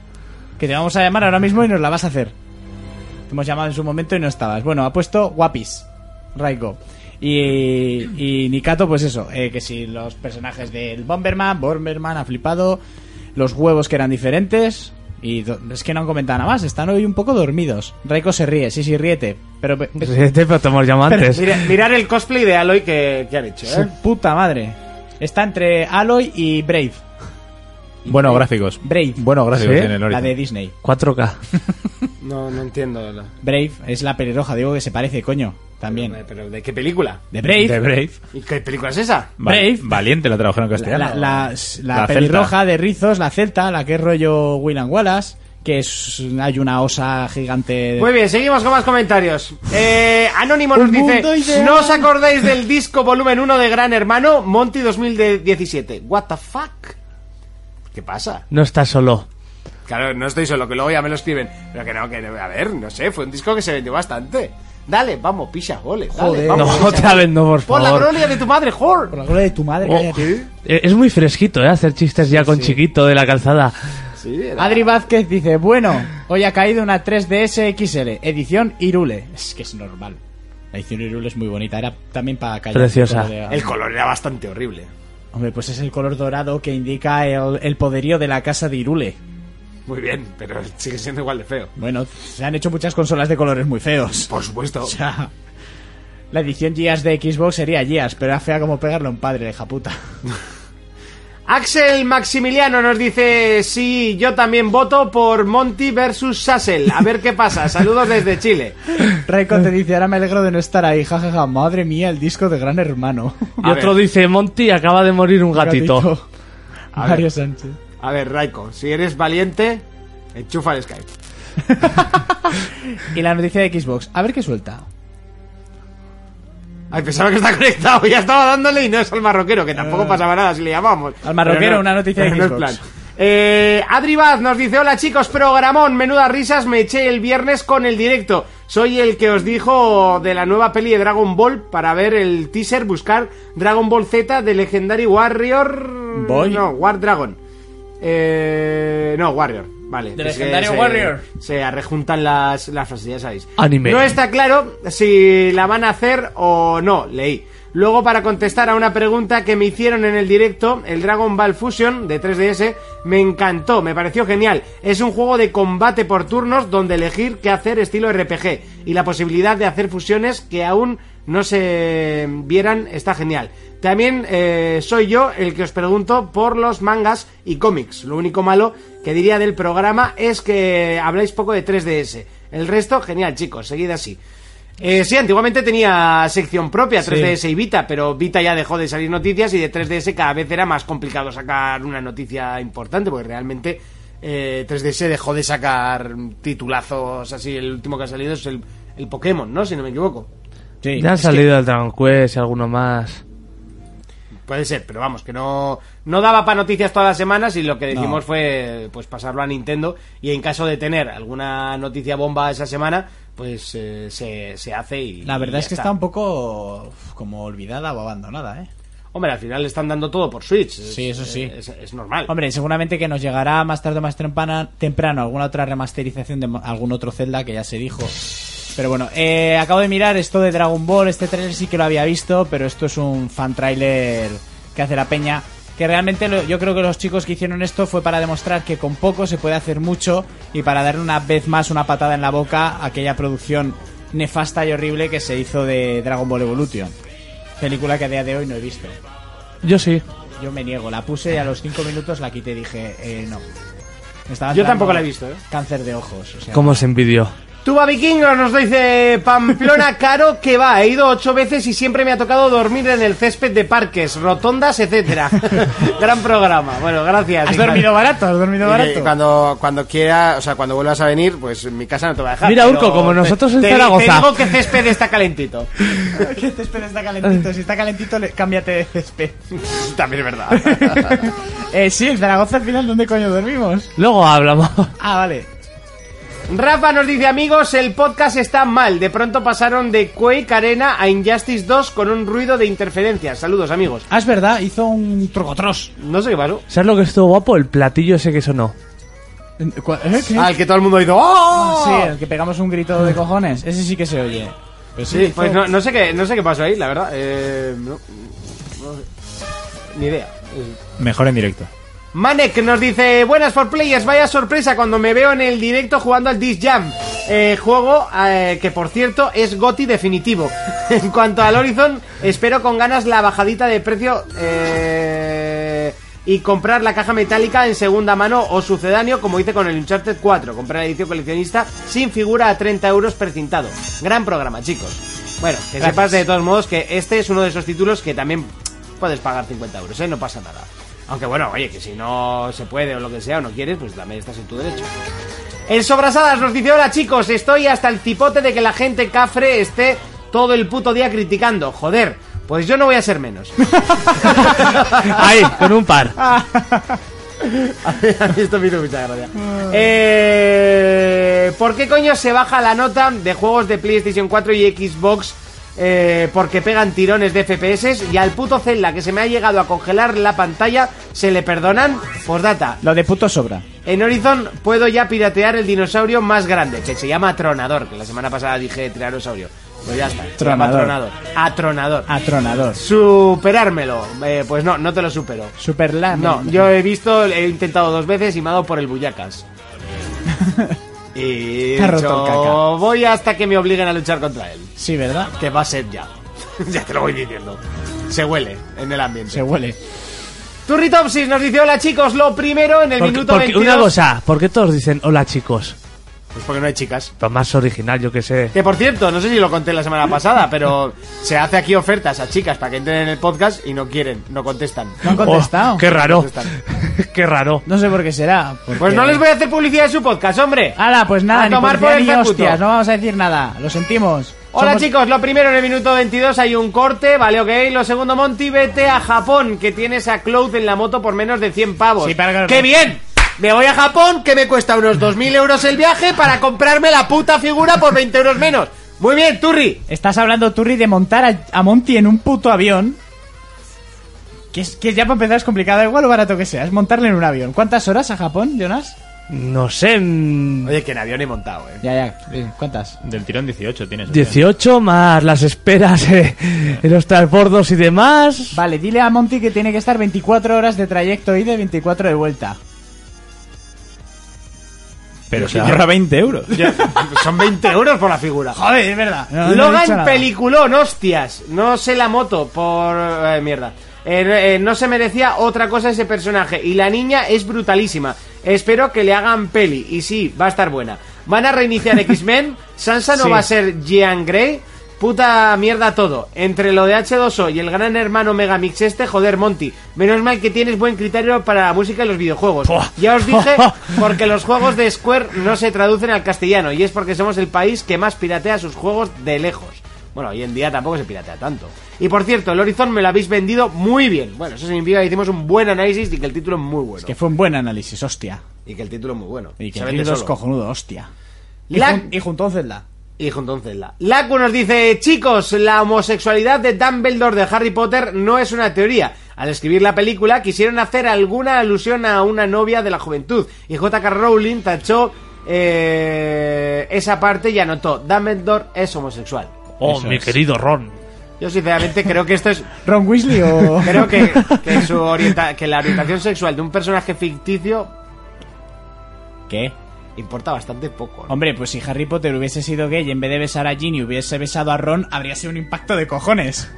C: Que te vamos a llamar ahora mismo y nos la vas a hacer. Te hemos llamado en su momento y no estabas. Bueno, ha puesto guapis. Raiko. Y, y Nikato, pues eso. eh, que si los personajes del Bomberman, Bomberman ha flipado. Los huevos que eran diferentes. Y do- es que no han comentado nada más. Están hoy un poco dormidos. Raiko se ríe. Sí, sí, ríete. Pero... pe-
D: <laughs>
C: pe-
D: Sí, Este, pues, te, pero te hemos llamado antes.
B: Mira- mirar el cosplay de Aloy que, que han hecho,
C: Su
B: ¿eh?
C: puta madre. Está entre Aloy y Brave.
F: Bueno, gráficos.
C: Brave.
F: Bueno, gráficos
D: ¿Sí?
F: en el
C: la
F: Horizon.
C: de Disney.
D: 4K.
B: No, no entiendo. no.
C: Brave es la pelirroja, digo que se parece, coño. También.
B: Eh, Pero, ¿de qué película?
C: De Brave.
F: De Brave.
B: ¿Y qué película es esa?
F: Va-
C: Brave.
F: Valiente la tradujeron en
C: La,
F: castellano.
C: la- la- la
F: La
C: pelirroja
F: celta.
C: de rizos, la celta, la que es rollo William Wallace, que es hay una osa gigante. de-
B: Muy bien, seguimos con más comentarios. Eh, Anónimo nos
C: Un mundo
B: dice:
C: ideal.
B: ¿No os acordáis del disco volumen 1 de Gran Hermano Monty 2017? ¿What the fuck? ¿Qué pasa?
D: No estás solo.
B: Claro, no estoy solo, que luego ya me lo escriben. Pero que no, que no, a ver, no sé, fue un disco que se vendió bastante. Dale, vamos, picha, gole. dale,
C: Joder.
B: vamos,
D: No, <laughs>
B: picha,
D: otra
B: gole.
D: vez no, por
B: Por la
D: favor.
B: gloria de tu madre,
C: Por
B: Jor.
C: la gloria de tu
B: Oh.
C: madre, cállate.
D: Eh, Es muy fresquito, ¿eh? Hacer chistes ya con chiquito de la calzada.
B: Sí, era-
C: Adri Vázquez dice: Bueno, hoy ha caído una 3DS XL, edición Irule. Es que es normal. La edición Irule es muy bonita, era también para callar.
D: Preciosa.
C: Como de-
B: El color era bastante horrible.
C: Hombre, pues es el color dorado que indica el, el poderío de la casa de Irule.
B: Muy bien, pero sigue siendo igual de feo.
C: Bueno, se han hecho muchas consolas de colores muy feos.
B: Por supuesto.
C: O sea, la edición Gears de Xbox sería Gears, pero era fea como pegarle a un padre de <laughs> japuta.
B: Axel Maximiliano nos dice, sí, yo también voto por Monty versus Sassel. A ver qué pasa. Saludos desde Chile.
C: Raiko te dice, ahora me alegro de no estar ahí, jajaja, madre mía, el disco de Gran Hermano.
D: Y otro dice, Monty, acaba de morir un gatito.
B: A
C: <laughs> Mario
B: ver.
C: Sánchez.
B: A ver, Raiko, si eres valiente, enchufa el Skype.
C: Y la noticia de Xbox, a ver qué suelta.
B: Ay, pensaba que está conectado. <laughs> Ya estaba dándole y no es al marroquero, que tampoco pasaba nada si le llamamos.
C: Ah. Al marroquero,
B: Pero
C: una noticia de
B: pero no es
C: Xbox.
B: Eh, Adri Vaz nos dice, hola chicos, programón, menudas risas me eché el viernes con el directo. Soy el que os dijo de la nueva peli de Dragon Ball para ver el teaser, buscar Dragon Ball Z de Legendary Warrior...
C: Boy.
B: No, War Dragon. Eh, no, Warrior. Vale.
C: The
B: Es que
C: Legendary
B: se-
C: Warrior.
B: Se arrejuntan las, las frases, ya sabéis.
D: Anime.
B: No está claro si la van a hacer o no, leí. Luego, para contestar a una pregunta que me hicieron en el directo, el Dragon Ball Fusion de 3DS me encantó, me pareció genial. Es un juego de combate por turnos donde elegir qué hacer estilo RPG y la posibilidad de hacer fusiones que aún no se vieran está genial. También eh, soy yo el que os pregunto por los mangas y cómics. Lo único malo que diría del programa es que habláis poco de 3DS. El resto, genial, chicos, seguid así. Eh, sí, antiguamente tenía sección propia, 3DS y Vita, pero Vita ya dejó de salir noticias y de 3DS cada vez era más complicado sacar una noticia importante, porque realmente eh, 3DS dejó de sacar titulazos así. El último que ha salido es el, el Pokémon, ¿no? Si no me equivoco.
D: Ya han salido el Dragon Quest y alguno más.
B: Puede ser, pero vamos, que no, no daba para noticias todas las semanas y lo que decimos fue pues pasarlo a Nintendo y en caso de tener alguna noticia bomba esa semana, pues eh, se, se hace y...
C: La
B: y ya
C: verdad es que está. un poco uf, como olvidada o abandonada, ¿eh?
B: Hombre, al final le están dando todo por Switch.
C: Sí, eso sí.
B: Es, es normal.
C: Hombre, seguramente que nos llegará más tarde o más tempana- temprano alguna otra remasterización de mo- algún otro Zelda que ya se dijo. Pero bueno, eh, acabo de mirar esto de Dragon Ball, este trailer sí que lo había visto, pero esto es un fan trailer que hace la peña. Que realmente lo- yo creo que los chicos que hicieron esto fue para demostrar que con poco se puede hacer mucho y para darle una vez más una patada en la boca a aquella producción nefasta y horrible que se hizo de Dragon Ball Evolution. Película que a día de hoy no he visto.
D: Yo sí.
C: Yo me niego, la puse y a los 5 minutos la quité y dije, eh, no. Me estaba
B: Yo
C: entrando
B: tampoco la he visto, ¿eh?
C: Cáncer de ojos. O sea,
D: ¿Cómo se envidió?
B: Tuba Vikingo nos dice
C: <laughs>
B: Pamplona Caro que va. He ido ocho veces y siempre me ha tocado dormir en el césped de parques, rotondas, etcétera.
C: <laughs>
B: Gran programa. Bueno, gracias.
C: Has
B: Ignacio.
C: dormido barato, has dormido
B: Y que
C: barato.
B: cuando, cuando quiera, o sea, cuando vuelvas a venir, pues en mi casa no te va a dejar.
D: Mira,
B: pero
D: Urco, como
B: te-
D: nosotros en
B: te-
D: Zaragoza.
B: Te digo que césped está calentito.
C: <laughs> Que el césped está calentito. Si está calentito, le- cámbiate de césped.
B: <laughs> También es verdad.
C: Eh, sí, en Zaragoza al final, ¿dónde coño dormimos?
D: Luego hablamos. <laughs>
C: Ah, vale.
B: <laughs> Rafa nos dice, amigos, el podcast está mal. De pronto pasaron de Quake Arena a Injustice 2 con un ruido de interferencias. Saludos, amigos.
C: Ah, es verdad, hizo un trocotros.
B: No sé qué pasó.
D: ¿Sabes lo que estuvo guapo? El platillo ese que sonó.
C: ¿Eh? ¿Qué?
B: Ah, el que todo el mundo ha ido. ¡Oh!
C: Sí, el que pegamos un grito de cojones. Ese sí que se oye. Pues
B: Sí, pues no, no sé qué, no sé qué pasó ahí, la verdad. Eh, no, no sé. Ni idea.
F: Mejor en directo.
B: Manek nos dice, buenas for players, vaya sorpresa cuando me veo en el directo jugando al Disc Jam. Eh, juego eh, que por cierto es Goti definitivo. <laughs> en cuanto al Horizon, espero con ganas la bajadita de precio eh, y comprar la caja metálica en segunda mano o sucedáneo como hice con el Uncharted 4. Comprar la edición coleccionista sin figura a 30 euros precintado. Gran programa, chicos. Bueno, que sepas de todos modos que este es uno de esos títulos que también puedes pagar 50 euros, ¿eh? No pasa nada. Aunque bueno, oye, que si no se puede o lo que sea o no quieres, pues también estás en tu derecho. El Sobrasadas nos dice, hola chicos, estoy hasta el cipote de que la gente cafre esté todo el puto día criticando. Joder, pues yo no voy a ser menos.
D: Ahí, con un par.
B: <laughs> A mí esto me hizo mucha gracia. Eh, ¿Por qué coño se baja la nota de juegos de PlayStation 4 y Xbox? eh, porque pegan tirones de FPS y al puto Zelda que se me ha llegado a congelar la pantalla se le perdonan. Postdata,
C: Lo de puto sobra.
B: en Horizon puedo ya piratear el dinosaurio más grande, que se llama Tronador, que la semana pasada dije tiranosaurio. Pues ya está. se llama
C: Tronador.
B: Tronador. Atronador.
C: Atronador.
B: Superármelo. Eh, pues no, no te lo supero.
C: Super
B: No, yo he visto, he intentado dos veces y me ha dado por el
C: <laughs>
B: Buyacas. Y he
C: Te ha roto
B: dicho,
C: el caca.
B: voy hasta que me obliguen a luchar contra él.
C: Sí, ¿verdad?
B: Que va a ser ya. <laughs> ya te lo voy diciendo. Se huele en el ambiente.
C: Se huele.
B: Turritopsis nos dice, hola chicos, lo primero en el
D: Porque-
B: minuto
D: porque-
B: 22.
D: una cosa, ¿por qué todos dicen hola chicos?
B: Pues porque no hay chicas.
D: Lo más original, yo que sé.
B: Que por cierto, no sé si lo conté la semana pasada, pero se hace aquí ofertas a chicas para que entren en el podcast y no quieren, no contestan.
C: No han contestado.
D: Oh, qué raro.
B: Contestan.
D: qué raro.
C: No sé por qué será. porque-
B: Pues no les voy a hacer publicidad de su podcast, hombre.
C: Hala, pues nada,
B: A
C: ni
B: tomar por
C: publicidad
B: el
C: ni
B: zancudo.
C: hostias, no vamos a decir nada. Lo sentimos.
B: Hola
C: Somos-
B: chicos, lo primero en el minuto 22 hay un corte, vale, ok. Lo segundo, Monty, vete a Japón, que tienes a Cloud en la moto por menos de 100 pavos.
C: Sí, para que-
B: ¡Qué bien! Me voy a Japón, que me cuesta unos 2.000 euros el viaje para comprarme la puta figura por 20 euros menos. Muy bien, Turri.
C: Estás hablando, Turri, de montar a, a Monty en un puto avión. Que, es, que ya para empezar es complicado, igual lo barato que sea, es montarle en un avión. ¿Cuántas horas a Japón, Jonas?
D: No sé. mm,
B: Oye, que en avión he montado, eh.
C: Ya, ya. eh, ¿Cuántas?
F: Del tirón 18 tienes. o sea.
D: 18 más las esperas <laughs> eh, en los transbordos y demás.
C: Vale, dile a Monty que tiene que estar 24 horas de trayecto y de 24 de vuelta.
F: Pero se ahorra 20 euros.
B: <laughs> Son 20 euros por la figura.
C: Joder, es verdad.
B: Logan peliculón, hostias. No sé la moto, por... eh, mierda. Eh, no- eh, no se merecía otra cosa ese personaje. Y la niña es brutalísima. Espero que le hagan peli. Y sí, va a estar buena. Van a reiniciar X-Men. Sansa no va a ser Jean Grey. Puta mierda todo. Entre lo de H2O y el gran hermano Megamix este, joder, Monty. Menos mal que tienes buen criterio para la música y los videojuegos. Ya os dije, porque los juegos de Square no se traducen al castellano. Y es porque somos el país que más piratea sus juegos de lejos. Bueno, hoy en día tampoco se piratea tanto. Y por cierto, el Horizon me lo habéis vendido muy bien. Bueno, eso significa que hicimos un buen análisis y que el título es muy bueno.
C: Que fue un buen análisis, hostia.
B: Y que el título es muy bueno.
C: Y
B: se
C: que el
B: vende
C: título es
B: solo.
C: cojonudo, hostia. Y,
B: La-
C: jun- y juntó un Zelda.
B: Y junto a un Zelda. Laku nos dice, chicos, la homosexualidad de Dumbledore de Harry Potter no es una teoría. Al escribir la película quisieron hacer alguna alusión a una novia de la juventud. Y J.K. Rowling tachó eh, esa parte y anotó, Dumbledore es homosexual.
D: Oh, mi querido Ron.
B: Yo sinceramente creo que esto es...
C: ¿Ron Weasley <laughs> o.?
B: Creo que, que su orienta- que la orientación sexual de un personaje ficticio
C: ¿Qué?
B: importa bastante poco. ¿no?
C: Hombre, pues si Harry Potter hubiese sido gay y en vez de besar a Ginny hubiese besado a Ron, habría sido un impacto de cojones.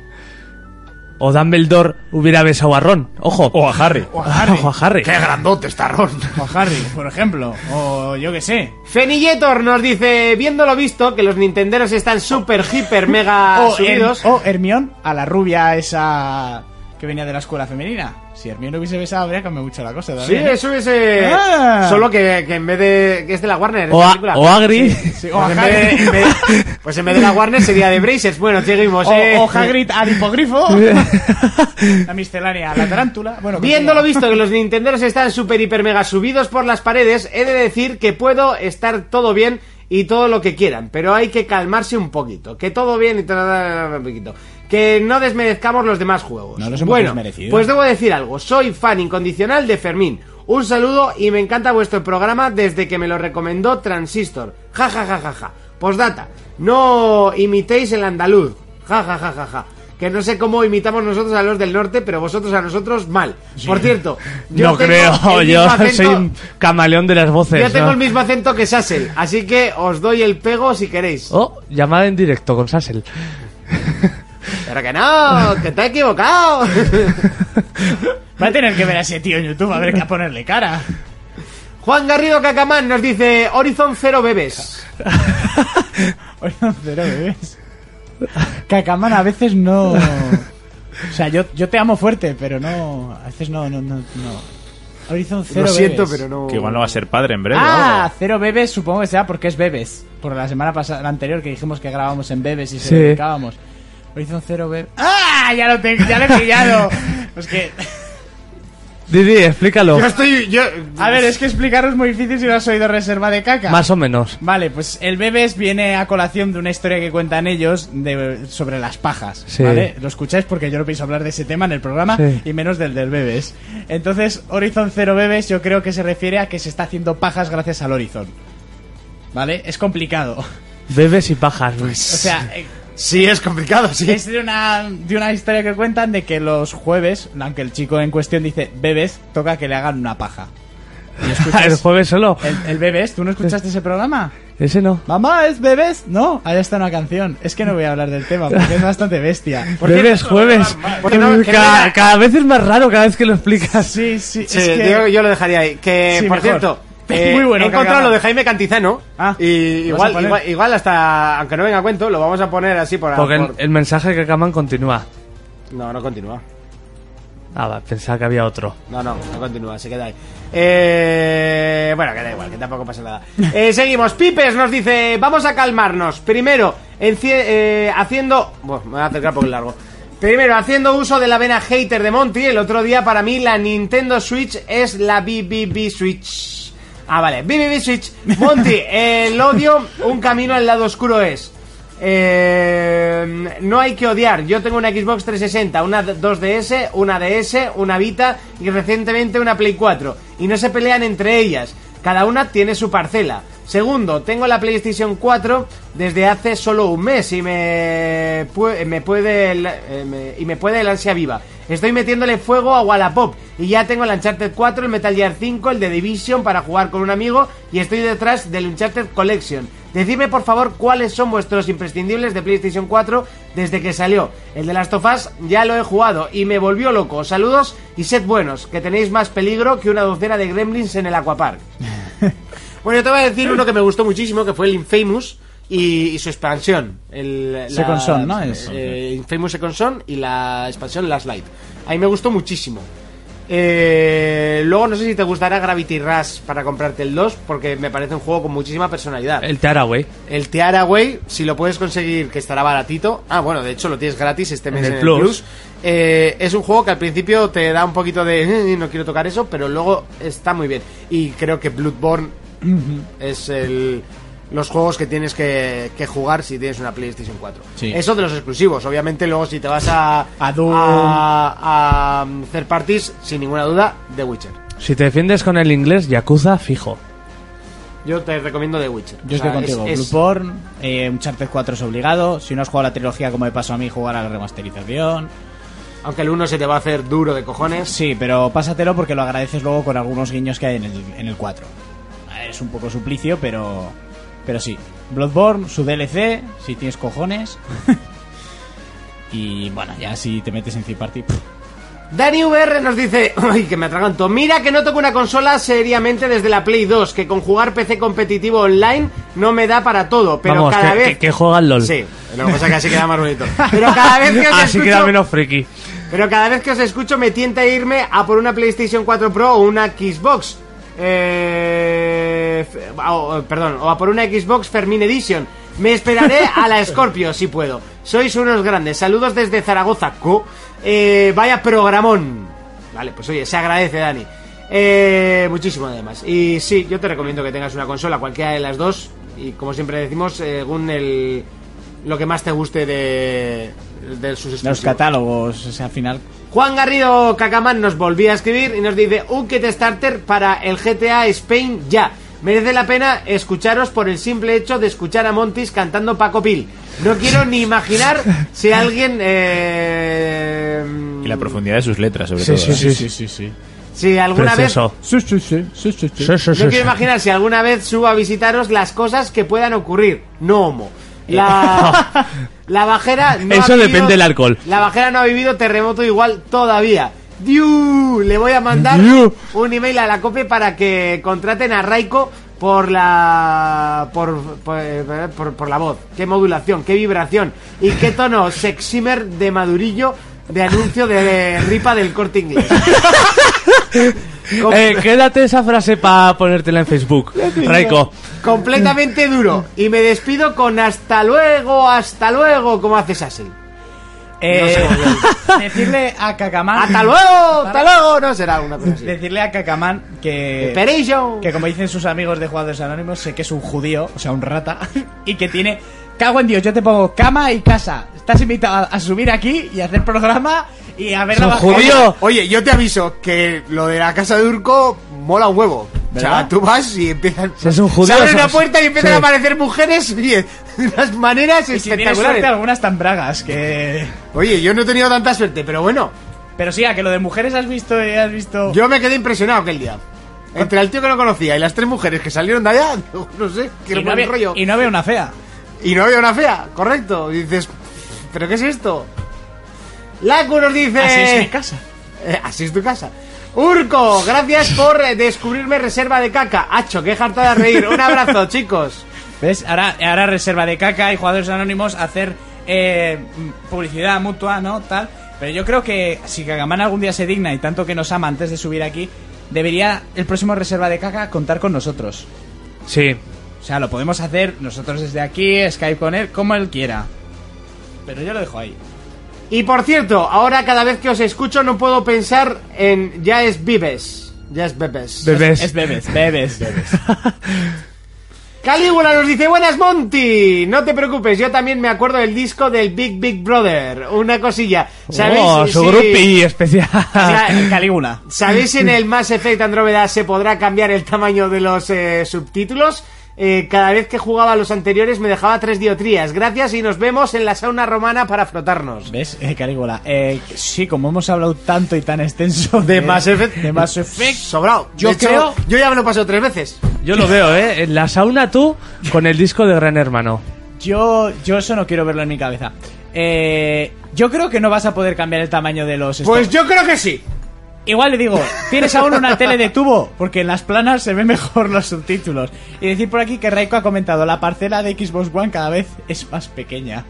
D: O Dumbledore hubiera besado a Ron. Ojo.
F: O a Harry.
D: <laughs> O a Ah, Harry.
B: grandote está Ron!
C: O a Harry, por ejemplo. O yo qué sé.
B: Fenilletor nos dice, viendo lo visto, que los nintenderos están súper, hiper, mega
C: O, Her-
B: Ah, subidos.
C: o Hermión a la rubia esa que venía de la escuela femenina. Si Hermión hubiese besado, habría cambiado mucho la cosa
B: Sí,
C: también.
B: eso es... eh,
C: Ah.
B: Solo que, que en vez de... que es de la Warner. es
D: O,
B: de
D: a,
B: película.
D: o Agri. <laughs>
C: Sí, o,
B: Pues, en
C: a
B: vez de,
C: Hagrid,
B: en vez- pues en vez de la Warner sería de Brazers. Bueno, seguimos. eh.
C: o, o Hagrid al hipogrifo. la miscelánea, la tarántula. Bueno,
B: Viendo lo
C: continúa.
B: visto que los Nintenderos están super hiper mega subidos por las paredes, he de decir que puedo estar todo bien y todo lo que quieran, pero hay que calmarse un poquito, que todo bien y todo un poquito. Que no desmerezcamos los demás juegos.
C: No los hemos
B: bueno,
C: desmerecido.
B: pues debo decir algo, soy fan incondicional de Fermín. Un saludo y me encanta vuestro programa desde que me lo recomendó Transistor. Ja ja ja ja ja. Postdata, no imitéis el andaluz. Ja ja ja ja ja. Que no sé cómo imitamos nosotros a los del norte, pero vosotros a nosotros mal. Por
D: <laughs>
B: cierto, yo
D: no
B: tengo
D: creo,
B: el
D: yo
B: mismo acento-
D: soy un camaleón de las voces.
B: yo tengo
D: ¿no?
B: el mismo acento que Sassel, así que os doy el pego si queréis.
D: Oh, llamada en directo con Sassel.
B: Pero que no, que te he
D: <laughs>
B: equivocado.
C: Va a tener que ver a ese tío en YouTube a ver qué a ponerle cara.
B: Juan Garrido Cacamán nos dice Horizon Zero Bebes.
C: Hoy no cero bebés. Cacaman a veces no. O sea, yo, yo te amo fuerte, pero no. A veces no, no, no. no. Horizon cero
B: Lo siento,
C: bebés.
B: pero no.
F: Que igual no va a ser padre en breve.
C: Ah, cero bebés supongo que sea porque es bebés. Por la semana pasada, la anterior que dijimos que grabábamos en bebés y
D: Sí.
C: se dedicábamos. Horizon cero bebés. ¡Ah! Ya lo, tengo, ya lo he pillado. es que.
D: Didi, explícalo.
B: Yo estoy. Yo,
C: A ver, es que explicaros es muy difícil si no has oído reserva de caca.
D: Más o menos.
C: Vale, pues el Bebes viene a colación de una historia que cuentan ellos de, sobre las pajas.
D: Sí.
C: ¿Vale? Lo escucháis porque yo no pienso hablar de ese tema en el programa
D: Sí.
C: y menos del del Bebes. Entonces, Horizon Zero Bebes yo creo que se refiere a que se está haciendo pajas gracias al Horizon. ¿Vale? Es complicado. <laughs> O
D: Bebes y pajas.
C: sea, eh,
B: Sí, es complicado, sí.
C: es de una, de una historia que cuentan de que los jueves, aunque el chico en cuestión dice Bebes, toca que le hagan una paja.
D: <laughs>
C: Y escuchas-
D: Ah, el jueves solo.
C: el- el Bebes, ¿tú no escuchaste ese programa?
D: Ese no.
C: Mamá, ¿es bebés? No, ahí está una canción. Es que no voy a hablar del tema porque es bastante bestia.
B: <laughs>
D: Bebes, jueves.
B: Porque no- que no
D: cada,
B: era-
D: cada vez es más raro cada vez que lo explicas.
C: <laughs> Sí, sí,
B: Sí,
C: es que...
B: Eh, yo, yo lo dejaría ahí. Que,
C: Sí,
B: por
C: mejor.
B: cierto,
C: <laughs>
B: eh,
C: Muy bueno,
B: he encontrado
C: Cacama.
B: lo de Jaime Cantizano.
C: Ah,
B: y
C: ¿lo vas a
B: igual,
C: poner?
B: igual, igual hasta, aunque no venga a cuento, lo vamos a poner así por...
D: Porque el,
B: Ah, por-
D: el mensaje que acaban continúa.
B: No, no continúa.
D: Ah, va, pensaba que había otro.
B: No, no, no continúa, se queda ahí. Eh, bueno, que da igual, que tampoco pasa nada. Eh, seguimos. Pipes nos dice, vamos a calmarnos. Primero, enci- eh, haciendo... Bueno, me voy a acercar porque es largo. Primero, haciendo uso de la vena hater de Monty, el otro día para mí la Nintendo Switch es la BBB Switch. Ah, vale, BBB Switch. Monty, el odio, un camino al lado oscuro es. Eh, no hay que odiar. Yo tengo una Xbox 360, una 2DS, una DS, una Vita y recientemente una Play 4. Y no se pelean entre ellas. Cada una tiene su parcela. Segundo, tengo la PlayStation 4 desde hace solo un mes y me, pue- me puede el, eh, me- y me puede el ansia viva. Estoy metiéndole fuego a Wallapop y ya tengo el Uncharted 4, el Metal Gear 5, el The Division para jugar con un amigo y estoy detrás del Uncharted Collection. Decidme por favor cuáles son vuestros imprescindibles de PlayStation 4 desde que salió. El de Last of Us ya lo he jugado y me volvió loco. Saludos y sed buenos, que tenéis más peligro que una docena de gremlins en el
C: <laughs>
B: Aquapark. Bueno, yo te voy a decir uno que me gustó muchísimo, que fue el Infamous y, y su expansión. El,
C: Second Son, ¿no? Es-
B: eh, Infamous Second Son y la expansión Last Light. A mí me gustó muchísimo. Eh, luego no sé si te gustará Gravity Rush para comprarte el 2, porque me parece un juego con muchísima personalidad.
D: El Tearaway.
B: El Teara, güey, si lo puedes conseguir, que estará baratito. Ah, bueno, de hecho lo tienes gratis este mes en
D: el
B: el
D: Plus.
B: Plus. Eh, es un juego que al principio te da un poquito de "Eh, no quiero tocar eso, pero luego está muy bien. Y creo que Bloodborne es el los juegos que tienes que, que jugar si tienes una PlayStation 4. Eso de los exclusivos. Obviamente, luego si te vas a
C: A Doom.
B: a, a, mm, third parties, sin ninguna duda, The Witcher.
D: Si te defiendes con el inglés, Yakuza, fijo.
B: Yo te recomiendo The Witcher. O sea,
C: Yo
B: Ah,
C: estoy
B: es-
C: contigo.
B: es-
C: Blueborn, eh, Uncharted 4 es obligado. Si no has jugado la trilogía, como me pasó a mí, jugar a la remasterización.
B: aunque el uno se te va a hacer duro de cojones.
C: Sí, pero pásatelo porque lo agradeces luego con algunos guiños que hay en el, en el 4. Es un poco suplicio, pero, pero sí. Bloodborne, su DLC, si tienes cojones. <laughs> y bueno, ya si te metes en C-Party.
B: Dani VR nos dice, ay, que me atraganto, mira que no toco una consola seriamente desde la Play 2, que con jugar PC competitivo online no me da para todo, pero
D: Vamos,
B: cada
D: que,
B: vez...
D: que- que juega al LOL.
B: Sí, lo que pasa es que así queda más
D: <laughs>
B: bonito. Pero cada vez que os
D: Así
B: escucho-
D: queda menos friki.
B: pero cada vez que os escucho me tienta irme a por una PlayStation 4 Pro o una Xbox. Eh, f- o- o- perdón, o a por una Xbox Fermin Edition. Me esperaré a la Scorpio si puedo. Sois unos grandes. Saludos desde Zaragoza. co. Eh, vaya programón. Vale, pues oye, se agradece, Dani. Eh, muchísimo además. Y sí, yo te recomiendo que tengas una consola, cualquiera de las dos. Y como siempre decimos, según el, lo que más te guste de, de sus
C: Los
B: exclusivos.
C: catálogos, o sea, al final.
B: Juan Garrido Cacamán nos volvía a escribir y nos dice un kit starter para el GTA Spain ya. Merece la pena escucharos por el simple hecho de escuchar a Montis cantando Paco Pil. No quiero ni imaginar si alguien... eh,
F: Y la profundidad de sus letras, sobre todo. ¿eh?
C: sí, sí, sí.
B: Si alguna
D: Precioso.
C: Sí, sí, sí, sí,
D: Sí,
C: sí, sí.
D: sí,
B: vez...
D: sí,
B: No
D: sí.
B: quiero imaginar si alguna vez subo a visitaros las cosas que puedan ocurrir. No homo.
D: <laughs>
B: La... La bajera no
D: Eso
B: ha vivido-
D: depende del alcohol.
B: La bajera no ha vivido terremoto igual todavía. ¡Diu! Le voy a mandar
D: ¡Diu!
B: un email a la COPE para que contraten a Raiko por la por, por, por- por la voz. Qué modulación, qué vibración y qué tono seximer de madurillo de anuncio de, ripa del corte inglés. Com-
D: Eh, quédate esa frase para ponértela en Facebook. Raiko.
B: completamente duro. Y me despido con hasta luego, hasta luego, como haces así.
C: Eh, <laughs> decirle a Cacamán.
B: Hasta luego, hasta luego, no será una cosa así.
C: Decirle a Cacamán que.
B: Esperation.
C: Que como dicen sus amigos de Jugadores Anónimos, sé que es un judío, o sea, un rata, <laughs> y que tiene... Cago en Dios, yo te pongo cama y casa. Estás invitado a, a subir aquí y a hacer programa y a ver la
D: un
C: bajada.
D: judío.
B: Oye, yo te aviso que lo de la casa de Urco mola un huevo. O
C: ¿Verdad?
B: sea, tú vas y empiezan.
D: Si es un judío,
B: se abre
D: es-
B: una puerta y empiezan
D: sí.
B: a aparecer mujeres y de unas maneras
C: Y si tienes
B: espectaculares.
C: suerte, algunas tan bragas que...
B: Oye, yo no he tenido tanta suerte, pero bueno,
C: Pero sí, a que lo de mujeres has visto y has visto...
B: yo me quedé impresionado aquel día. Entre el tío que no conocía y las tres mujeres que salieron de allá, <laughs> no sé, que
C: y, no
B: buen
C: había,
B: rollo.
C: y no había una fea.
B: Y no había una fea, correcto. Y dices, ¿pero qué es esto? Laku nos dice.
C: Así es mi casa.
B: Eh, así es tu casa. Urco, gracias por eh, descubrirme reserva de caca. Hacho, qué harta de reír. Un
C: <laughs>
B: abrazo, chicos.
C: ¿Ves? Ahora, ahora reserva de caca y jugadores anónimos hacer eh, m- publicidad mutua, ¿no? Tal. Pero yo creo que si Kagamán algún día se digna y tanto que nos ama antes de subir aquí, debería el próximo reserva de caca contar con nosotros.
D: Sí.
C: O sea, lo podemos hacer nosotros desde aquí, Skype con él, como él quiera. Pero yo lo dejo ahí.
B: Y por cierto, ahora cada vez que os escucho no puedo pensar en ya es vives. Ya es bebes. <laughs>
D: Bebés.
C: <laughs> Es bebés, bebés, bebés.
B: Calígula nos dice, buenas Monty, no te preocupes, yo también me acuerdo del disco del Big Big Brother, una cosilla. ¿Sabéis
D: Oh, su
B: si- <laughs>
D: grupi especial.
B: Sa-
C: Calígula.
B: ¿Sabéis si en el Mass Effect Andrómeda se podrá cambiar el tamaño de los eh, subtítulos? Eh, cada vez que jugaba a los anteriores me dejaba tres diotrías. Gracias y nos vemos en la sauna romana para frotarnos.
C: ¿Ves? Eh, Calígula. Eh, sí, como hemos hablado tanto y tan extenso
B: Eh, De Mass Effect.
C: de Mass Effect,
B: Sobrado.
C: Yo
B: De hecho,
C: creo-
B: Yo ya me lo paso tres veces.
D: Yo lo veo, ¿eh? En la sauna tú con el disco de Gran Hermano.
C: yo, yo eso no quiero verlo en mi cabeza. Eh, yo creo que no vas a poder cambiar el tamaño de los...
B: Pues yo creo que sí.
C: Igual le digo, tienes aún una tele de tubo, porque en las planas se ven mejor los subtítulos. Y decir por aquí que Raiko ha comentado, la parcela de Xbox One cada vez es más pequeña.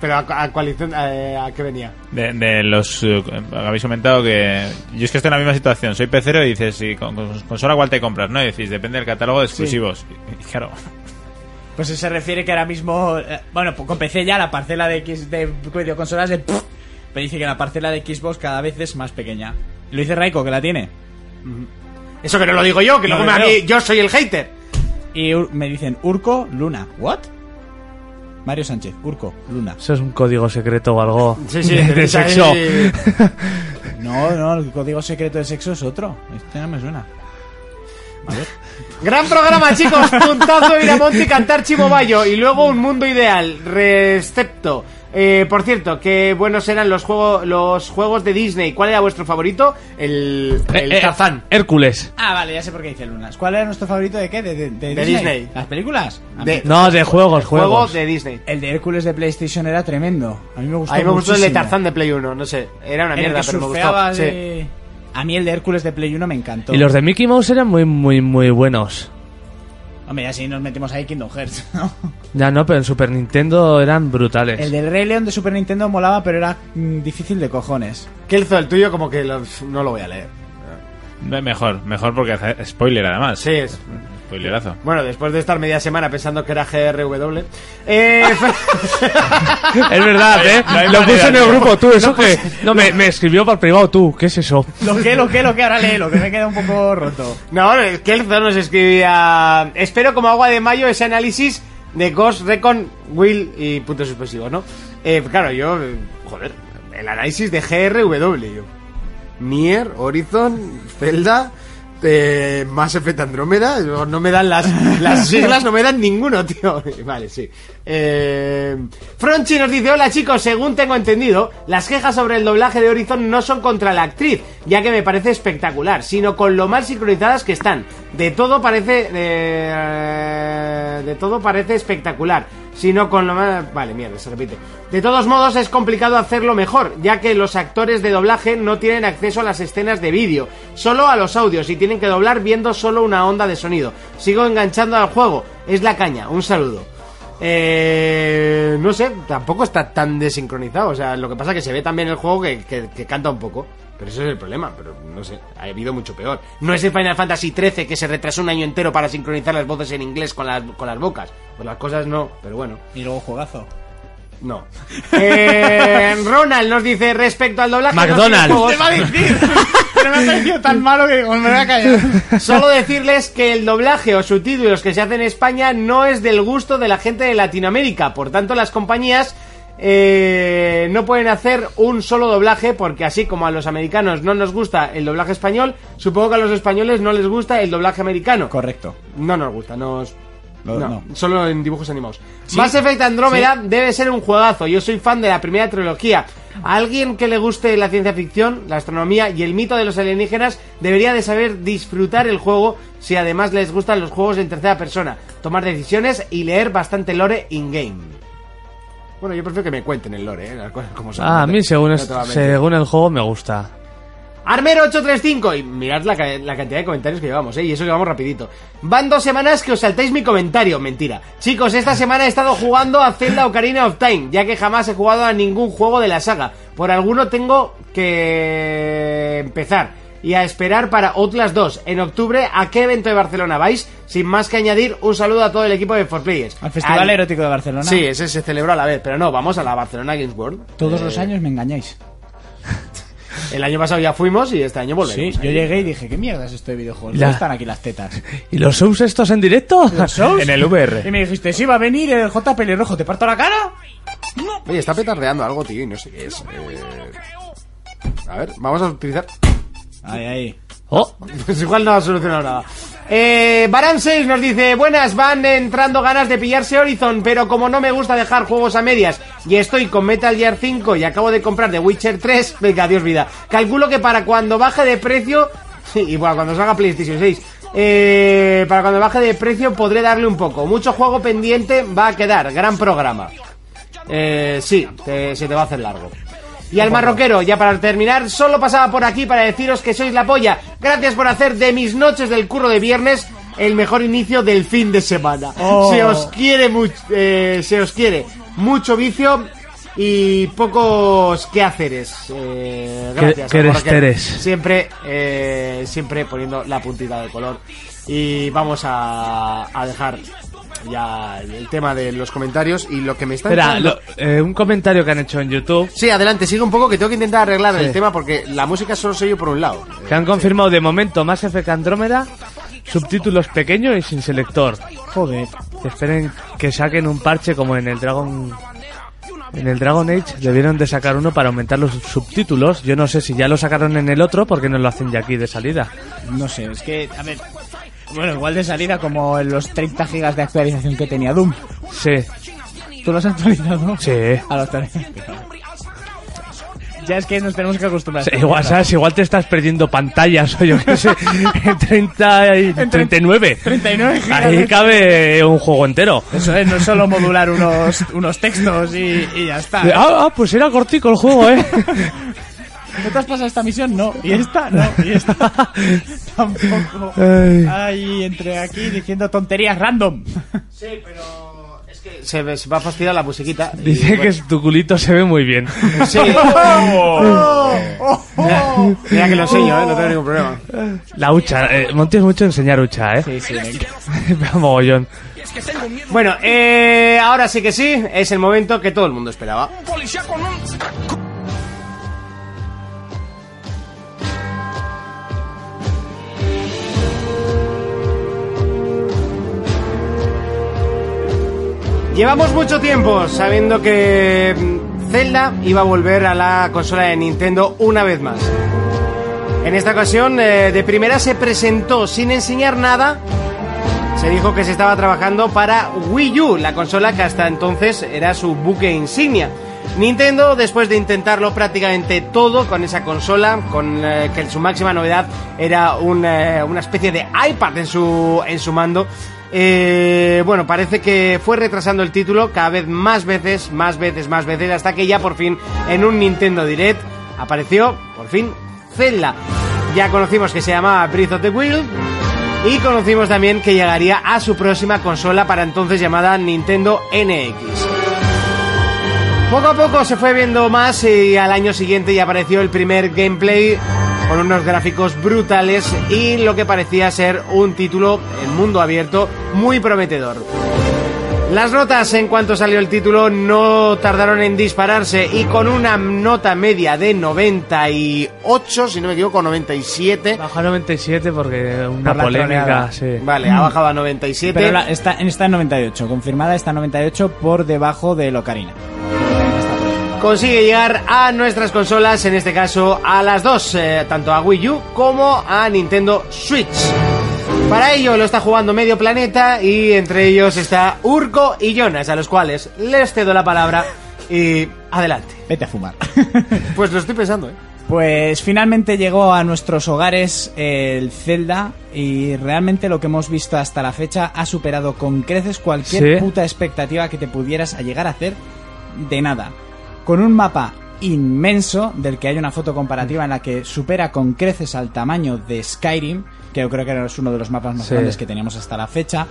B: Pero a, a coalición- eh, ¿a qué venía?
F: De, de los. eh, habéis comentado que. Yo es que estoy en la misma situación. Soy pecero y dices, ¿y con, con- consola cuál te compras? ¿No? Y decís, depende del catálogo de exclusivos. Y- y claro. <laughs>
C: Pues eso se refiere que ahora mismo, eh, bueno, pues con PC ya la parcela de X de videoconsolas de... Me dice que la parcela de Xbox cada vez es más pequeña. Lo dice Raiko, que la tiene.
B: Eso que no lo digo yo, que
C: No
B: luego
C: lo
B: me- a
C: creo.
B: mí- yo soy el hater.
C: Y Ur- me dicen, Urco, Luna. ¿What? Mario Sánchez, Urco, Luna.
D: Eso es un código secreto o algo
B: Sí,
C: <laughs>
B: sí,
D: de, de
B: sí,
D: sexo.
B: sí.
C: No, no, el código secreto de sexo es otro. Este no me suena.
B: Gran programa,
C: <laughs>
B: chicos. Puntazo Viramonte, cantar Chimo Bayo y luego un mundo ideal. Recepto. Eh, por cierto, qué buenos eran los, juego- los juegos de Disney. ¿Cuál era vuestro favorito? El, el
D: Eh, eh,
B: Tarzán.
D: Hércules.
C: Ah, vale, ya sé por qué dice Lunas. ¿Cuál era nuestro favorito de qué? ¿De, de- de
B: De
C: Disney?
B: Disney.
C: ¿Las películas? A
B: De-
C: mí-
D: No, de juegos,
B: Juego
D: juegos.
B: de Disney.
C: El de Hércules de PlayStation era tremendo. A mí me gustó
B: A mí me gustó el de
C: muchísimo.
B: Tarzán de Play 1, no sé. Era una
C: En el
B: mierda,
C: que
B: pero me
C: surfeaba
B: gustó. Sí.
C: de- A mí el de Hércules de Play 1 me encantó.
D: Y los de Mickey Mouse eran muy, muy, muy buenos.
C: Hombre, ya si nos metemos ahí Kingdom Hearts, ¿no?
D: Ya no, pero en Super Nintendo eran brutales.
C: El del Rey León de Super Nintendo molaba, pero era mm, difícil de cojones.
B: Kelzo, el tuyo, como que los- no lo voy a leer.
F: Me- Mejor, mejor porque hace spoiler además.
B: Sí, es.
F: Spoilerazo.
B: Bueno, después de estar media semana pensando que era GRW. Eh,
D: <laughs>
B: <laughs>
D: Es verdad, ¿eh?
F: no hay
D: lo
F: manera,
D: puse en el
F: tío.
D: grupo, tú, eso que... No, me, me escribió por privado, tú, ¿qué es eso?
C: Lo que, lo que, lo que, ahora léelo, que me queda un poco roto.
B: No, es que Elzo nos escribía. Espero como agua de mayo ese análisis de Ghost Recon Will y puntos suspensivos, ¿no? Eh, claro, yo. eh, Joder, el análisis de GRW. Yo. Nier, Horizon, Zelda, eh, Mass Effect Andrómeda. yo- No me dan las, las siglas, no me dan ninguno, tío. <laughs> Vale, sí. Eh, Fronchi nos dice: Hola chicos, según tengo entendido, las quejas sobre el doblaje de Horizon no son contra la actriz, ya que me parece espectacular, sino con lo mal sincronizadas que están. De todo parece. eh, de todo parece espectacular. Sino con lo mal. Vale, mierda, se repite. De todos modos, es complicado hacerlo mejor, ya que los actores de doblaje no tienen acceso a las escenas de vídeo, solo a los audios y tienen que doblar viendo solo una onda de sonido. Sigo enganchando al juego, es la caña, un saludo. Eh, no sé, tampoco está tan desincronizado, o sea, lo que pasa es que se ve también el juego que, que- que canta un poco. Pero ese es el problema, pero no sé, ha habido mucho peor. No es el Final Fantasy XIII que se retrasó un año entero para sincronizar las voces en inglés con las, con las bocas. Pues las cosas no, pero bueno.
C: Y luego <laughs> juegazo.
B: No. <laughs> Eh, Ronald nos dice respecto al doblaje.
D: McDonald's.
B: no tiene
C: va a
B: juegos.
C: decir? Pero me ha parecido tan malo que me voy a
B: <laughs>
C: callar.
B: Solo decirles que el doblaje o subtítulos que se hace en España no es del gusto de la gente de Latinoamérica. Por tanto, las compañías eh, no pueden hacer un solo doblaje porque así como a los americanos no nos gusta el doblaje español, supongo que a los españoles no les gusta el doblaje americano.
C: Correcto.
B: No nos gusta, nos.
C: No,
B: no,
C: no.
B: solo en dibujos animados. Mass Effect Andrómeda debe ser un juegazo. Yo soy fan de la primera trilogía. A alguien que le guste la ciencia ficción, la astronomía y el mito de los alienígenas debería de saber disfrutar el juego si además les gustan los juegos en tercera persona, tomar decisiones y leer bastante lore in-game. Bueno, yo prefiero que me cuenten el lore, ¿eh? las cosas como son.
D: Ah, a
B: No te-
D: mí según,
B: no
D: es-
B: te voy a mentir.
D: según el juego me gusta.
B: Armero835 y mirad la, ca- la cantidad de comentarios que llevamos, ¿eh? y eso que vamos rapidito. Van dos semanas que os saltáis mi comentario, mentira. Chicos, esta semana he estado jugando a Zelda Ocarina of Time, ya que jamás he jugado a ningún juego de la saga. Por alguno tengo que empezar y a esperar para Outlast 2 en octubre. ¿A qué evento de Barcelona vais? Sin más que añadir, un saludo a todo el equipo de 4Players.
C: Al Festival
B: Al-
C: Erótico de Barcelona.
B: Sí, ese se celebró a la vez, pero no, vamos a la Barcelona Games World.
C: Todos los años me engañáis.
B: El año pasado ya fuimos y este año
C: Sí,
B: volvemos.
C: yo llegué y dije, ¿qué mierda es esto de videojuegos?
D: Ya.
C: ¿Dónde están aquí las tetas?
D: ¿Y los subs estos en directo?
C: ¿Sos?
F: En el VR.
C: Y me dijiste, sí, va a venir el J pelirrojo, ¿te parto la cara?
M: Oye, está petardeando algo, tío, y no sé qué es. Eh, A ver, vamos a utilizar.
C: Ahí, ahí.
D: Oh,
B: <laughs> Pues igual no ha solucionado nada. Eh, Baran 6 nos dice, buenas, van entrando ganas de pillarse Horizon, pero como no me gusta dejar juegos a medias y estoy con Metal Gear 5 y acabo de comprar The Witcher 3, <laughs> venga, Dios vida, calculo que para cuando baje de precio, <laughs> y bueno, cuando salga PlayStation 6, eh, para cuando baje de precio podré darle un poco. Mucho juego pendiente va a quedar, gran programa. Eh, sí, te- se te va a hacer largo. Y al marroquero, ya para terminar, solo pasaba por aquí para deciros que sois la polla. Gracias por hacer de mis noches del curro de viernes el mejor inicio del fin de semana.
D: Oh.
B: Se os quiere mucho, se os quiere mucho vicio y pocos quehaceres. Eh, gracias.
D: Que- que eres
B: marroquero.
D: teres.
B: Siempre, eh, siempre poniendo la puntita de color. Y vamos a, a dejar ya el tema de los comentarios y lo que me está
D: espera,
B: entrando-
D: lo- eh, un comentario que han hecho en YouTube
B: Sí, adelante, sigue un poco que tengo que intentar arreglar el tema porque la música solo soy yo por un lado.
D: que han confirmado de momento más Effect Andrómeda, subtítulos pequeños y sin selector.
C: Joder.
D: Que Esperen que saquen un parche como en el Dragon en el Dragon Age debieron de sacar uno para aumentar los subtítulos. Yo no sé si ya lo sacaron en el otro porque no lo hacen ya aquí de salida.
C: No sé, es que, a ver... Bueno, igual de salida como los 30 gigas de actualización que tenía Doom.
D: Sí,
C: ¿Tú los has actualizado?
D: sí.
C: A los 30. Ya es que nos tenemos que acostumbrar.
D: Sí, Igual, ¿sabes? Igual te estás perdiendo pantallas o yo qué
C: <laughs>
D: sé, en 30 y 39.
C: 39 gigas. ¿eh?
D: Ahí cabe un juego entero.
C: Eso es, no es solo modular unos, unos textos y, y ya está.
D: Ah, ah, pues era cortico el juego, ¿eh?
C: <laughs> ¿No te has pasado esta misión? No. ¿Y esta? No. ¿Y <laughs> esta? Tampoco.
D: Ay.
C: Ay, entre aquí diciendo tonterías random.
B: Sí, pero es que se, me- se va a fastidiar la musiquita. y
D: Dice
B: bueno,
D: que tu culito se ve muy bien. <laughs>
B: sí. <laughs> Mira- Mira que lo enseño, ¿eh? no tengo ningún problema.
D: La hucha, eh, Monty es mucho enseñar hucha, ¿eh? Sí, sí. <laughs> Mogollón.
B: Bueno, eh, ahora sí que sí, es el momento que todo el mundo esperaba. Llevamos mucho tiempo sabiendo que mm, Zelda iba a volver a la consola de Nintendo una vez más. En esta ocasión, eh, de primera se presentó sin enseñar nada se dijo que se estaba trabajando para Wii U, la consola que hasta entonces era su buque insignia. Nintendo, después de intentarlo prácticamente todo con esa consola, con eh, que su máxima novedad era un, eh, una especie de iPad en su, en su mando, eh, bueno, parece que fue retrasando el título cada vez más veces, más veces, más veces, hasta que ya por fin en un Nintendo Direct apareció, por fin, Zelda. Ya conocimos que se llamaba Breath of the Wild, y conocimos también que llegaría a su próxima consola para entonces llamada Nintendo NX. Poco a poco se fue viendo más y al año siguiente ya apareció el primer gameplay con unos gráficos brutales y lo que parecía ser un título en mundo abierto muy prometedor. Las notas en cuanto salió el título no tardaron en dispararse y con una nota media de 98, si no me equivoco, 97.
D: Baja 97 porque una
C: Por la
D: polémica,
C: troleada.
D: sí.
B: Vale, ha bajado a 97.
C: Pero la- está, está en 98, confirmada está en 98 por debajo de Locarina.
B: consigue llegar a nuestras consolas, en este caso a las dos, eh, tanto a Wii U como a Nintendo Switch. Para ello lo está jugando medio planeta y entre ellos está Urco y Jonas, a los cuales les cedo la palabra y adelante.
C: Vete a fumar. <laughs>
B: Pues lo estoy pensando, ¿eh?
C: Pues finalmente llegó a nuestros hogares el Zelda y realmente lo que hemos visto hasta la fecha ha superado con creces cualquier
D: Sí.
C: puta expectativa que te pudieras a llegar a hacer de nada. Con un mapa inmenso del que hay una foto comparativa en la que supera con creces al tamaño de Skyrim, que yo creo que era uno de los mapas más
D: Sí.
C: grandes que teníamos hasta la fecha.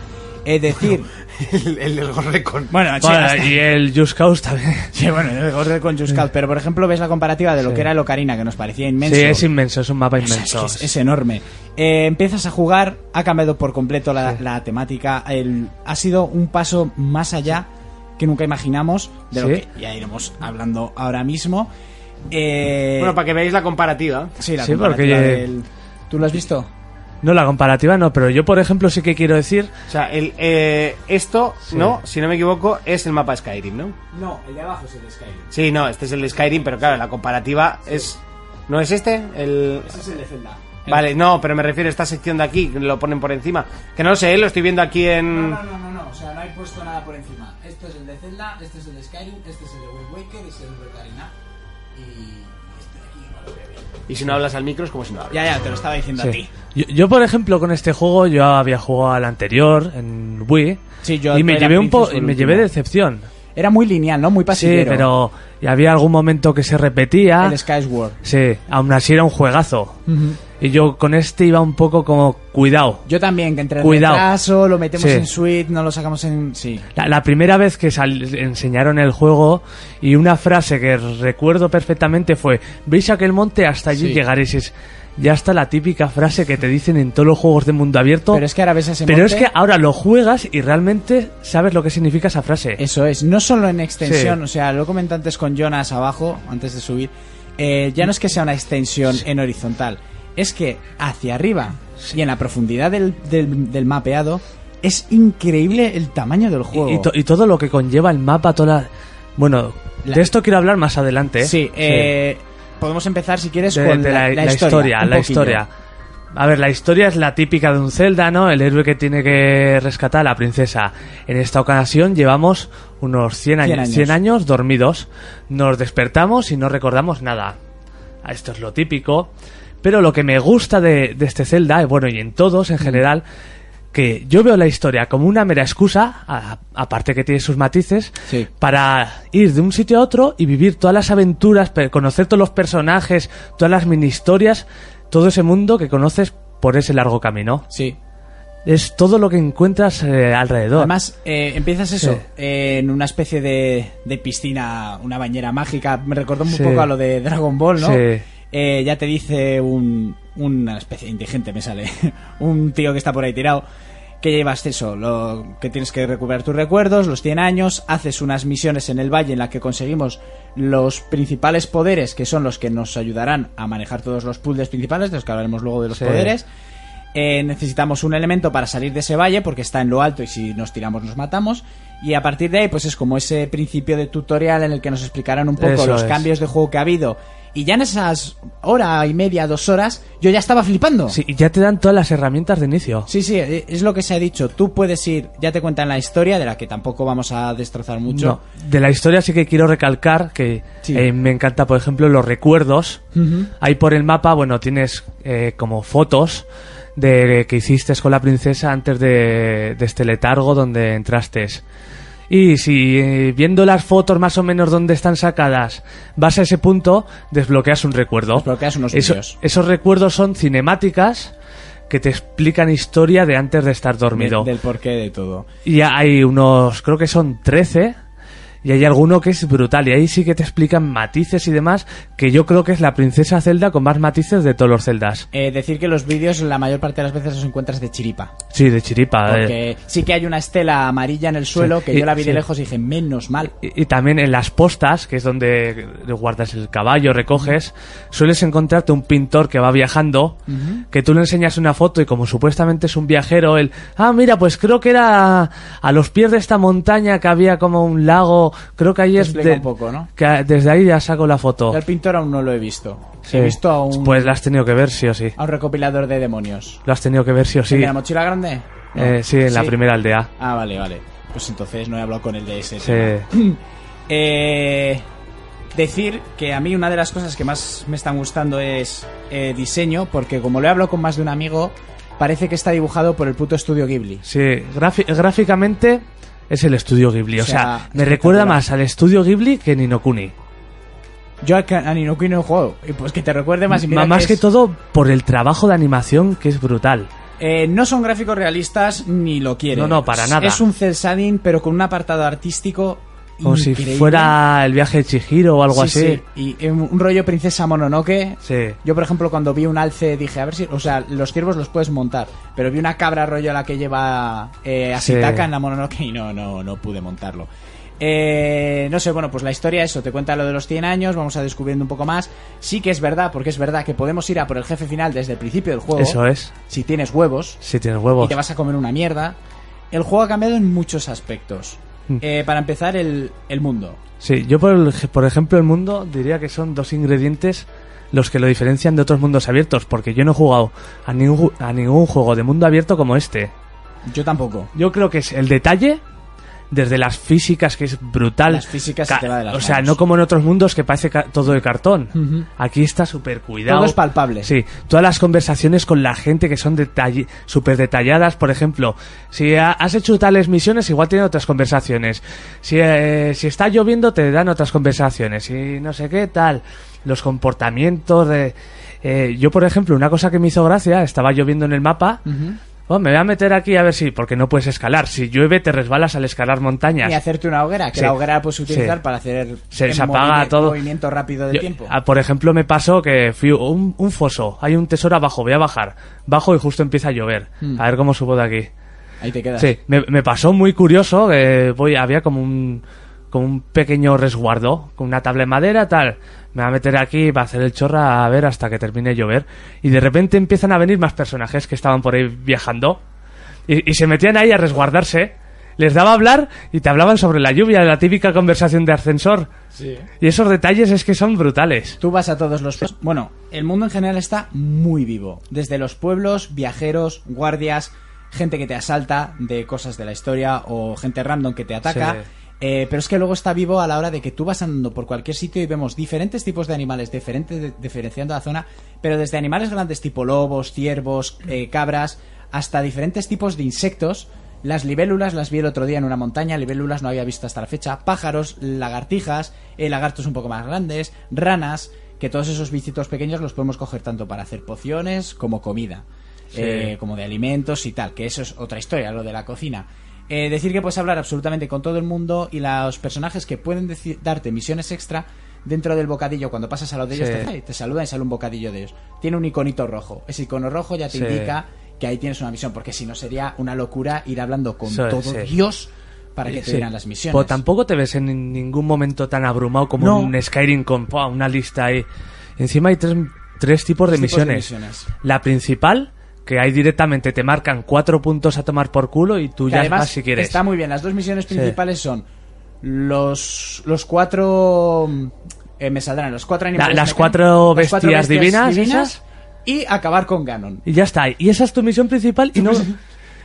C: Es decir,
B: El, el del Gorrecon.
C: bueno, sí,
D: Bueno,
C: hasta-
D: y el Just Cause también.
C: <laughs> sí, bueno, el Ghost con Just Cause, pero por ejemplo ves la comparativa de lo que era el Ocarina, que nos parecía inmenso.
D: Sí, es inmenso, es un mapa
C: O sea,
D: inmenso.
C: Es, que es- es enorme. Eh, empiezas a jugar, ha cambiado por completo la, la temática. el- ha sido un paso más allá que nunca imaginamos, de
D: Sí.
C: lo que ya iremos hablando ahora mismo. Eh,
B: Bueno, para que veáis la comparativa.
C: sí, la
D: sí,
C: comparativa
D: porque, eh,
C: del- ¿Tú lo has visto?
D: No, la comparativa no, pero yo, por ejemplo, sí que quiero decir
B: O sea, el, eh, esto, ¿no? Si no me equivoco, es el mapa Skyrim, ¿no?
C: No, el de abajo es el Skyrim.
B: Sí, no, este es el de Skyrim, pero claro, la comparativa es... ¿No es este? El...
C: es el de Zelda.
B: Vale, no, pero me refiero a esta sección de aquí, lo ponen por encima. Que no lo sé, eh, lo estoy viendo aquí en...
C: No, no, no, no, o sea, no hay puesto nada por encima. Esto es el de Zelda, este es el de Skyrim, este es el de Wind Waker, este es el de Ocarina. Y este de aquí, no lo veo bien.
B: Y si no hablas al micro es como si no hablas.
C: Ya, ya, te lo estaba diciendo
D: Sí.
C: a ti.
D: Yo, yo, por ejemplo, con este juego yo había jugado al anterior, en Wii,
C: Sí, yo
D: y me
C: era
D: llevé, un po
C: Princess
D: y
C: del
D: me
C: último.
D: llevé decepción.
C: Era muy lineal, ¿no? Muy
D: Sí,
C: pasillero.
D: pero y había algún momento que se repetía.
C: El Skyward.
D: Sí, aún así era un juegazo. Y yo con este iba un poco como, cuidado.
C: Yo también, que entre el
D: Cuidado.
C: retraso, lo metemos
D: Sí.
C: en suite, no lo sacamos en... Sí.
D: La, la primera vez que sal- enseñaron el juego y una frase que recuerdo perfectamente fue, veis aquel monte, hasta allí
C: Sí.
D: llegaréis. Es- ya está la típica frase que te dicen en todos los juegos de mundo abierto.
C: Pero es que ahora ves ese
D: Pero es
C: monte-
D: que ahora lo juegas y realmente sabes lo que significa esa frase.
C: Eso es, no solo en extensión,
D: Sí.
C: o sea, lo comenté antes con Jonas abajo, antes de subir, eh, ya no es que sea una extensión en horizontal, es que hacia arriba y en la profundidad del, del- del mapeado es increíble el tamaño del
D: y,
C: juego.
D: y to- y todo lo que conlleva el mapa, toda la... Bueno,
C: La-
D: de esto quiero hablar más adelante. ¿eh?
C: Sí, eh, podemos empezar si quieres
D: de,
C: con
D: de
C: la, la historia. un
D: la
C: poquillo.
D: historia. A ver, la historia es la típica de un Zelda, ¿no? El héroe que tiene que rescatar a la princesa. En esta ocasión llevamos unos 100 años,
C: 100 años.
D: 100 años dormidos. Nos despertamos y no recordamos nada. Ah, Esto es lo típico. Pero lo que me gusta de, de este Zelda, y bueno, y en todos
C: Mm.
D: en general, que yo veo la historia como una mera excusa, a- aparte que tiene sus matices,
C: Sí.
D: para ir de un sitio a otro y vivir todas las aventuras, pe- conocer todos los personajes, todas las mini historias, todo ese mundo que conoces por ese largo camino.
C: Sí.
D: Es todo lo que encuentras eh, alrededor.
C: Además, eh, empiezas eso,
D: Sí.
C: eh, en una especie de, de piscina, una bañera mágica. Me recordó un
D: Sí.
C: poco a lo de Dragon Ball, ¿no?
D: Sí.
C: Eh, ya te dice un, una especie de indigente, me sale. <laughs> un tío que está por ahí tirado. Que llevas eso, lo, que tienes que recuperar tus recuerdos, los 100 años, haces unas misiones en el valle en la que conseguimos los principales poderes, que son los que nos ayudarán a manejar todos los puzzles principales, de los que hablaremos luego de los
D: Sí.
C: poderes. Eh, necesitamos un elemento para salir de ese valle porque está en lo alto y si nos tiramos nos matamos. Y a partir de ahí, pues es como ese principio de tutorial en el que nos explicarán un poco
D: Eso
C: los
D: es.
C: cambios de juego que ha habido. Y ya en esas hora y media, dos horas, yo ya estaba flipando.
D: Sí, y ya te dan todas las herramientas de inicio.
C: Sí, sí, eh, es lo que se ha dicho. Tú puedes ir, ya te cuentan la historia, de la que tampoco vamos a destrozar mucho.
D: No, de la historia sí que quiero recalcar que
C: Sí.
D: eh, me encanta, por ejemplo, los recuerdos. Ahí por el mapa, bueno, tienes eh, como fotos de que hiciste con la princesa antes de, de este letargo donde entraste. Y si eh, viendo las fotos más o menos donde están sacadas, vas a ese punto, desbloqueas un recuerdo.
C: Desbloqueas unos
D: Eso-
C: vídeos.
D: Esos recuerdos son cinemáticas que te explican historia de antes de estar
C: De-
D: dormido.
C: del porqué de todo.
D: Y hay unos, creo que son 13. Y hay alguno que es brutal. Y ahí sí que te explican matices y demás. Que yo creo que es la princesa Zelda con más matices de todos los celdas.
C: Eh, decir que los vídeos la mayor parte de las veces los encuentras de chiripa.
D: Sí, de chiripa. eh.
C: Porque sí que hay una estela amarilla en el suelo que
D: y-
C: yo la vi de
D: sí.
C: lejos y dije, menos mal.
D: Y, y también en las postas, que es donde guardas el caballo, recoges, sueles encontrarte un pintor que va viajando, que tú le enseñas una foto y como supuestamente es un viajero, él, ah, mira, pues creo que era a los pies de esta montaña que había como un lago, creo que ahí es...
C: explica
D: de-
C: un poco, ¿no?
D: Que a- desde ahí ya saco la foto.
C: Yo al pintor aún no lo he visto.
D: Oh. Sí.
C: He visto a un,
D: Pues la has tenido que ver, sí o sí.
C: a un recopilador de demonios.
D: Lo has tenido que ver, sí o
C: ¿El
D: sí.
C: de la mochila grande? No.
D: Eh, sí, en la primera aldea.
C: Ah, vale, vale. Pues entonces no he hablado con el de ese.
D: Sí.
C: tema. Eh, decir que a mí una de las cosas que más me están gustando es eh, diseño, porque como lo he hablado con más de un amigo, parece que está dibujado por el puto estudio Ghibli.
D: Sí, grafi- gráficamente es el estudio Ghibli. O
C: O sea,
D: sea, me recuerda
C: espectacular.
D: más al estudio Ghibli que Ninokuni.
C: Yo a Ka- a Ninoki no he jugado. Y pues que te recuerde más y mira
D: Ma- Más que
C: es-
D: todo por el trabajo de animación que es brutal.
C: Eh, no son gráficos realistas ni lo quieren.
D: No, no, para nada.
C: Es un cel shading, pero con un apartado artístico.
D: Como
C: increíble.
D: si fuera el viaje de Chihiro o algo
C: Sí,
D: así.
C: sí. Y eh, un rollo princesa mononoke.
D: Sí.
C: Yo, por ejemplo, cuando vi un alce dije, a ver si. O sea, los ciervos los puedes montar. Pero vi una cabra rollo a la que lleva eh, a
D: Sí.
C: Sitaka en la mononoke y no, no, no pude montarlo. Eh, no sé, bueno, pues la historia, eso, te cuenta lo de los 100 años, vamos a descubriendo un poco más. Sí que es verdad, porque es verdad que podemos ir a por el jefe final desde el principio del juego.
D: Eso es.
C: Si tienes huevos
D: Si tienes huevos.
C: y te vas a comer una mierda. El juego ha cambiado en muchos aspectos.
D: Mm.
C: Eh, para empezar, el, el mundo.
D: Sí, yo por, el- por ejemplo el mundo diría que son dos ingredientes los que lo diferencian de otros mundos abiertos, porque yo no he jugado a ningún, ju- a ningún juego de mundo abierto como este.
C: Yo tampoco.
D: Yo creo que es el detalle, desde las físicas, que es brutal.
C: Las físicas se te va de las
D: O sea,
C: manos.
D: no como en otros mundos que parece ca- todo de cartón. Aquí está súper cuidado.
C: Todo es palpable.
D: Sí, todas las conversaciones con la gente que son detalle- súper detalladas. Por ejemplo, si ha- has hecho tales misiones, igual tienen otras conversaciones. Si, eh, si está lloviendo, te dan otras conversaciones. Y no sé qué, tal. Los comportamientos de... eh, yo, por ejemplo, una cosa que me hizo gracia, estaba lloviendo en el mapa. Oh, me voy a meter aquí a ver si... Porque no puedes escalar. Si llueve, te resbalas al escalar montañas.
C: Y hacerte una hoguera, que
D: Sí.
C: la hoguera la puedes utilizar
D: Sí.
C: para hacer
D: Se-
C: el
D: se apaga
C: movimi-
D: todo.
C: movimiento rápido del
D: Yo-
C: tiempo.
D: ah, por ejemplo, me pasó que fui a un, un foso, hay un tesoro abajo, voy a bajar. Bajo y justo empieza a llover. A ver cómo subo de aquí.
C: Ahí te quedas.
D: Sí, me, me pasó muy curioso que voy, había como un, como un pequeño resguardo, con una tabla de madera, tal. Me va a meter aquí, va a hacer el chorra a ver hasta que termine de llover. Y de repente empiezan a venir más personajes que estaban por ahí viajando. Y, y se metían ahí a resguardarse. Les daba a hablar y te hablaban sobre la lluvia, la típica conversación de ascensor. Y esos detalles es que son brutales.
C: Tú vas a todos los... Bueno, el mundo en general está muy vivo. Desde los pueblos, viajeros, guardias, gente que te asalta de cosas de la historia o gente random que te ataca.
D: Sí.
C: Eh, pero es que luego está vivo a la hora de que tú vas andando por cualquier sitio y vemos diferentes tipos de animales, diferentes, de- diferenciando la zona, pero desde animales grandes tipo lobos, ciervos, eh, cabras, hasta diferentes tipos de insectos. Las libélulas las vi el otro día en una montaña, libélulas no había visto hasta la fecha, pájaros, lagartijas, eh, lagartos un poco más grandes, ranas, que todos esos bichitos pequeños los podemos coger tanto para hacer pociones como comida, eh, como de alimentos y tal, que eso es otra historia, lo de la cocina. Eh, decir que puedes hablar absolutamente con todo el mundo y la- los personajes que pueden deci- darte misiones extra dentro del bocadillo, cuando pasas a los de ellos,
D: Sí.
C: te, "Ay", te saludan y sale un bocadillo de ellos. Tiene un iconito rojo. Ese icono rojo ya te
D: Sí.
C: indica que ahí tienes una misión, porque si no sería una locura ir hablando con
D: Eso es,
C: todo
D: sí.
C: Dios para que te
D: Sí.
C: dieran las misiones.
D: Pero Este, pues tampoco te ves en ningún momento tan abrumado como
C: No.
D: un Skyrim con ¡pua!, una lista ahí. Encima hay tres, tres tipos, de,
C: Tres tipos de
D: misiones.
C: misiones.
D: La principal, que ahí directamente te marcan cuatro puntos a tomar por culo y tú
C: Que
D: ya
C: además
D: vas si quieres.
C: está muy bien. Las dos misiones principales son los, los cuatro... eh, me saldrán los cuatro animales.
D: las
C: mecánicos-
D: cuatro bestias divinas, esas.
C: y acabar con Ganon.
D: Y ya está. Y esa es tu misión principal
C: <laughs>
D: y no...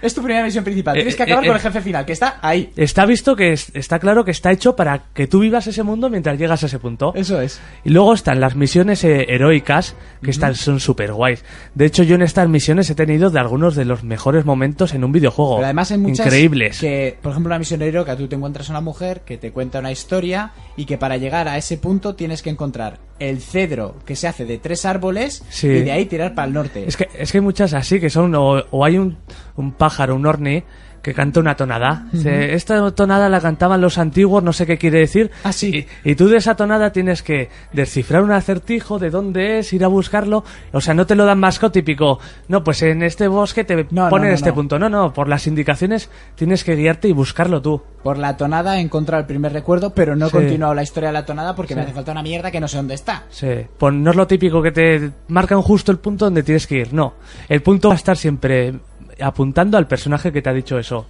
C: Es tu primera misión principal.
D: Eh,
C: Tienes que
D: eh,
C: acabar con
D: eh.
C: el jefe final, que está ahí.
D: Está visto que es- está claro que está hecho para que tú vivas ese mundo mientras llegas a ese punto.
C: Eso es.
D: Y luego están las misiones eh, heroicas, que están, son súper guays. De hecho, yo en estas misiones he tenido de algunos de los mejores momentos en un videojuego.
C: Pero además hay muchas
D: Oh, Increíbles.
C: que, por ejemplo, una misionero que tú te encuentras a una mujer que te cuenta una historia y que para llegar a ese punto tienes que encontrar el cedro que se hace de tres árboles
D: Sí.
C: y de ahí tirar para el norte.
D: Es que, es que hay muchas así que son, o, o hay un, un pájaro, un orni, que canta una tonada. Dice, Esta tonada la cantaban los antiguos, no sé qué quiere decir.
C: Ah, sí.
D: y, y tú de esa tonada tienes que descifrar un acertijo, de dónde es, ir a buscarlo. O sea, no te lo dan más típico. No, pues en este bosque te
C: no,
D: ponen
C: no,
D: este
C: no.
D: punto. No, no, por las indicaciones tienes que guiarte y buscarlo tú.
C: Por la tonada he encontrado el primer recuerdo, pero no he
D: Sí.
C: continuado la historia de la tonada porque me hace falta una mierda que no sé dónde está.
D: Sí, pues no es lo típico que te marcan justo el punto donde tienes que ir, no. El punto va a estar siempre apuntando al personaje que te ha dicho eso.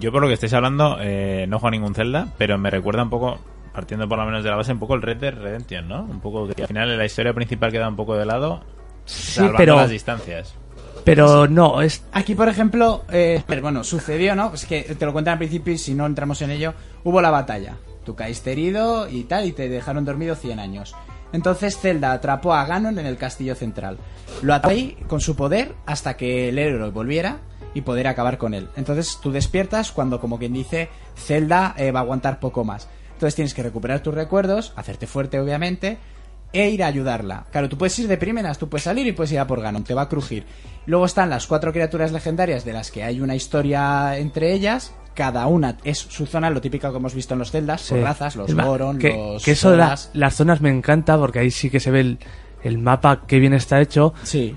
F: Yo por lo que estáis hablando, eh, no juego a ningún Zelda, pero me recuerda un poco, partiendo por lo menos de la base, un poco el Red Dead Redemption, ¿no? Un poco que al final la historia principal queda un poco de lado,
D: Sí,
F: salvando
D: pero,
F: las distancias.
D: pero no, es...
C: Aquí, por ejemplo, eh, pero bueno, sucedió, ¿no? Es que te lo cuentan al principio y si no entramos en ello, hubo la batalla. Tú caíste herido y tal, y te dejaron dormido 100 años. Entonces Zelda atrapó a Ganon en el castillo central. Lo atrapó ahí con su poder hasta que el héroe volviera y poder acabar con él. Entonces tú despiertas cuando, como quien dice, Zelda eh, va a aguantar poco más. Entonces tienes que recuperar tus recuerdos, hacerte fuerte, obviamente, e ir a ayudarla. Claro, tú puedes ir de primeras, tú puedes salir y puedes ir a por Ganon, te va a crujir. Luego están las cuatro criaturas legendarias de las que hay una historia entre ellas. Cada una es su zona, lo típico que hemos visto en los celdas, por
D: sí.
C: razas, los
D: Es más,
C: Goron,
D: que,
C: los...
D: que eso de la-
C: Zoras.
D: las zonas me encanta porque ahí sí que se ve el, el mapa que bien está hecho.
C: Sí,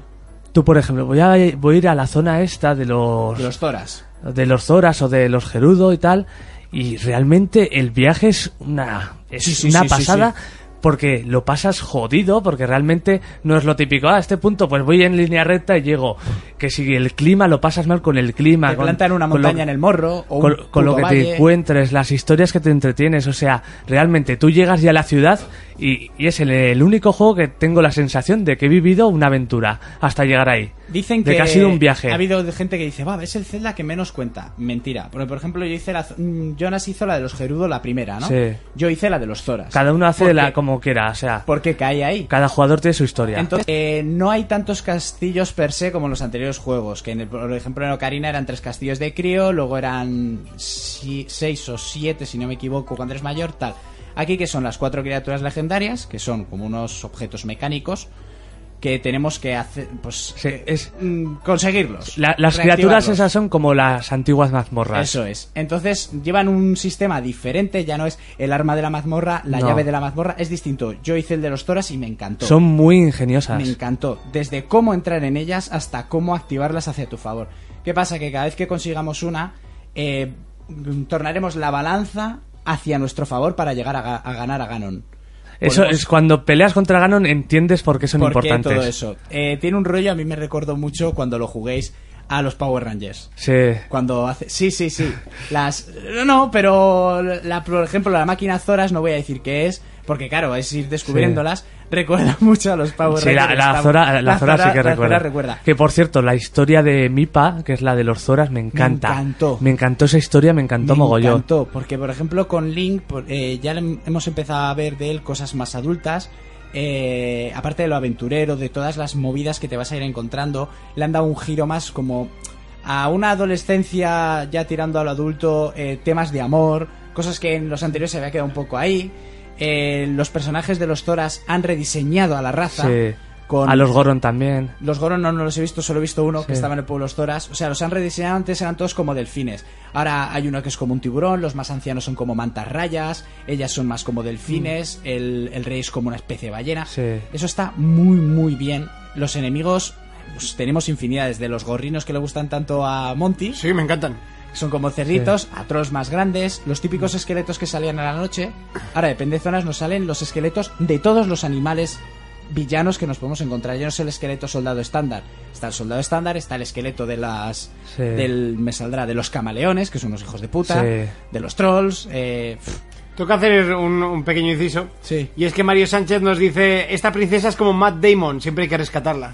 D: Tú, por ejemplo, voy a, voy a ir a la zona esta de los...
C: los Zoras.
D: de los Zoras o de los Gerudo y tal. Y realmente el viaje es una, es
C: Sí, sí,
D: una
C: sí, sí,
D: pasada
C: sí.
D: porque lo pasas jodido, porque realmente no es lo típico. Ah, a este punto, pues voy en línea recta y llego. Que si el clima lo pasas mal con el clima.
C: Te
D: ah, con-
C: plantan una
D: con lo-
C: montaña en el morro o un
D: con, con lo
C: puto
D: que
C: valle.
D: te encuentres, las historias que te entretienes, o sea, realmente tú llegas ya a la ciudad y, y es el, el único juego que tengo la sensación de que he vivido una aventura hasta llegar ahí.
C: Dicen
D: de
C: que,
D: que ha sido un viaje.
C: Ha habido gente que dice, va, es el Zelda que menos cuenta. Mentira. Porque, por ejemplo, yo hice la. mm, Jonas hizo la de los Gerudo, la primera, ¿no?
D: Sí.
C: Yo hice la de los Zoras.
D: Cada uno hace
C: Porque-
D: la como quiera, o sea,
C: Porque cae ahí.
D: cada jugador tiene su historia.
C: Entonces, eh, no hay tantos castillos per se como en los anteriores juegos. Que, en el- por ejemplo, en Ocarina eran tres castillos de crío, luego eran si- seis o siete, si no me equivoco, cuando eres mayor, tal. Aquí que son las cuatro criaturas legendarias, que son como unos objetos mecánicos que tenemos que hacer, pues,
D: Sí, es-
C: mm, conseguirlos.
D: La- las criaturas
C: reactivarlos.
D: esas son como las antiguas mazmorras.
C: Eso es. Entonces llevan un sistema diferente, ya no es el arma de la mazmorra, la
D: No.
C: llave de la mazmorra, es distinto. Yo hice el de los toras y me encantó.
D: Son muy ingeniosas.
C: Me encantó. Desde cómo entrar en ellas hasta cómo activarlas hacia tu favor. ¿Qué pasa? Que cada vez que consigamos una, eh, tornaremos la balanza hacia nuestro favor para llegar a, ga- a ganar a Ganon.
D: Eso
C: Podemos-
D: es cuando peleas contra Ganon entiendes por qué son
C: ¿Por qué
D: importantes.
C: todo eso? Eh, tiene un rollo, a mí me recordó mucho cuando lo juguéis a los Power Rangers.
D: Sí.
C: Cuando hace. Sí,
D: <laughs>
C: sí, sí. Las. No, no, pero. La, por ejemplo, la máquina Zoras no voy a decir qué es, porque claro, es ir descubriéndolas. Recuerda <laughs> mucho a los Power
D: Sí, la,
C: Rangers.
D: la
C: Está-
D: Zora, la Zora sí que
C: la
D: recuerda.
C: Zora recuerda.
D: Que por cierto, la historia de Mipa, que es la de los Zoras, me encanta.
C: encantó.
D: Me encantó esa historia, me encantó
C: Me
D: mogollón.
C: encantó, porque por ejemplo con Link por- eh, ya le- hemos empezado a ver de él cosas más adultas. eh, aparte de lo aventurero, de todas las movidas que te vas a ir encontrando, le han dado un giro más como a una adolescencia ya tirando a lo adulto, eh, temas de amor, cosas que en los anteriores se había quedado un poco ahí. Eh, los personajes de los Toras han rediseñado a la raza.
D: Sí.
C: Con
D: A los Goron también.
C: los Goron no, no los he visto, solo he visto uno
D: Sí.
C: que estaba en el pueblo de los Toras. O sea, los han rediseñado antes, eran todos como delfines. Ahora hay uno que es como un tiburón, los más ancianos son como mantas rayas, ellas son más como delfines, el, el rey es como una especie de ballena.
D: Mm. Sí.
C: Eso está muy, muy bien. Los enemigos, pues, tenemos infinidad, desde los gorrinos que le gustan tanto a Monty,
M: Sí, me encantan.
C: son como cerritos, a trolls más grandes, los típicos esqueletos que salían a la noche. Ahora, depende de zonas, nos salen los esqueletos de todos los animales villanos que nos podemos encontrar. Ya no es el esqueleto soldado estándar. Está el soldado estándar, está el esqueleto de las...
D: Sí.
C: del Me saldrá de los camaleones, que son unos hijos de puta,
D: Sí.
C: de los trolls... Eh, pff,
B: Tengo que hacer un, un pequeño inciso.
C: Sí.
B: Y es que Mario Sánchez nos dice, esta princesa es como Matt Damon, siempre hay que rescatarla.
C: <laughs>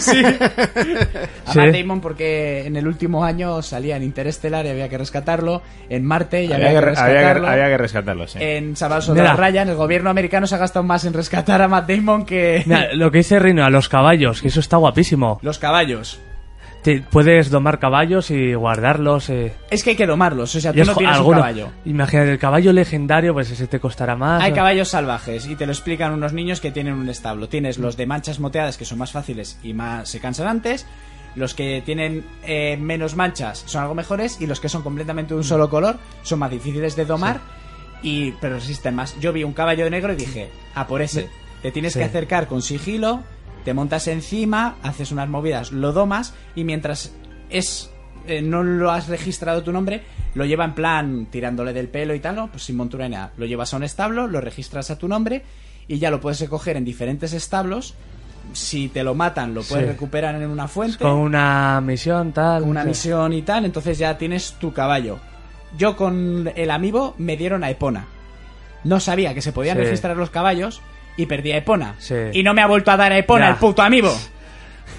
D: <laughs> Sí.
C: Matt Damon porque en el último año salía en Interestelar y había que rescatarlo, en Marte y había,
F: Había que,
C: que
F: re- había que-
C: rescatarlo... Eh,
F: había que rescatarlo, sí.
C: En Salvador Soldado
D: Mira.
C: Ryan, el gobierno americano se ha gastado más en rescatar a Matt Damon que...
D: Mira, lo que dice Rino, a los caballos, que eso está guapísimo.
C: Los caballos.
D: Te- puedes domar caballos y guardarlos. eh.
C: Es que hay que domarlos, o sea,
D: Y
C: tú
D: es
C: no
D: jo-
C: tienes
D: alguno-
C: un caballo.
D: Imagínate, el caballo legendario, pues ese te costará más.
C: Hay
D: ¿no?
C: caballos salvajes y te lo explican unos niños que tienen un establo. Tienes los de manchas moteadas que son más fáciles y más se cansan antes. Los que tienen eh, menos manchas son algo mejores y los que son completamente de un solo color son más difíciles de domar y pero resisten más. Yo vi un caballo negro y dije, a por ese. Te tienes
D: Sí.
C: que acercar con sigilo, te montas encima, haces unas movidas, lo domas y mientras es eh, no lo has registrado tu nombre, lo lleva en plan tirándole del pelo y tal, ¿no? pues sin montura ni nada. Lo llevas a un establo, lo registras a tu nombre y ya lo puedes recoger en diferentes establos. Si te lo matan, lo puedes
D: Sí.
C: recuperar en una fuente
D: Con una misión, tal.
C: una
D: sí.
C: misión y tal, entonces ya tienes tu caballo. Yo con el amigo me dieron a Epona. No sabía que se podían
D: Sí.
C: registrar los caballos y perdí a Epona.
D: Sí.
C: Y no me ha vuelto a dar a Epona
D: Ya.
C: el puto amigo.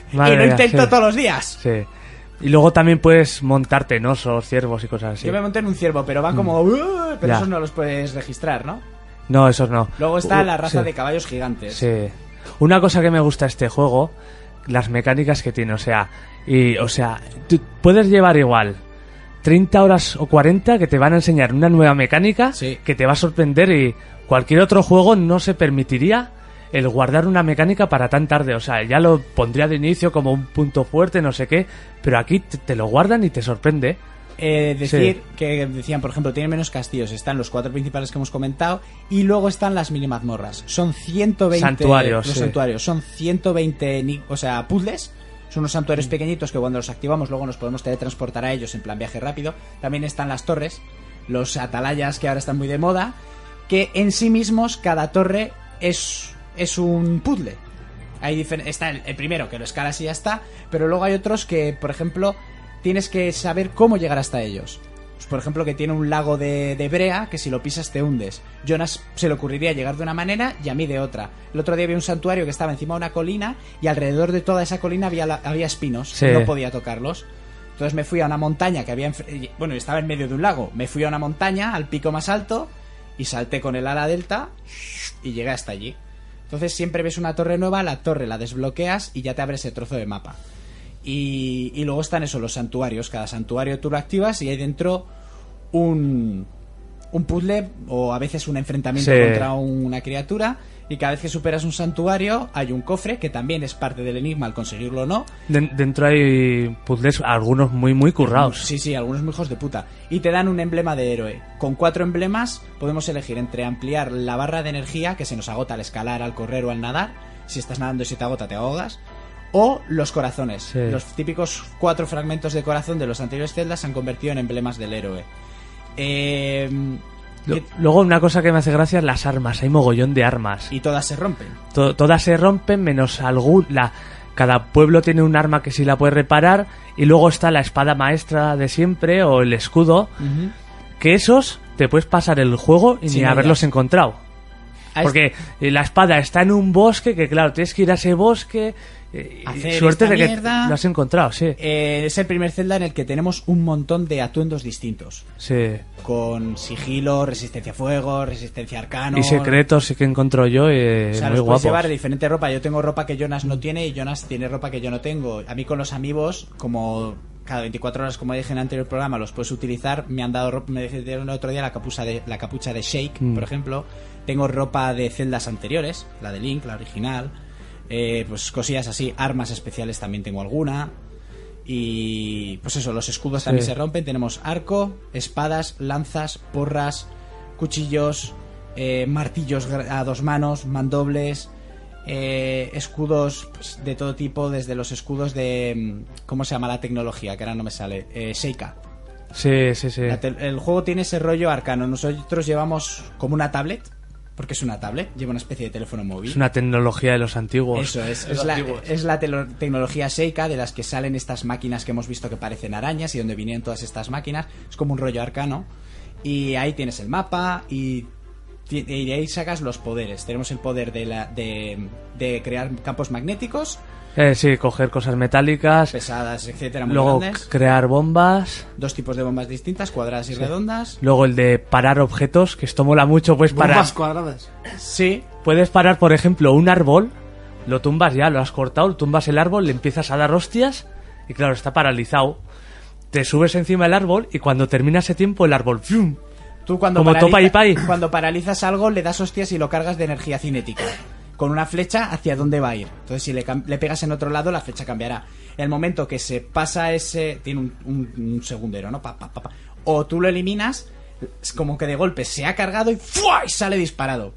D: <laughs> Madre
C: y lo
D: mía,
C: intento
D: sí.
C: todos los días.
D: Sí. Y luego también puedes montarte en osos, ciervos y cosas así.
C: Yo me monté en un ciervo, pero van como... "Uh", pero
D: Mm. Ya.
C: esos no los puedes registrar, ¿no?
D: No, esos no.
C: Luego está
D: Uh,
C: la raza
D: sí.
C: de caballos gigantes.
D: Sí. Una cosa que me gusta este juego, las mecánicas que tiene, o sea, y, o sea, tú puedes llevar igual 30 horas o 40 que te van a enseñar una nueva mecánica
C: Sí.
D: que te va a sorprender y cualquier otro juego no se permitiría el guardar una mecánica para tan tarde, o sea, ya lo pondría de inicio como un punto fuerte, no sé qué, pero aquí te, te lo guardan y te sorprende.
C: Eh, decir
D: Sí.
C: que decían, por ejemplo, tiene menos castillos. Están los cuatro principales que hemos comentado y luego están las mini mazmorras. Son 120
D: Santuarios,
C: los
D: sí.
C: santuarios. Son 120, ni- o sea, puzzles. Son unos santuarios
D: Mm.
C: pequeñitos que cuando los activamos luego nos podemos teletransportar a ellos en plan viaje rápido. También están las torres, los atalayas que ahora están muy de moda, que en sí mismos cada torre es, es un puzzle. Hay difer- está el, el primero que lo escalas y ya está, pero luego hay otros que, por ejemplo, tienes que saber cómo llegar hasta ellos. Pues, por ejemplo, que tiene un lago de, de brea que si lo pisas te hundes. Jonas se le ocurriría llegar de una manera y a mí de otra. El otro día había un santuario que estaba encima de una colina y alrededor de toda esa colina había, la- había espinos.
D: Sí.
C: No podía tocarlos. Entonces me fui a una montaña que había... enf- eh, Bueno, estaba en medio de un lago. Me fui a una montaña, al pico más alto, y salté con el ala delta y llegué hasta allí. Entonces siempre ves una torre nueva, la torre la desbloqueas y ya te abre ese trozo de mapa. Y, y luego están eso, los santuarios. Cada santuario tú lo activas y hay dentro un, un puzzle o a veces un enfrentamiento
D: Sí.
C: contra una criatura. Y cada vez que superas un santuario hay un cofre que también es parte del enigma al conseguirlo o no.
D: Den- dentro hay puzzles, algunos muy, muy currados.
C: Sí, sí, algunos muy hijos de puta. Y te dan un emblema de héroe. Con cuatro emblemas podemos elegir entre ampliar la barra de energía que se nos agota al escalar, al correr o al nadar. Si estás nadando y se te agota, te ahogas. O los corazones.
D: Sí.
C: Los típicos cuatro fragmentos de corazón de los anteriores celdas se han convertido en emblemas del héroe. Eh,
D: Lo- Luego, una cosa que me hace gracia es las armas. Hay mogollón de armas.
C: y todas se rompen.
D: To- todas se rompen menos algún la cada pueblo tiene un arma que sí la puede reparar y luego está la espada maestra de siempre o el escudo que esos te puedes pasar el juego y
C: Sin
D: ni
C: ellas. Ah,
D: haberlos encontrado
C: A
D: porque eh, la espada está en un bosque que claro tienes que ir a ese bosque eh, y
C: Hacer
D: suerte
C: esta
D: de que
C: mierda.
D: lo has encontrado sí
C: Eh, es el primer celda en el que tenemos un montón de atuendos distintos.
D: sí
C: Con sigilo, resistencia a fuego, resistencia a arcano.
D: y secretos sí que encontró yo eh, muy
C: O sea, los puedes
D: guapos
C: llevar de diferente ropa. Yo tengo ropa que Jonas no tiene y Jonas tiene ropa que yo no tengo. A mí con los amigos, como cada 24 horas, como dije en el anterior programa, los puedes utilizar. Me han dado ropa, me dieron el otro día la capucha de, la capucha de Shake,
D: Mm.
C: por ejemplo. Tengo ropa de celdas anteriores, la de Link, la original. Eh, pues cosillas así, armas especiales también tengo alguna. Y pues eso, los escudos también
D: Sí.
C: se rompen. Tenemos arco, espadas, lanzas, porras, cuchillos, eh, martillos gra- a dos manos, mandobles, eh, escudos pues, de todo tipo, desde los escudos de... mm, ¿Cómo se llama la tecnología? Que ahora no me sale. Eh, Seika.
D: sí sí sí
C: La tel- el juego tiene ese rollo arcano. Nosotros llevamos como una tablet, porque es una tablet, lleva una especie de teléfono móvil.
D: es una tecnología de los antiguos
C: Eso es, es la, es la telo- tecnología Seika de las que salen estas máquinas que hemos visto que parecen arañas y donde vinieron todas estas máquinas. Es como un rollo arcano. Y ahí tienes el mapa y, ti- y de ahí sacas los poderes. Tenemos el poder de, la, de, de crear campos magnéticos,
D: Eh, sí coger cosas metálicas
C: pesadas, etcétera, muy
D: luego
C: grandes.
D: crear bombas
C: Dos tipos de bombas distintas, cuadradas y redondas.
D: Luego el de parar objetos, que esto mola mucho, pues parar.
M: Bombas cuadradas.
C: Sí,
D: Puedes parar, por ejemplo, un árbol, lo tumbas ya, lo has cortado, tumbas el árbol, le empiezas a dar hostias, y claro, está paralizado. Te subes encima del árbol y cuando termina ese tiempo el árbol ¡fium!
C: Tú cuando,
D: Como Topa y Pai.
C: cuando paralizas algo, le das hostias y lo cargas de energía cinética. Con una flecha hacia dónde va a ir. Entonces, si le, cam- le pegas en otro lado, la flecha cambiará. El momento que se pasa ese. Tiene un, un- un segundero, ¿no? Pa, pa, pa, pa. O tú lo eliminas, es como que de golpe se ha cargado y, ¡fua! y sale disparado.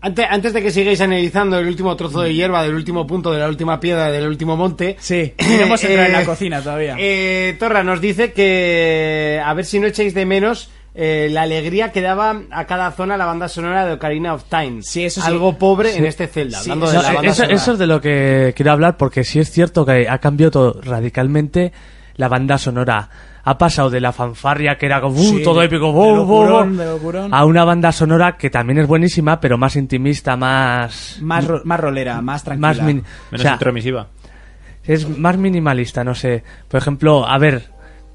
B: Ante- Antes de que sigáis analizando el último trozo de hierba, del último punto, de la última piedra, del último monte. <clears throat>
C: Sí,
D: <laughs>
C: tenemos que entrar en la
B: eh,
C: cocina todavía.
B: Eh, Torra nos dice que a ver si no echáis de menos eh, la alegría que daba a cada zona la banda sonora de Ocarina of Time.
C: Sí, eso sí.
B: Algo pobre en este Zelda,
C: Sí,
B: hablando
C: eso
B: de
D: No,
B: la
D: eh,
B: banda
D: eso,
B: sonora.
D: eso es de lo que quiero hablar porque sí es cierto que ha cambiado todo radicalmente la banda sonora. Ha pasado de la fanfarria que era como, "Uh,
C: Sí,
D: todo
C: de-
D: épico,
C: de
D: "Uh, uh, uh",
C: locurón, de locurón.
D: a una banda sonora que también es buenísima, pero más intimista, más...
C: Más, ro- más rolera, más tranquila.
D: más min- o
F: Menos
D: sea,
F: intromisiva.
D: es más minimalista, no sé. Por ejemplo, a ver,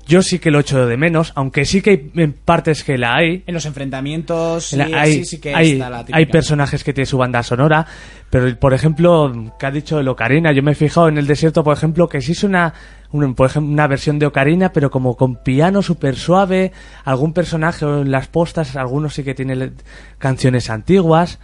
D: yo sí que lo echo de menos, aunque sí que hay en partes que la hay.
C: En los enfrentamientos, sí,
D: La- hay,
C: sí, sí que
D: hay-
C: está la típica.
D: hay personajes que tienen su banda sonora, pero por ejemplo, que ha dicho el Ocarina, yo me he fijado en el desierto, por ejemplo, que sí es una, un- por ejemplo, una versión de Ocarina, pero como con piano súper suave, algún personaje o en las postas, algunos sí que tienen canciones antiguas.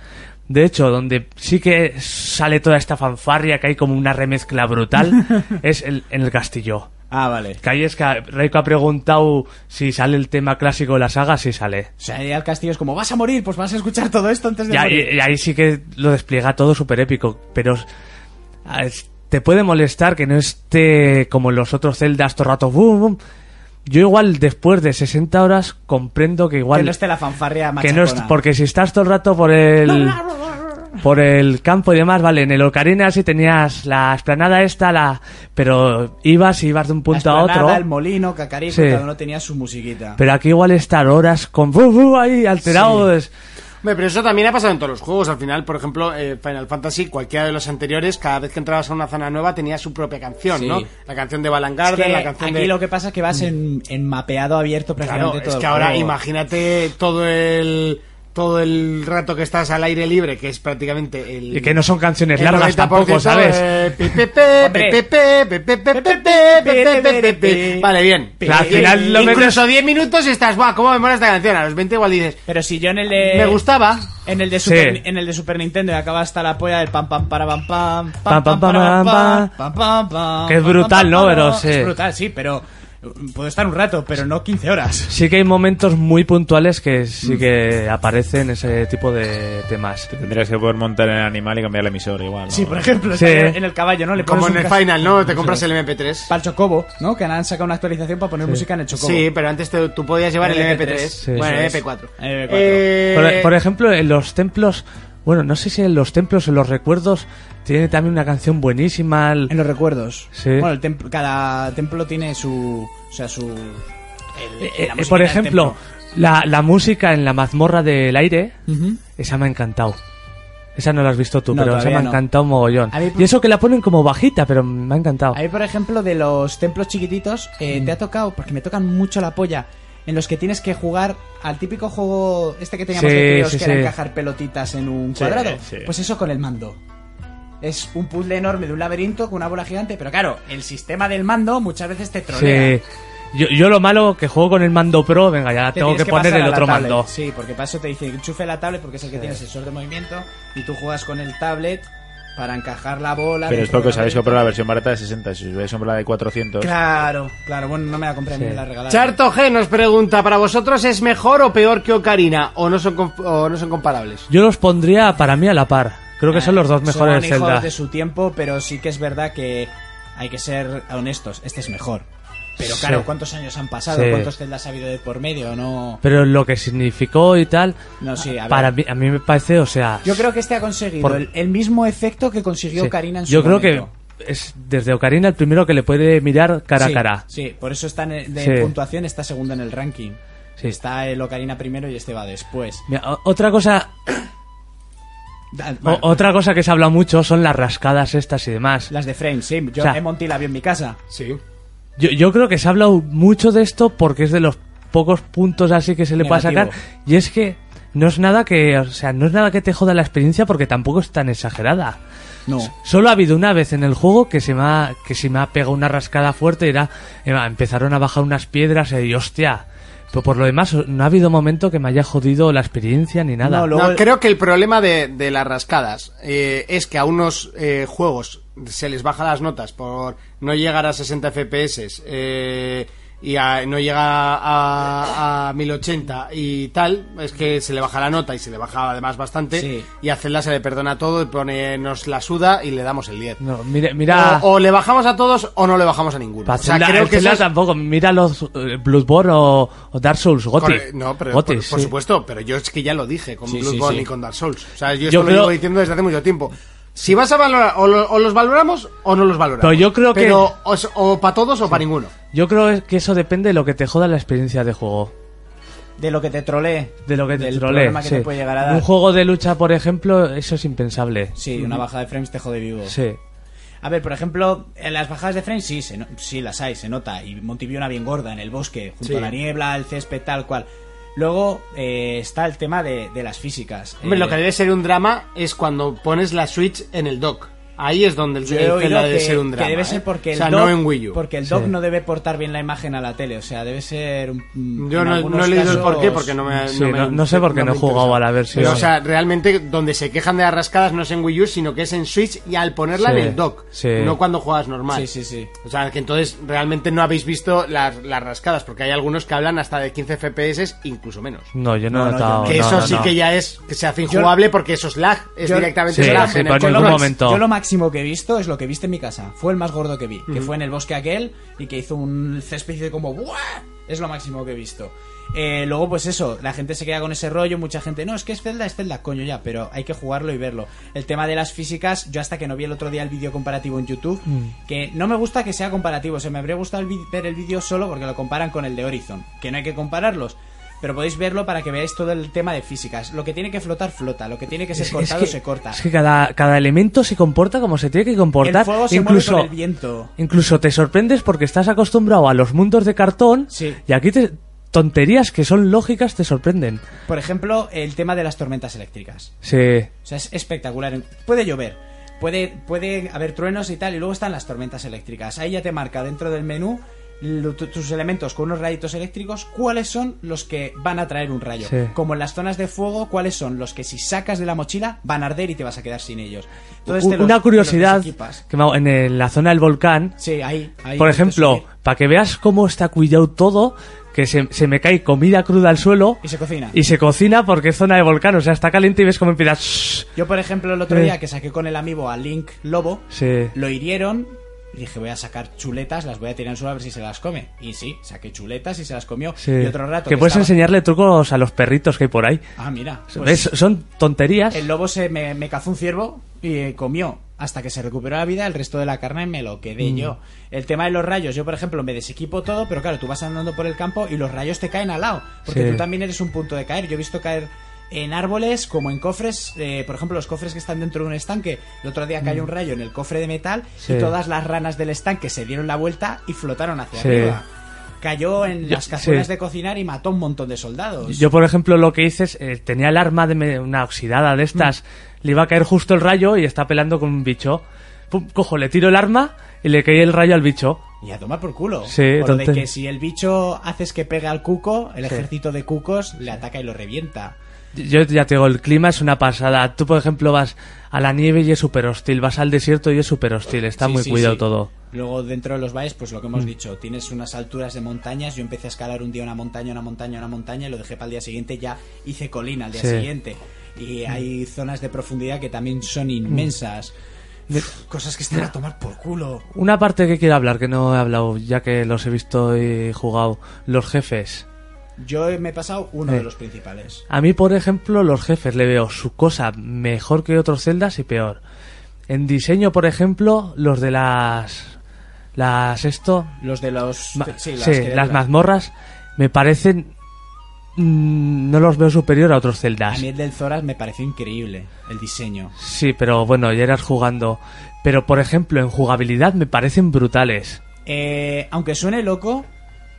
D: De hecho, donde sí que sale toda esta fanfarria, que hay como una remezcla
C: <laughs>
D: brutal, es el- en el castillo.
C: Ah, vale.
D: Que ahí es que Reiko ha preguntado si sale el tema clásico de la saga, sí sale.
C: O sea, ya el castillo es como, vas a morir, pues vas a escuchar todo esto antes de
D: Y
C: morir.
D: ahí, y ahí sí que lo despliega todo súper épico, pero ah, a ver, te puede molestar que no esté como en los otros celdas todo el rato, boom, boom, yo igual después de 60 horas comprendo que igual
C: Que no esté la fanfarria
D: que no es-
C: machacona.
D: porque si estás todo el rato por el por el campo y demás, vale, en el Ocarina sí tenías la esplanada esta, la pero ibas y ibas de un
C: La
D: punto a
C: esplanada,
D: otro.
C: El molino, Cacarico,
D: Sí.
C: cada uno tenía su musiquita.
D: Pero aquí igual estar horas con ¡bu, bu! ahí alterado es-
B: Hombre, pero eso también ha pasado en todos los juegos. Al final, por ejemplo, eh, Final Fantasy, cualquiera de los anteriores, cada vez que entrabas a una zona nueva tenía su propia canción,
C: Sí.
B: ¿no? La canción de
C: Es
B: Balangarde,
C: que
B: la canción
C: aquí
B: de...
C: lo que pasa es que vas en, en mapeado abierto
B: Claro,
C: prácticamente
B: es
C: todo
B: que
C: el
B: ahora
C: juego.
B: imagínate todo el todo el rato que estás al aire libre, que es prácticamente el
D: y que no son canciones
B: el
D: largas
B: 90%
D: tampoco, ¿sabes?
B: de pe, pe, pe,
C: Hombre.
B: pe, pe, pe, pe, pe, pe, pe, pe, pe, pe. Vale, bien.
D: Pero al final lo
B: Incluso 10 minutos y estás, guau, cómo me mola esta canción. A los 20 igual dices,
C: Pero si yo en el
D: Eh,
B: me
C: de...
B: gustaba.
C: En el de
D: Sí.
C: Super, en el de Super Nintendo y acaba hasta la polla del pam pam para pam pam
D: Pam, pam,
C: para,
D: pam, pam,
C: pam pam pam
D: Que es
C: pam,
D: brutal,
C: pam,
D: ¿no?
C: pam,
D: Pero
C: pam.
D: sí.
C: Es brutal, sí, pero mm, puedo estar un rato, pero no 15 horas. <laughs>
D: Sí que hay momentos muy puntuales que
C: Mm.
D: sí que aparecen ese tipo de temas.
F: Tendrías que poder montar en el animal y cambiar el emisor igual. ¿no?
C: Sí, por ejemplo,
D: Sí.
C: en el caballo, ¿no? Le pones
B: Como en
C: un
B: el
C: cas-
B: final, ¿no? Te compras el MP3.
C: Para el chocobo, ¿no? Que han sacado una actualización para poner música en el chocobo.
B: Sí, pero antes te- tú podías llevar el MP3.
D: Sí,
B: bueno, el
D: eso
B: MP4.
C: El MP4.
D: Por, e-
B: Eh,
D: por ejemplo, en los templos, bueno, no sé si en los templos, en los recuerdos, tiene también una canción buenísima. el- eh,
C: En los recuerdos.
D: Sí.
C: Bueno, el templo- cada templo tiene su. O sea, su. el-
D: eh,
C: la
D: eh,
C: música
D: por
C: del
D: ejemplo, la, la música en la mazmorra del aire,
C: templo. Ujú.
D: esa me ha encantado. Esa no la has visto tú,
C: No,
D: pero esa me
C: todavía
D: ha
C: no.
D: encantado un mogollón.
C: A mí-
D: Y eso que la ponen como bajita, pero me ha encantado.
C: A mí, por ejemplo, de los templos chiquititos, eh, te ha tocado, porque me tocan mucho la polla, en los que tienes que jugar al típico juego este que teníamos
D: Sí,
C: de críos,
D: sí,
C: que era
D: sí.
C: encajar pelotitas en un
F: Sí,
C: cuadrado.
F: sí.
C: Pues eso con el mando. Es un puzzle enorme de un laberinto con una bola gigante, pero claro, el sistema del mando muchas veces te trolea.
D: Sí. Yo, yo lo malo que juego con el mando pro, venga, ya
C: Te
D: tengo
C: tienes
D: que poner
C: pasar a
D: el
C: la
D: otro
C: tablet.
D: mando.
C: Sí, porque para eso te dice enchufe la tablet porque es el que tiene sensor de movimiento y tú juegas con el tablet para encajar la bola.
F: Pero es
C: dentro
F: porque
C: del
F: os habéis
C: laberinto.
F: comprado la versión barata de 60. Si os habéis comprado la de 400.
C: Claro, claro, bueno, no me la compré a mí,
D: Sí.
C: me la regalaron.
B: Charto G nos pregunta, ¿para vosotros es mejor o peor que Ocarina? ¿O no son, comp- o no son comparables?
D: Yo los pondría para mí a la par. Creo que son los dos
C: Ah, Son
D: mejores
C: hijos
D: Zelda.
C: de su tiempo, pero sí que es verdad que hay que ser honestos. Este es mejor. Pero claro,
D: Sí.
C: ¿cuántos años han pasado?
D: Sí.
C: ¿Cuántos celdas ha habido de por medio? No,
D: Pero lo que significó y tal,
C: no sí, a ver.
D: para mí, a mí me parece, o sea...
C: Yo creo que este ha conseguido
D: Por-
C: el, el mismo efecto que consiguió
D: sí.
C: Karina en su
D: Yo creo
C: momento.
D: que es desde Ocarina el primero que le puede mirar cara
C: Sí,
D: a cara.
C: Sí, por eso está en el- de
D: Sí.
C: puntuación, está segundo en el ranking.
D: Sí.
C: Está el Ocarina primero y este va después.
D: Mira, o- otra cosa
C: Da-
D: o-
C: bueno,
D: otra cosa que se habla mucho son las rascadas estas y demás.
C: las de Frame, sí. Yo
D: O sea-
C: he Monty la vi en mi casa.
B: Sí.
D: Yo, yo creo que se ha hablado mucho de esto porque es de los pocos puntos así que se le puede
C: Negativo.
D: sacar. Y es que no es nada que, o sea, no es nada que te joda la experiencia porque tampoco es tan exagerada.
C: No.
D: Solo ha habido una vez en el juego que se me ha, que se me ha pegado una rascada fuerte y era, ema, empezaron a bajar unas piedras y hostia. Pero por lo demás, no ha habido momento que me haya jodido la experiencia ni nada.
C: No, luego-
B: No, creo que el problema de, de las rascadas eh, es que a unos eh, juegos se les baja las notas por no llegar a 60 FPS eh, y a- no llega a, a 1080 y tal, es que se le baja la nota y se le baja además bastante
C: Sí.
B: y a Zelda se le perdona todo y pone nos la suda y le damos el 10.
D: No, mira, mira
B: O, o le bajamos a todos o no le bajamos a ninguno.
D: pa'
B: O sea,
D: Zelda-
B: creo
D: el
B: que eso
D: Zelda
B: es-
D: tampoco. Mira los eh, Bloodborne o, o Dark Souls, Goti.
B: Corre- No, pero
D: Goti,
B: por, por
D: sí.
B: supuesto, pero yo es que ya lo dije con
C: Sí, sí,
B: Bloodborne
C: sí.
B: y con Dark Souls. O sea, yo,
D: Yo
B: esto
D: creo-
B: lo llevo diciendo desde hace mucho tiempo. Si vas a valorar, o, lo- o los valoramos o no los valoramos.
D: Pero yo creo que-
B: Pero o, para todos o para ninguno.
D: Yo creo es que eso depende de lo que te joda la experiencia de juego.
C: De lo que te trolee.
D: De lo que te
C: Del
D: trolea,
C: problema que te
D: sí.
C: puede llegar a dar.
D: Un juego de lucha, por ejemplo, eso es impensable.
C: Sí, una bajada de frames te jode vivo.
D: Sí.
C: A ver, por ejemplo, en las bajadas de frames sí, se no- sí las hay, se nota. Y Montivio una bien gorda en el bosque, junto
B: Sí.
C: a la niebla, el césped, tal cual. Luego eh, está el tema de, de las físicas.
B: Hombre,
C: Eh,
B: lo que debe ser un drama es cuando pones la Switch en el dock. Ahí es donde el,
C: yo
B: el
C: he
B: Zelda
C: oído
B: debe
C: que,
B: ser un drama.
C: que debe
B: ¿eh?
C: ser porque el
B: o sea,
C: dock,
B: no en Wii U.
C: porque el dock
D: Sí.
C: no debe portar bien la imagen a la tele, o sea, debe ser. mm,
B: Yo
C: en
B: no,
C: algunos
B: no he leído el
C: casos-
B: porqué porque no me.
D: Sí,
B: me-
D: no- no sé por qué no
B: me
D: he jugado
B: interesa.
D: a la versión.
B: Pero, o sea, realmente donde se quejan de las rascadas no es en Wii U, sino que es en Switch y al ponerla
D: Sí,
B: en el dock.
D: sí.
B: No cuando juegas normal.
C: Sí, sí, sí.
B: O sea, que entonces realmente no habéis visto las, las rascadas, porque hay algunos que hablan hasta de 15 FPS, incluso menos.
D: No, yo no, he
C: No, no,
D: notado.
C: yo no.
B: que
D: no,
B: eso
D: no,
B: sí
D: no.
B: que ya es que se hace injugable porque eso es lag, es
C: yo-
B: directamente ¿eh?
D: Sí,
B: lag.
D: sí,
B: en el
D: pero
B: control.
D: en ningún
C: Yo lo
D: momento.
C: max- Yo lo máximo que he visto es lo que viste en mi casa. Fue el más gordo que vi, que fue en el bosque aquel y que hizo un césped de como ¡buah! Es lo máximo que he visto. Eh, luego, pues eso, la gente se queda con ese rollo, mucha gente, no, es que es Zelda, es Zelda, coño ya, pero hay que jugarlo y verlo. El tema de las físicas, yo hasta que no vi el otro día el vídeo comparativo en YouTube, que no me gusta que sea comparativo, se me habría gustado el vi- ver el vídeo solo porque lo comparan con el de Horizon, que no hay que compararlos. Pero podéis verlo para que veáis todo el tema de físicas. Lo que tiene que flotar, flota. Lo que tiene
D: <laughs>
C: que ser cortado,
D: que,
C: se corta.
D: es que cada, cada elemento se comporta como se tiene que comportar.
C: El fuego se
D: incluso,
C: mueve con el viento.
D: incluso te sorprendes porque estás acostumbrado a los mundos de cartón
C: Sí.
D: y aquí te- tonterías que son lógicas te sorprenden.
C: Por ejemplo, el tema de las tormentas eléctricas.
D: Sí.
C: O sea, es espectacular. Puede llover, puede, puede haber truenos y tal, y luego están las tormentas eléctricas. Ahí ya te marca dentro del menú lo- tu- tus elementos con unos rayitos eléctricos, cuáles son los que van a traer un rayo.
D: Sí.
C: Como en las zonas de fuego, cuáles son los que si sacas de la mochila van a arder y te vas a quedar sin ellos. Entonces te los- te
D: Una
C: los
D: curiosidad
C: desequipas.
D: que me hago- en, el- la zona del volcán,
C: Sí, ahí, ahí
D: por
C: puedes
D: ejemplo,
C: subir.
D: para que veas cómo está cuidado todo, que se, se me cae comida cruda al suelo
C: Y se cocina.
D: y se cocina porque es zona de volcán, o sea, está caliente y ves cómo empieza... shhh.
C: Yo, por ejemplo, el otro
D: Eh.
C: día que saqué con el amigo a Link Lobo,
D: Sí.
C: lo hirieron. Y dije, voy a sacar chuletas, las voy a tirar en suelo a ver si se las come. Y sí, saqué chuletas y se las comió.
D: Sí.
C: Y otro rato.
D: que puedes
C: estaba-
D: enseñarle trucos a los perritos que hay por ahí.
C: Ah, mira.
D: ¿Ves?
C: pues
D: Son tonterías.
C: el lobo se me, me cazó un ciervo y eh, comió. Hasta que se recuperó la vida, el resto de la carne me lo quedé
D: Mm.
C: yo. El tema de los rayos, yo por ejemplo me desequipo todo, pero claro, tú vas andando por el campo y los rayos te caen al lado. Porque
D: Sí.
C: tú también eres un punto de caer. Yo he visto caer en árboles como en cofres, eh, por ejemplo, los cofres que están dentro de un estanque. El otro día cayó un rayo en el cofre de metal
D: Mm. Sí.
C: y todas las ranas del estanque se dieron la vuelta y flotaron hacia
D: Sí.
C: arriba. Cayó en
D: Yo-
C: las cazuelas
D: sí.
C: de cocinar y mató un montón de soldados.
D: Yo, por ejemplo, lo que hice es, eh, tenía el arma de me- una oxidada de estas,
C: Mm.
D: le iba a caer justo el rayo y está pelando con un bicho. Pum, cojo, le tiro el arma y le caí el rayo al bicho.
C: Y a tomar por culo.
D: Sí,
C: por lo de
D: entonces-
C: que si el bicho haces que pegue al cuco, el ejército de cucos le ataca y lo revienta.
D: Yo ya te digo, el clima es una pasada. Tú, por ejemplo, vas a la nieve y es súper hostil, vas al desierto y es súper hostil, está
C: Sí,
D: muy
C: sí,
D: cuidado
C: sí.
D: todo. Mm.
C: Luego dentro de los valles, pues lo que hemos dicho, tienes unas alturas de montañas. Yo empecé a escalar un día una montaña, una montaña, una montaña y lo dejé para el día siguiente. Ya hice colina al día
D: Sí. Mm.
C: siguiente. Y hay zonas de profundidad que también son inmensas.
D: Mm.
C: Uf, Cosas que están a tomar por culo.
D: Una parte que quiero hablar, que no he hablado, ya que los he visto y jugado, los jefes.
C: Yo me he pasado uno
D: Eh.
C: de los principales.
D: A mí, por ejemplo, los jefes le veo su cosa mejor que otros celdas y peor. En diseño, por ejemplo, los de las. Las esto.
C: Los de los.
D: ma-
C: sí, las
D: sí,
C: que-
D: las mazmorras. Me parecen. mm, no los veo superior a otros
C: A
D: celdas.
C: mí el del Zoras me pareció increíble, el diseño.
D: Sí, pero bueno, ya eras jugando. Pero, por ejemplo, en jugabilidad me parecen brutales.
C: Eh, aunque suene loco,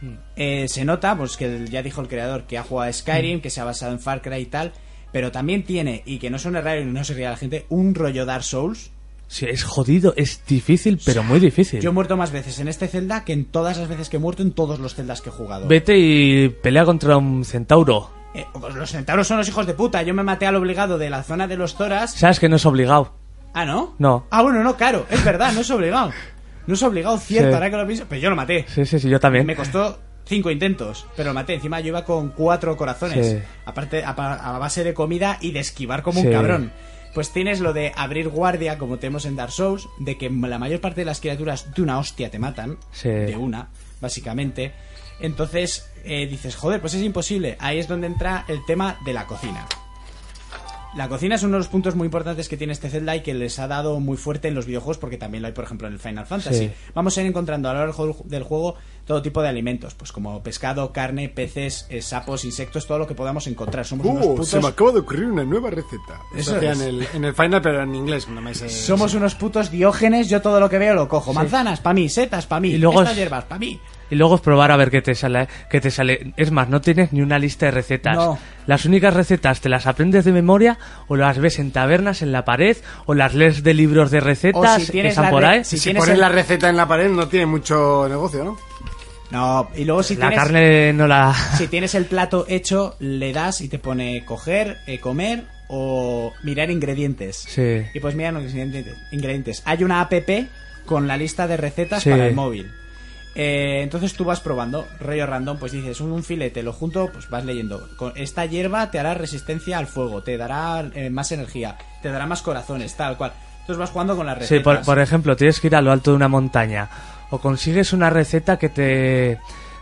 D: Mm.
C: eh, se nota, pues que el- ya dijo el creador que ha jugado a
D: Mm.
C: Skyrim, que se ha basado en Far Cry y tal, pero también tiene, y que no suene raro y no se ría la gente, un rollo Dark Souls.
D: Sí, es jodido, es difícil, pero muy difícil.
C: Yo he muerto más veces en este Zelda que en todas las veces que he muerto en todos los Zeldas que he jugado.
D: Vete y pelea contra un centauro.
C: Eh, pues los centauros son los hijos de puta. Yo me maté al obligado de la zona de los Zoras.
D: Sabes que no es obligado.
C: Ah, ¿no?
D: No.
C: Ah, bueno, no, claro, es verdad, no
D: <laughs>
C: es obligado. No es obligado, cierto,
D: Sí.
C: ahora que lo pienso, pero yo lo maté.
D: Sí, sí, sí, yo también.
C: Me costó cinco intentos, pero lo maté. Encima yo iba con cuatro corazones.
D: Sí.
C: Aparte, a, pa- a base de comida y de esquivar como
D: Sí.
C: un cabrón. Pues tienes lo de abrir guardia, como tenemos en Dark Souls, de que la mayor parte de las criaturas de una hostia te matan.
D: Sí.
C: De una, básicamente. Entonces eh, dices, joder, pues es imposible. Ahí es donde entra el tema de la cocina. La cocina es uno de los puntos muy importantes que tiene este Zelda y que les ha dado muy fuerte en los videojuegos porque también lo hay, por ejemplo, en el Final Fantasy.
D: Sí.
C: Vamos a ir encontrando a lo largo del juego todo tipo de alimentos, pues como pescado, carne, peces, eh, sapos, insectos, todo lo que podamos encontrar. Somos unos
M: Uh,
C: putos...
M: se me acaba de ocurrir una nueva receta. Eso
C: Eso
M: hacía
C: es.
M: en el, en el final, pero en inglés. No me sé-
C: Somos unos putos diógenes, yo todo lo que veo lo cojo. Manzanas, para mí, setas, para mí,
D: Y luego
C: estas
D: es-
C: hierbas, para mí.
D: Y luego es probar a ver qué te sale, qué te sale. Es más, no tienes ni una lista de recetas.
C: No.
D: Las únicas recetas te las aprendes de memoria o las ves en tabernas en la pared o las lees de libros de recetas
C: si
D: que
C: tienes
D: están
C: la
D: por
C: re-
D: ahí.
C: si
M: Si
C: tienes
M: pones
C: el-
M: la receta en la pared no tiene mucho negocio, ¿no?
C: No, y luego si
D: la
C: tienes...
D: carne no la
C: <laughs> Si tienes el plato hecho, le das y te pone coger, eh, comer o mirar ingredientes.
D: Sí.
C: Y pues miran los ingredientes- ingredientes. Hay una app con la lista de recetas
D: Sí.
C: para el móvil. Eh, entonces tú vas probando, rollo random, pues dices un, un filete, lo junto, pues vas leyendo. Con esta hierba te hará resistencia al fuego, te dará eh, más energía, te dará más corazones, tal cual. Entonces vas jugando con las
D: Sí,
C: recetas.
D: por, por ejemplo, tienes que ir a lo alto de una montaña o consigues una receta que te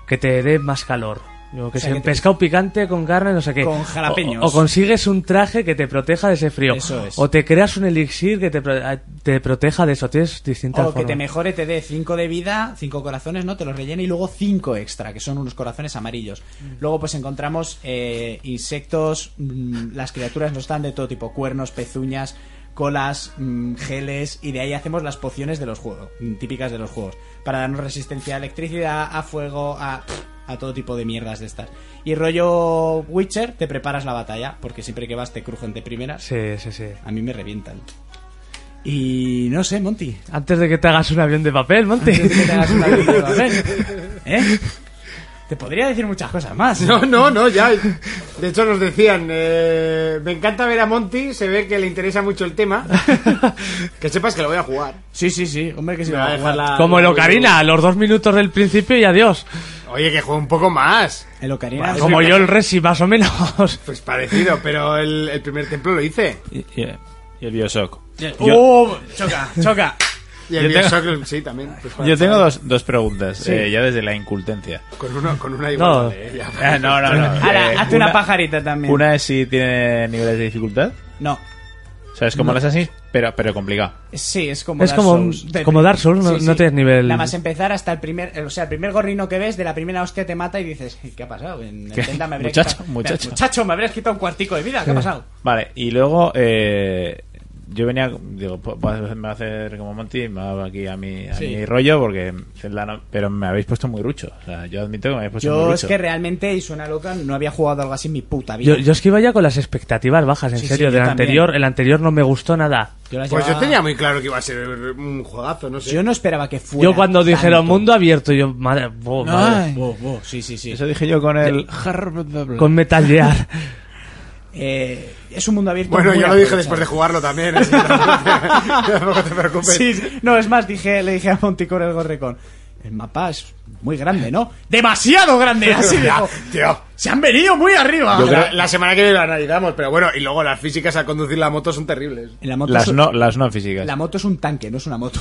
D: que te dé más calor. Yo que
C: sea,
D: sé,
C: que
D: un
C: te-
D: pescado picante con carne, no sé qué.
C: Con jalapeños.
D: O, o consigues un traje que te proteja de ese frío.
C: Eso es.
D: O te creas un elixir que te, pro- eh, te proteja de eso. Tienes distintas
C: O que
D: formas.
C: te mejore, te dé 5 de vida, 5 corazones, ¿no? Te los rellena y luego 5 extra, que son unos corazones amarillos. Luego pues encontramos eh, insectos, mm, las criaturas nos dan de todo tipo, cuernos, pezuñas, colas, mm, geles, y de ahí hacemos las pociones de los juegos, mm, típicas de los juegos, para darnos resistencia a electricidad, a fuego, a... a todo tipo de mierdas de estas. Y rollo Witcher, te preparas la batalla, porque siempre que vas te crujen de primeras.
D: Sí, sí, sí.
C: A mí me revientan. Y no sé, Monty,
D: Antes de que te hagas un avión de papel, Monte.
C: que te hagas una vida de papel. ¿Eh? Te podría decir muchas cosas más.
B: No, no, no, ya. De hecho nos decían, eh, me encanta ver a Monty, se ve que le interesa mucho el tema. que sepas que lo voy a jugar.
C: <laughs> Sí, sí, sí. Hombre, que si
B: Me va a dejar la-
D: <laughs> Como el Ocarina, los dos minutos del principio y adiós.
B: Oye, que juego un poco más.
C: El Ocarina.
B: Vale.
D: Como yo el Resi, más o menos.
B: Pues
F: <laughs>
B: parecido, pero el, el primer templo lo hice.
F: Y, y- y el Bioshock.
C: ¡Oh! Choca, choca.
B: Y el
F: Yo tengo-
B: Bioshock sí, también. Pues para-
F: Yo tengo dos, dos preguntas, eh, ya desde la
C: <laughs>
F: incultencia.
B: Con, uno, con una igual.
D: No.
B: eh, ya.
F: Ah, no, no, no. eh,
C: Ahora, hazte una, pajarita también.
F: Una es si tiene niveles de dificultad.
C: No.
F: O sea, es como las así, pero, pero complicado.
C: Sí, es como
D: Es
C: Dark
D: como un-
C: Souls. De-
D: como Dark Souls, no- no tienes nivel.
C: Nada más empezar hasta el primer, o sea, el primer gorrino que ves, de la primera hostia te mata y dices, ¿qué ha pasado? En el
F: ¿Qué?
C: Zelda me habría
F: Muchacho,
C: quitado-
F: muchacho.
C: muchacho, me habrías quitado un cuartico de vida, ¿qué ha pasado?
F: Vale, y luego eh, yo venía, digo, po- po- me va a hacer como Monty, me va aquí a mi, a
C: Sí.
F: mi rollo, porque Zelda no- pero me habéis puesto muy rucho. O sea, yo admito que me habéis puesto muy
C: Yo es
F: rucho.
C: que realmente, y suena loca, no había jugado algo así en mi puta vida.
D: Yo, yo es que iba ya con las expectativas bajas, en
C: Sí, sí,
D: serio.
C: yo
D: del
C: también.
D: anterior, el anterior no me gustó nada.
C: Yo las
B: Pues yo
C: llevaba-
B: tenía muy claro que iba a ser un juegazo, no sé.
C: Yo no esperaba que fuera.
D: Yo cuando dijeron
C: tanto.
D: mundo abierto, yo, madre, oh, madre.
C: Ay. Wow, wow, sí, sí, sí.
F: Eso dije yo con el...
D: con Metal
C: <laughs>
D: Gear.
C: Eh, es un mundo abierto.
B: Bueno,
C: muy
B: yo lo dije
C: aprovechado.
B: después de jugarlo también. así que tampoco
F: <laughs>
B: te- tampoco te preocupes. <laughs>
C: Sí, sí. no, es más, dije, le dije a Monticor el Gorrecón. El mapa es muy grande, ¿no? ¡Demasiado
B: <laughs>
C: grande! Así
B: Ya,
C: digo,
B: tío.
C: ¡Se han venido muy arriba!
B: Yo creo- La semana que viene lo analizamos, pero bueno, y luego las físicas al conducir la moto son terribles.
C: La moto,
F: Las
C: es,
F: no, las no físicas.
C: la moto es un tanque, no es una moto.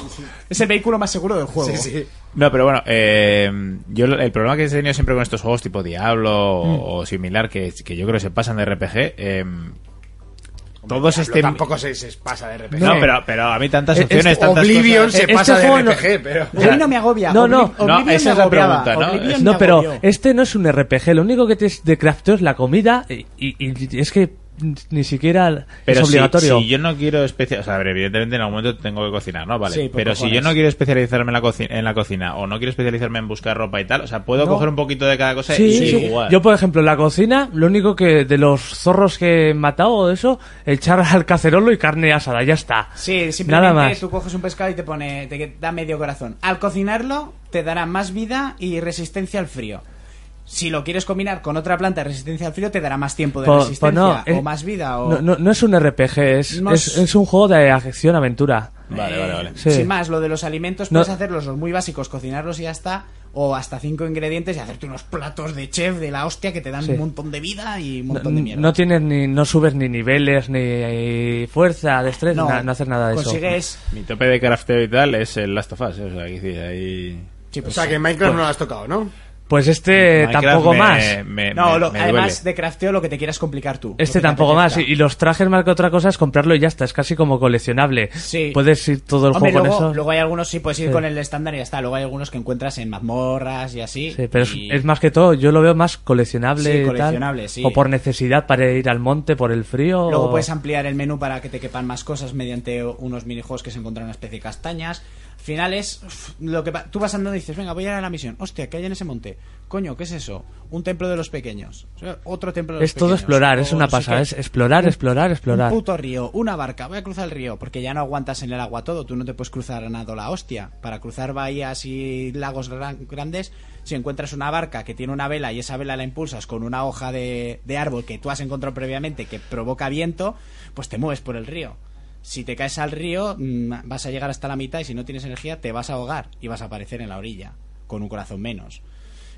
C: Es el vehículo más seguro del
F: Oh.
C: juego.
B: Sí, sí.
F: No, pero bueno, eh, yo lo- el problema que he tenido siempre con estos juegos tipo Diablo
C: Mm.
F: o, o similar, que, que yo creo que se pasan de RPG, eh, todos
B: Diablo,
F: este...
B: Tampoco se, se pasa de RPG.
F: No, pero, pero a mí tantas opciones,
B: Es-
F: tantas
B: Oblivion
F: cosas...
B: se
D: Este
B: pasa
D: juego
B: de
D: no-
B: RPG, pero...
C: A mí no me agobia.
D: No, no,
C: Obliv-
F: no,
C: Oblivion
F: esa
C: me
F: es la
C: agobiaba,
F: pregunta, ¿no?
C: Oblivion
D: No,
C: me
D: pero
C: agobió.
D: este no es un RPG. Lo único que tienes de crafteo es la comida y, y- y es que ni siquiera
F: Pero
D: es
F: si-
D: obligatorio.
F: Si, yo no quiero especializarme, o sea, a ver, evidentemente en algún momento tengo que cocinar, ¿no? Vale.
C: Sí, por
F: pero si yo
C: cojones.
F: no quiero especializarme en la, coci- en la cocina o no quiero especializarme en buscar ropa y tal, o sea, puedo coger un poquito de cada cosa y
D: Sí, sí.
F: jugar.
D: Yo, por ejemplo, en la cocina, lo único que de los zorros que he matado o eso, echar al cacerolo y carne asada, ya está.
C: Sí, simplemente
D: Nada más.
C: tú coges un pescado y te pone, te da medio corazón. Al cocinarlo, te dará más vida y resistencia al frío. Si lo quieres combinar con otra planta de resistencia al frío, te dará más tiempo de
D: Po- po-
C: resistencia
D: Pues, no,
C: o
D: es-
C: más vida. O...
D: No, no- no es un RPG, es,
C: No
D: es,
C: es-
D: es un juego de acción-aventura.
F: Vale, vale, vale.
D: Sí.
C: Eh, Sin más, lo de los alimentos
D: No.
C: puedes hacerlos los muy básicos, cocinarlos y ya está. O hasta cinco ingredientes y hacerte unos platos de chef de la hostia que te dan
D: Sí.
C: un montón de vida y un
D: No,
C: montón de mierda.
D: no tienes ni, no subes ni niveles, ni fuerza, destreza,
C: No,
D: na- no, haces nada de eso.
C: consigues...
F: Mi tope de crafteo y tal es el Last of Us, ¿eh? o sea, que sí, ahí...
C: Sí,
B: O
C: pues
B: sea,
C: sí.
B: que en Minecraft no lo has tocado, ¿no?
D: Pues
C: Mm,
D: este
F: Minecraft
D: tampoco
F: me-
D: más.
F: me-
C: No,
F: me-
C: lo-
F: me
C: además
F: duele.
C: de crafteo lo que te quieras complicar tú. lo que
D: Este
C: te
D: tampoco más.
C: apetezca.
D: Y, y los trajes más que otra cosa es comprarlo y ya está. Es casi como coleccionable.
C: Sí.
D: Puedes ir todo el
C: Hombre,
D: juego
C: luego,
D: con eso.
C: luego hay algunos, sí, puedes ir
D: Sí.
C: con el estándar y ya está. Luego hay algunos que encuentras en mazmorras y así.
D: Sí, pero es-
C: y-
D: es, más que todo, yo lo veo más coleccionable.
C: Sí,
D: y tal.
C: coleccionable, sí.
D: O por necesidad para ir al monte, por el frío.
C: Luego
D: o-
C: puedes ampliar el menú para que te quepan más cosas mediante unos minijuegos que se encuentran en una especie de castañas. Al final es uf, lo que va- tú vas andando y dices, venga, voy a ir a la misión. Hostia, ¿qué hay en ese monte? Coño, ¿qué es eso? Un templo de los pequeños. O sea, Otro templo de los
D: Es todo
C: pequeños.
D: explorar, es
C: O
D: una
C: no sé
D: pasada.
C: qué.
D: Es explorar, explorar, explorar.
C: Un puto río, una barca, voy a cruzar el río, porque ya no aguantas en el agua todo, tú no te puedes cruzar nada la hostia. Para cruzar bahías y lagos gran- grandes, si encuentras una barca que tiene una vela y esa vela la impulsas con una hoja de, de árbol que tú has encontrado previamente que provoca viento, pues te mueves por el río. Si te caes al río, mm, vas a llegar hasta la mitad y si no tienes energía, te vas a ahogar y vas a aparecer en la orilla, con un corazón menos.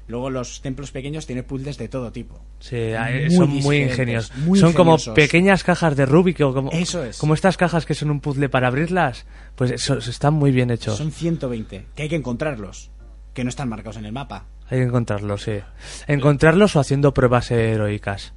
C: Luego los templos pequeños tienen puzzles de todo tipo.
D: Sí, hay-
C: muy
D: son muy
C: diferentes,
D: ingenios.
C: muy
D: son como
C: ingeniosos.
D: pequeñas cajas de Rubik o como,
C: Eso es.
D: como estas cajas que son un puzzle para abrirlas. Pues eso, eso están muy bien hechos.
C: Son 120, que hay que encontrarlos, que no están marcados en el mapa.
D: Hay que encontrarlos, sí. Encontrarlos o haciendo pruebas heroicas.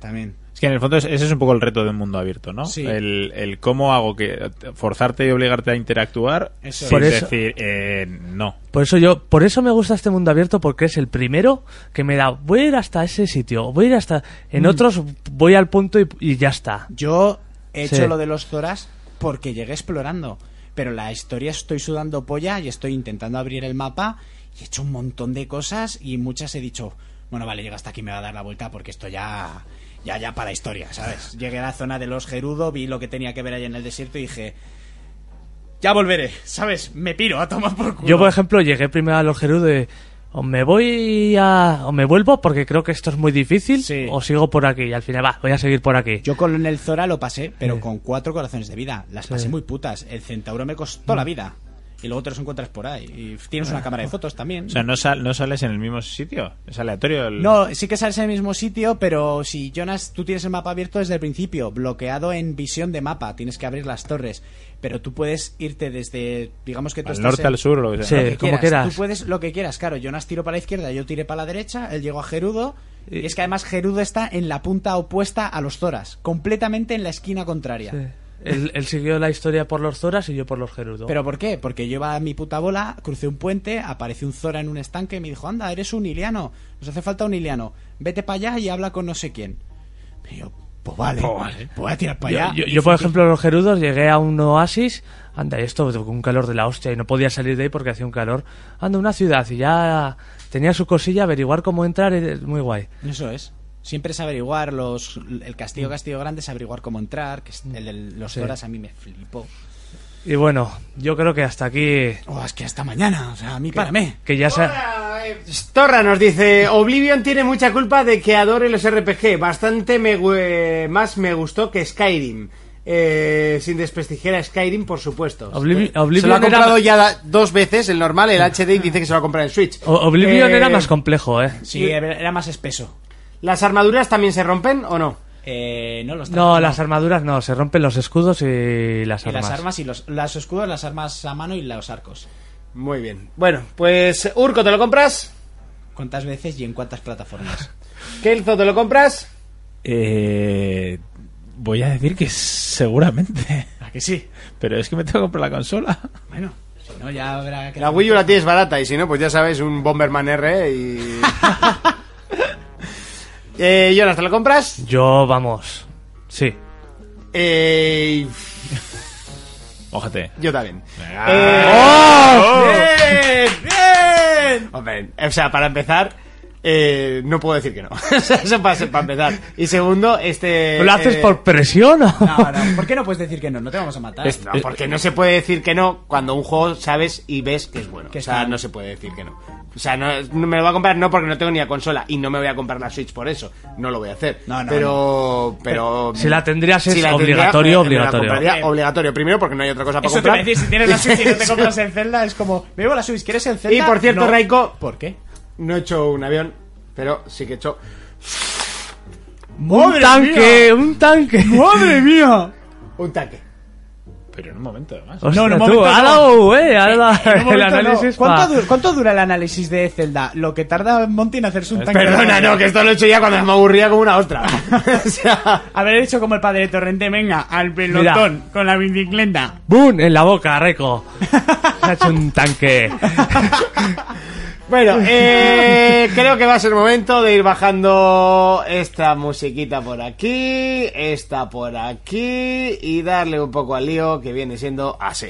C: También.
F: Es que en el fondo es- ese es un poco el reto de un mundo abierto, ¿no?
C: Sí.
F: El, el cómo hago que forzarte y obligarte a interactuar
C: Eso
F: sin
D: es. Por eso-
F: decir eh, no.
D: Por eso yo, por eso me gusta este mundo abierto, porque es el primero que me da, voy a ir hasta ese sitio, voy a ir hasta...
C: Mm.
D: En otros voy al punto y, y ya está.
C: Yo he hecho
D: Sí.
C: lo de los Zoras porque llegué explorando. Pero la historia estoy sudando polla y estoy intentando abrir el mapa. Y he hecho un montón de cosas y muchas he dicho, bueno, vale, llega hasta aquí, me va a dar la vuelta porque esto ya. Ya, ya para historia,
D: <laughs>
C: ¿sabes? Llegué a la zona de los Gerudo, vi lo que tenía que ver ahí en el desierto y dije. Ya volveré, ¿sabes? Me piro a tomar por culo.
D: Yo, por ejemplo, llegué primero a los Gerudo de... O me voy a... O me vuelvo porque creo que esto es muy difícil.
C: Sí.
D: O sigo por aquí. Y al final, va, voy a seguir por aquí.
C: Yo con el Zora lo pasé, pero con cuatro corazones de vida. Las pasé
D: Sí. Mm.
C: muy putas. El centauro me costó la vida. Y luego te los encuentras por ahí. Y tienes
D: Ah.
C: una cámara de fotos también.
F: O sea, no, sal- no sales en el mismo sitio. Es aleatorio. El...
C: No, sí que sales en el mismo sitio, pero si Jonas, tú tienes el mapa abierto desde el principio, bloqueado en visión de mapa, tienes que abrir las torres, pero tú puedes irte desde, digamos que tú
F: Al
C: estás
F: norte,
C: en-
F: al sur, eh, lo que sea.
D: Sí.
C: lo que
D: como
C: quieras.
D: quieras.
C: Tú puedes lo que quieras, claro. Jonas tiró para la izquierda, yo tiré para la derecha, él llegó a Gerudo.
F: Eh,
C: Y es que además Gerudo está en la punta opuesta a los Zoras, completamente en la esquina contraria.
D: Sí. Él, él siguió la historia por los Zoras y yo por los Gerudo.
C: ¿Pero por qué? Porque yo iba a mi puta bola, crucé un puente, apareció un Zora en un estanque y me dijo, anda, eres un iliano, nos hace falta un iliano, vete para allá y habla con no sé quién. Y yo, pues vale, pues voy a tirar
D: Yo-
C: para allá.
D: yo, yo, por ejemplo, los Gerudos llegué a un oasis, anda, esto con un calor de la hostia y no podía salir de ahí porque hacía un calor. Anda, una ciudad y ya tenía su cosilla, averiguar cómo entrar, eh, muy guay.
C: Eso es. Siempre es averiguar los... El castillo Castillo Grande es averiguar cómo entrar, que es el de los
D: Mm. Sí.
C: Zoras a mí me flipó.
D: Y bueno, yo creo que hasta aquí,
C: Oh, es que hasta mañana, o sea, a mí párame.
D: que ya se... ha-
B: Ah, eh, Storra nos dice, Oblivion tiene mucha culpa de que adore los RPG, bastante me gu- eh, más me gustó que Skyrim. Eh, sin desprestigiar a Skyrim, por supuesto.
D: Oblivi-
M: Se lo ha
D: Oblivion,
M: comprado
D: era, Ah.
M: ya da- dos veces el normal, el HD, y dice que se lo va a comprar en Switch.
D: O- Oblivion
B: Eh,
D: era más complejo, ¿eh?
C: Sí, era más espeso.
B: ¿Las armaduras también se rompen o no?
C: Eh, no, los
D: No, las armaduras no, se rompen los escudos y las
C: y
D: armas.
C: las armas y los, los escudos, las armas a mano y los arcos.
B: Muy bien. Bueno, pues Urco, ¿te lo compras?
C: ¿Cuántas veces y en cuántas plataformas?
B: Kelzo, ¿te lo compras?
F: Eh, voy a decir que seguramente.
D: Ah,
C: ¿A que sí?
F: Pero es que me tengo que comprar la consola.
C: Bueno, si no, ya habrá que.
M: La Wii U la tienes barata, y si no, pues ya sabes, un Bomberman R
D: <laughs>
M: y.
B: Eh, Jonas, ¿te lo compras?
D: Yo, vamos, sí.
M: Eh,
F: Mójate.
M: yo también. Eh, Hombre, o sea, para empezar, eh, no puedo decir que no. <laughs> O sea, Eso para, para empezar.
B: Y segundo, este...
D: ¿Lo haces
B: eh,
D: por presión o...?
C: No, no, ¿por qué no puedes decir que no? Este, No te vamos a matar.
M: Es- no, porque no se puede decir que no cuando un juego sabes y ves que es bueno.
C: Que
M: o sea,
C: está-
M: no se puede decir que no. O sea, no, no me lo voy a comprar no porque no tengo ni la consola y no me voy a comprar la Switch por eso. No lo voy a hacer.
C: No, no,
M: pero, pero.
D: Si la tendrías es
M: si la tendría, eh,
D: obligatorio,
M: me- me la
D: obligatorio.
M: compraría obligatorio. Primero porque no hay otra cosa para comprar. <laughs>
C: compras en Zelda, es como, me llevo la Switch, ¿quieres en Zelda?
B: Y por cierto,
C: No.
B: Raiko,
C: ¿Por qué?
M: No he hecho un avión, pero sí que he hecho.
D: <laughs> ¡Un tanque! ¡Un tanque! ¡Madre
M: <laughs>
D: mía!
B: un tanque.
F: Pero en un momento, además.
D: Hostia,
C: en
D: tú,
C: un momento no.
D: ala, eh, ala, el
C: Momento, no.
D: análisis pa-
C: ¿Cuánto, du- cuánto dura el análisis de Zelda? Lo que tarda Monty en hacerse un tanque.
M: Perdona, no, que esto lo he hecho ya cuando me aburría como una ostra. <laughs> o sea.
C: Haber hecho como el padre de Torrente, venga, al pelotón, con la bicicleta.
D: ¡Bum! En la boca,
C: <laughs>
D: Reco. Se ha hecho un tanque.
B: <laughs> Bueno, eh, creo que va a ser momento de ir bajando esta musiquita por aquí, esta por aquí y darle un poco al lío que viene siendo así.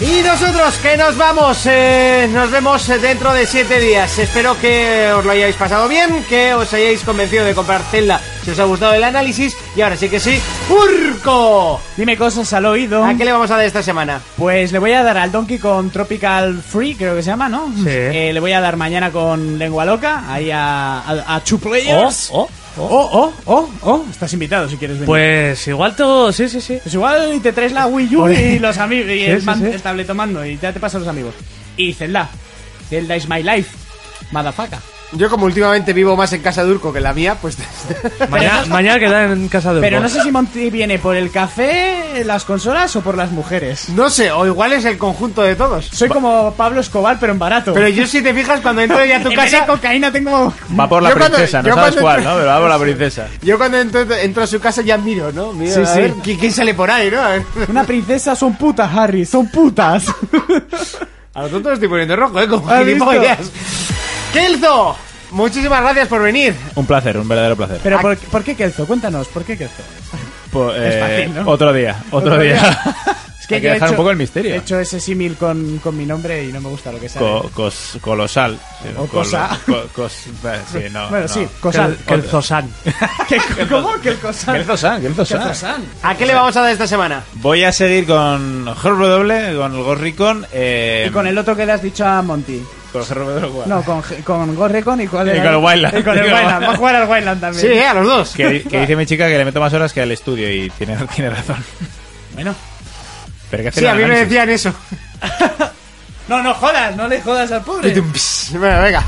B: Y nosotros que nos vamos, eh, nos vemos dentro de 7 días. Espero que os lo hayáis pasado bien, que os hayáis convencido de comprar Zelda si os ha gustado el análisis. Y ahora sí que sí, ¡Urco!
C: Dime cosas al oído.
B: ¿A qué le vamos a dar esta semana?
C: Pues le voy a dar al Donkey con Tropical Free, creo que se llama, ¿no?
D: Sí.
C: Eh, le voy a dar mañana con Lengua Loca, ahí a, a, a Two
D: Oh,
C: Players.
D: oh,
C: oh,
D: oh.
C: oh, oh, oh. Estás invitado si quieres venir.
D: Pues igual todo... Sí, sí, sí.
C: Pues igual te traes la Wii U y los amigos y
D: Pues- Sí,
C: el,
D: sí,
C: man-
D: sí.
C: el tabletomando y ya te pasan los amigos. Y Zelda. Zelda is my life. Madafaka.
B: Yo como últimamente vivo más en casa de Urco que en la mía, pues... <laughs>
D: Mañana, mañana quedan en casa de
C: Pero
D: Urco.
C: no sé si Monty viene por el café, las consolas o por las mujeres.
B: no sé, o igual es el conjunto de todos.
C: Soy como Pablo Escobar, pero en barato.
B: Pero yo si te fijas, cuando entro ya a tu
C: <laughs> en vez de
B: casa...
C: cocaína tengo...
F: Va por la
B: Yo cuando-
F: princesa,
B: yo
F: no sabes
B: cuando-
F: cuál, ¿no? Pero va por la princesa.
B: Yo cuando entro, entro a su casa ya miro, ¿no? Miro,
C: Sí,
B: a
C: sí.
B: ver, ¿qui- ¿quién sale por ahí, no? A ver.
C: Una princesa son putas, Harry, son putas. <laughs>
B: A lo tonto me estoy poniendo rojo, ¿eh? Como
C: ¿Has
B: gilipollas. ¡Kelzo! Muchísimas gracias por venir.
F: Un placer, un verdadero placer.
C: Pero ¿por, por qué Kelzo? Cuéntanos, ¿por qué Kelzo?
F: Po- eh,
C: fácil, ¿no?
F: Otro día, otro,
C: Otro
F: día.
C: día.
F: <laughs>
C: Es
F: Hay que
C: yo he
F: dejar un
C: hecho-
F: poco el misterio.
C: He hecho ese símil con, con mi nombre y no me gusta lo que sale.
F: Co- cos- colosal. Sí,
C: O
F: colo-
C: cosa.
F: co- cos- eh, sí, no,
C: bueno,
F: no.
C: sí,
D: <laughs>
C: Cosan.
D: Que el Zosan.
C: ¿Qué- ¿Cómo? ¿Qué el Cosan?
F: Kelzosan, Kelzosan.
B: ¿A qué le vamos a dar esta semana?
F: Voy a seguir con GRW, con el Ghost Recon. Eh,
C: Y con el otro que le has dicho a Monty.
F: Con GRW, guau.
C: No, con, con Ghost Recon y con
F: Y con el Wildland.
C: Y con el
F: <laughs> Y con el
C: Wildland. Va a jugar al Wildland
B: Sí,
C: también.
B: ¿eh? a los dos.
F: Que, di- que dice mi chica que le meto más horas que al estudio y tiene, <laughs> tiene razón.
C: Bueno.
F: Pero hay que hacer
B: Sí,
F: el
B: a mí me
F: análisis.
B: decían
C: <laughs>
B: eso.
C: No, no jodas, no le jodas al pobre.
B: Bueno, venga.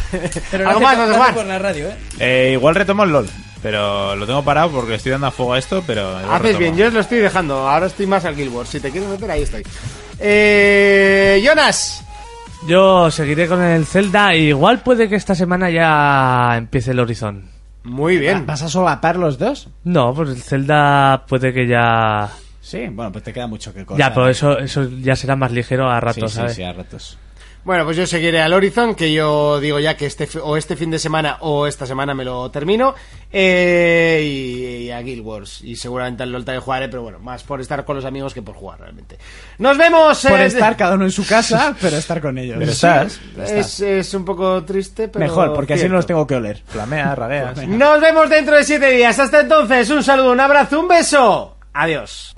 C: Pero
B: Algo
C: no
B: más,
C: hace-
B: no
C: no
B: sé
C: hace
B: más.
C: por la radio, ¿eh?
F: Eh, igual retomo el LOL, pero lo tengo parado porque le estoy dando a fuego a esto, pero... lo
B: Haces
F: retomo.
B: bien, yo os lo estoy dejando. Ahora estoy más al Guild Wars. Si te quieres meter, ahí estoy. Eh, Jonas.
D: Yo seguiré con el Zelda. Igual puede que esta semana ya empiece el Horizon.
B: Muy bien.
C: ¿Vas a solapar los dos?
D: No, pues el Zelda puede que ya.
C: Sí, bueno, pues te queda mucho que cortar.
D: Ya, pero eso, eso ya será más ligero a ratos, ¿sabes?
C: a ratos.
B: Bueno, pues yo seguiré al Horizon, que yo digo ya que este, fi- o este fin de semana o esta semana me lo termino. eh, y, y a Guild Wars. Y seguramente al LOL también jugaré, pero bueno, más por estar con los amigos que por jugar realmente. ¡Nos vemos!
C: Por
B: eh, <laughs>
C: estar cada uno en su casa, pero estar con ellos.
F: Pero estás,
B: Es, es un poco triste, pero.
C: Mejor, porque así no los
B: cierto.
C: tengo que oler.
F: flameas, radeas...
B: Nos vemos dentro de siete días. Hasta entonces, un saludo, un abrazo, un beso. Adiós.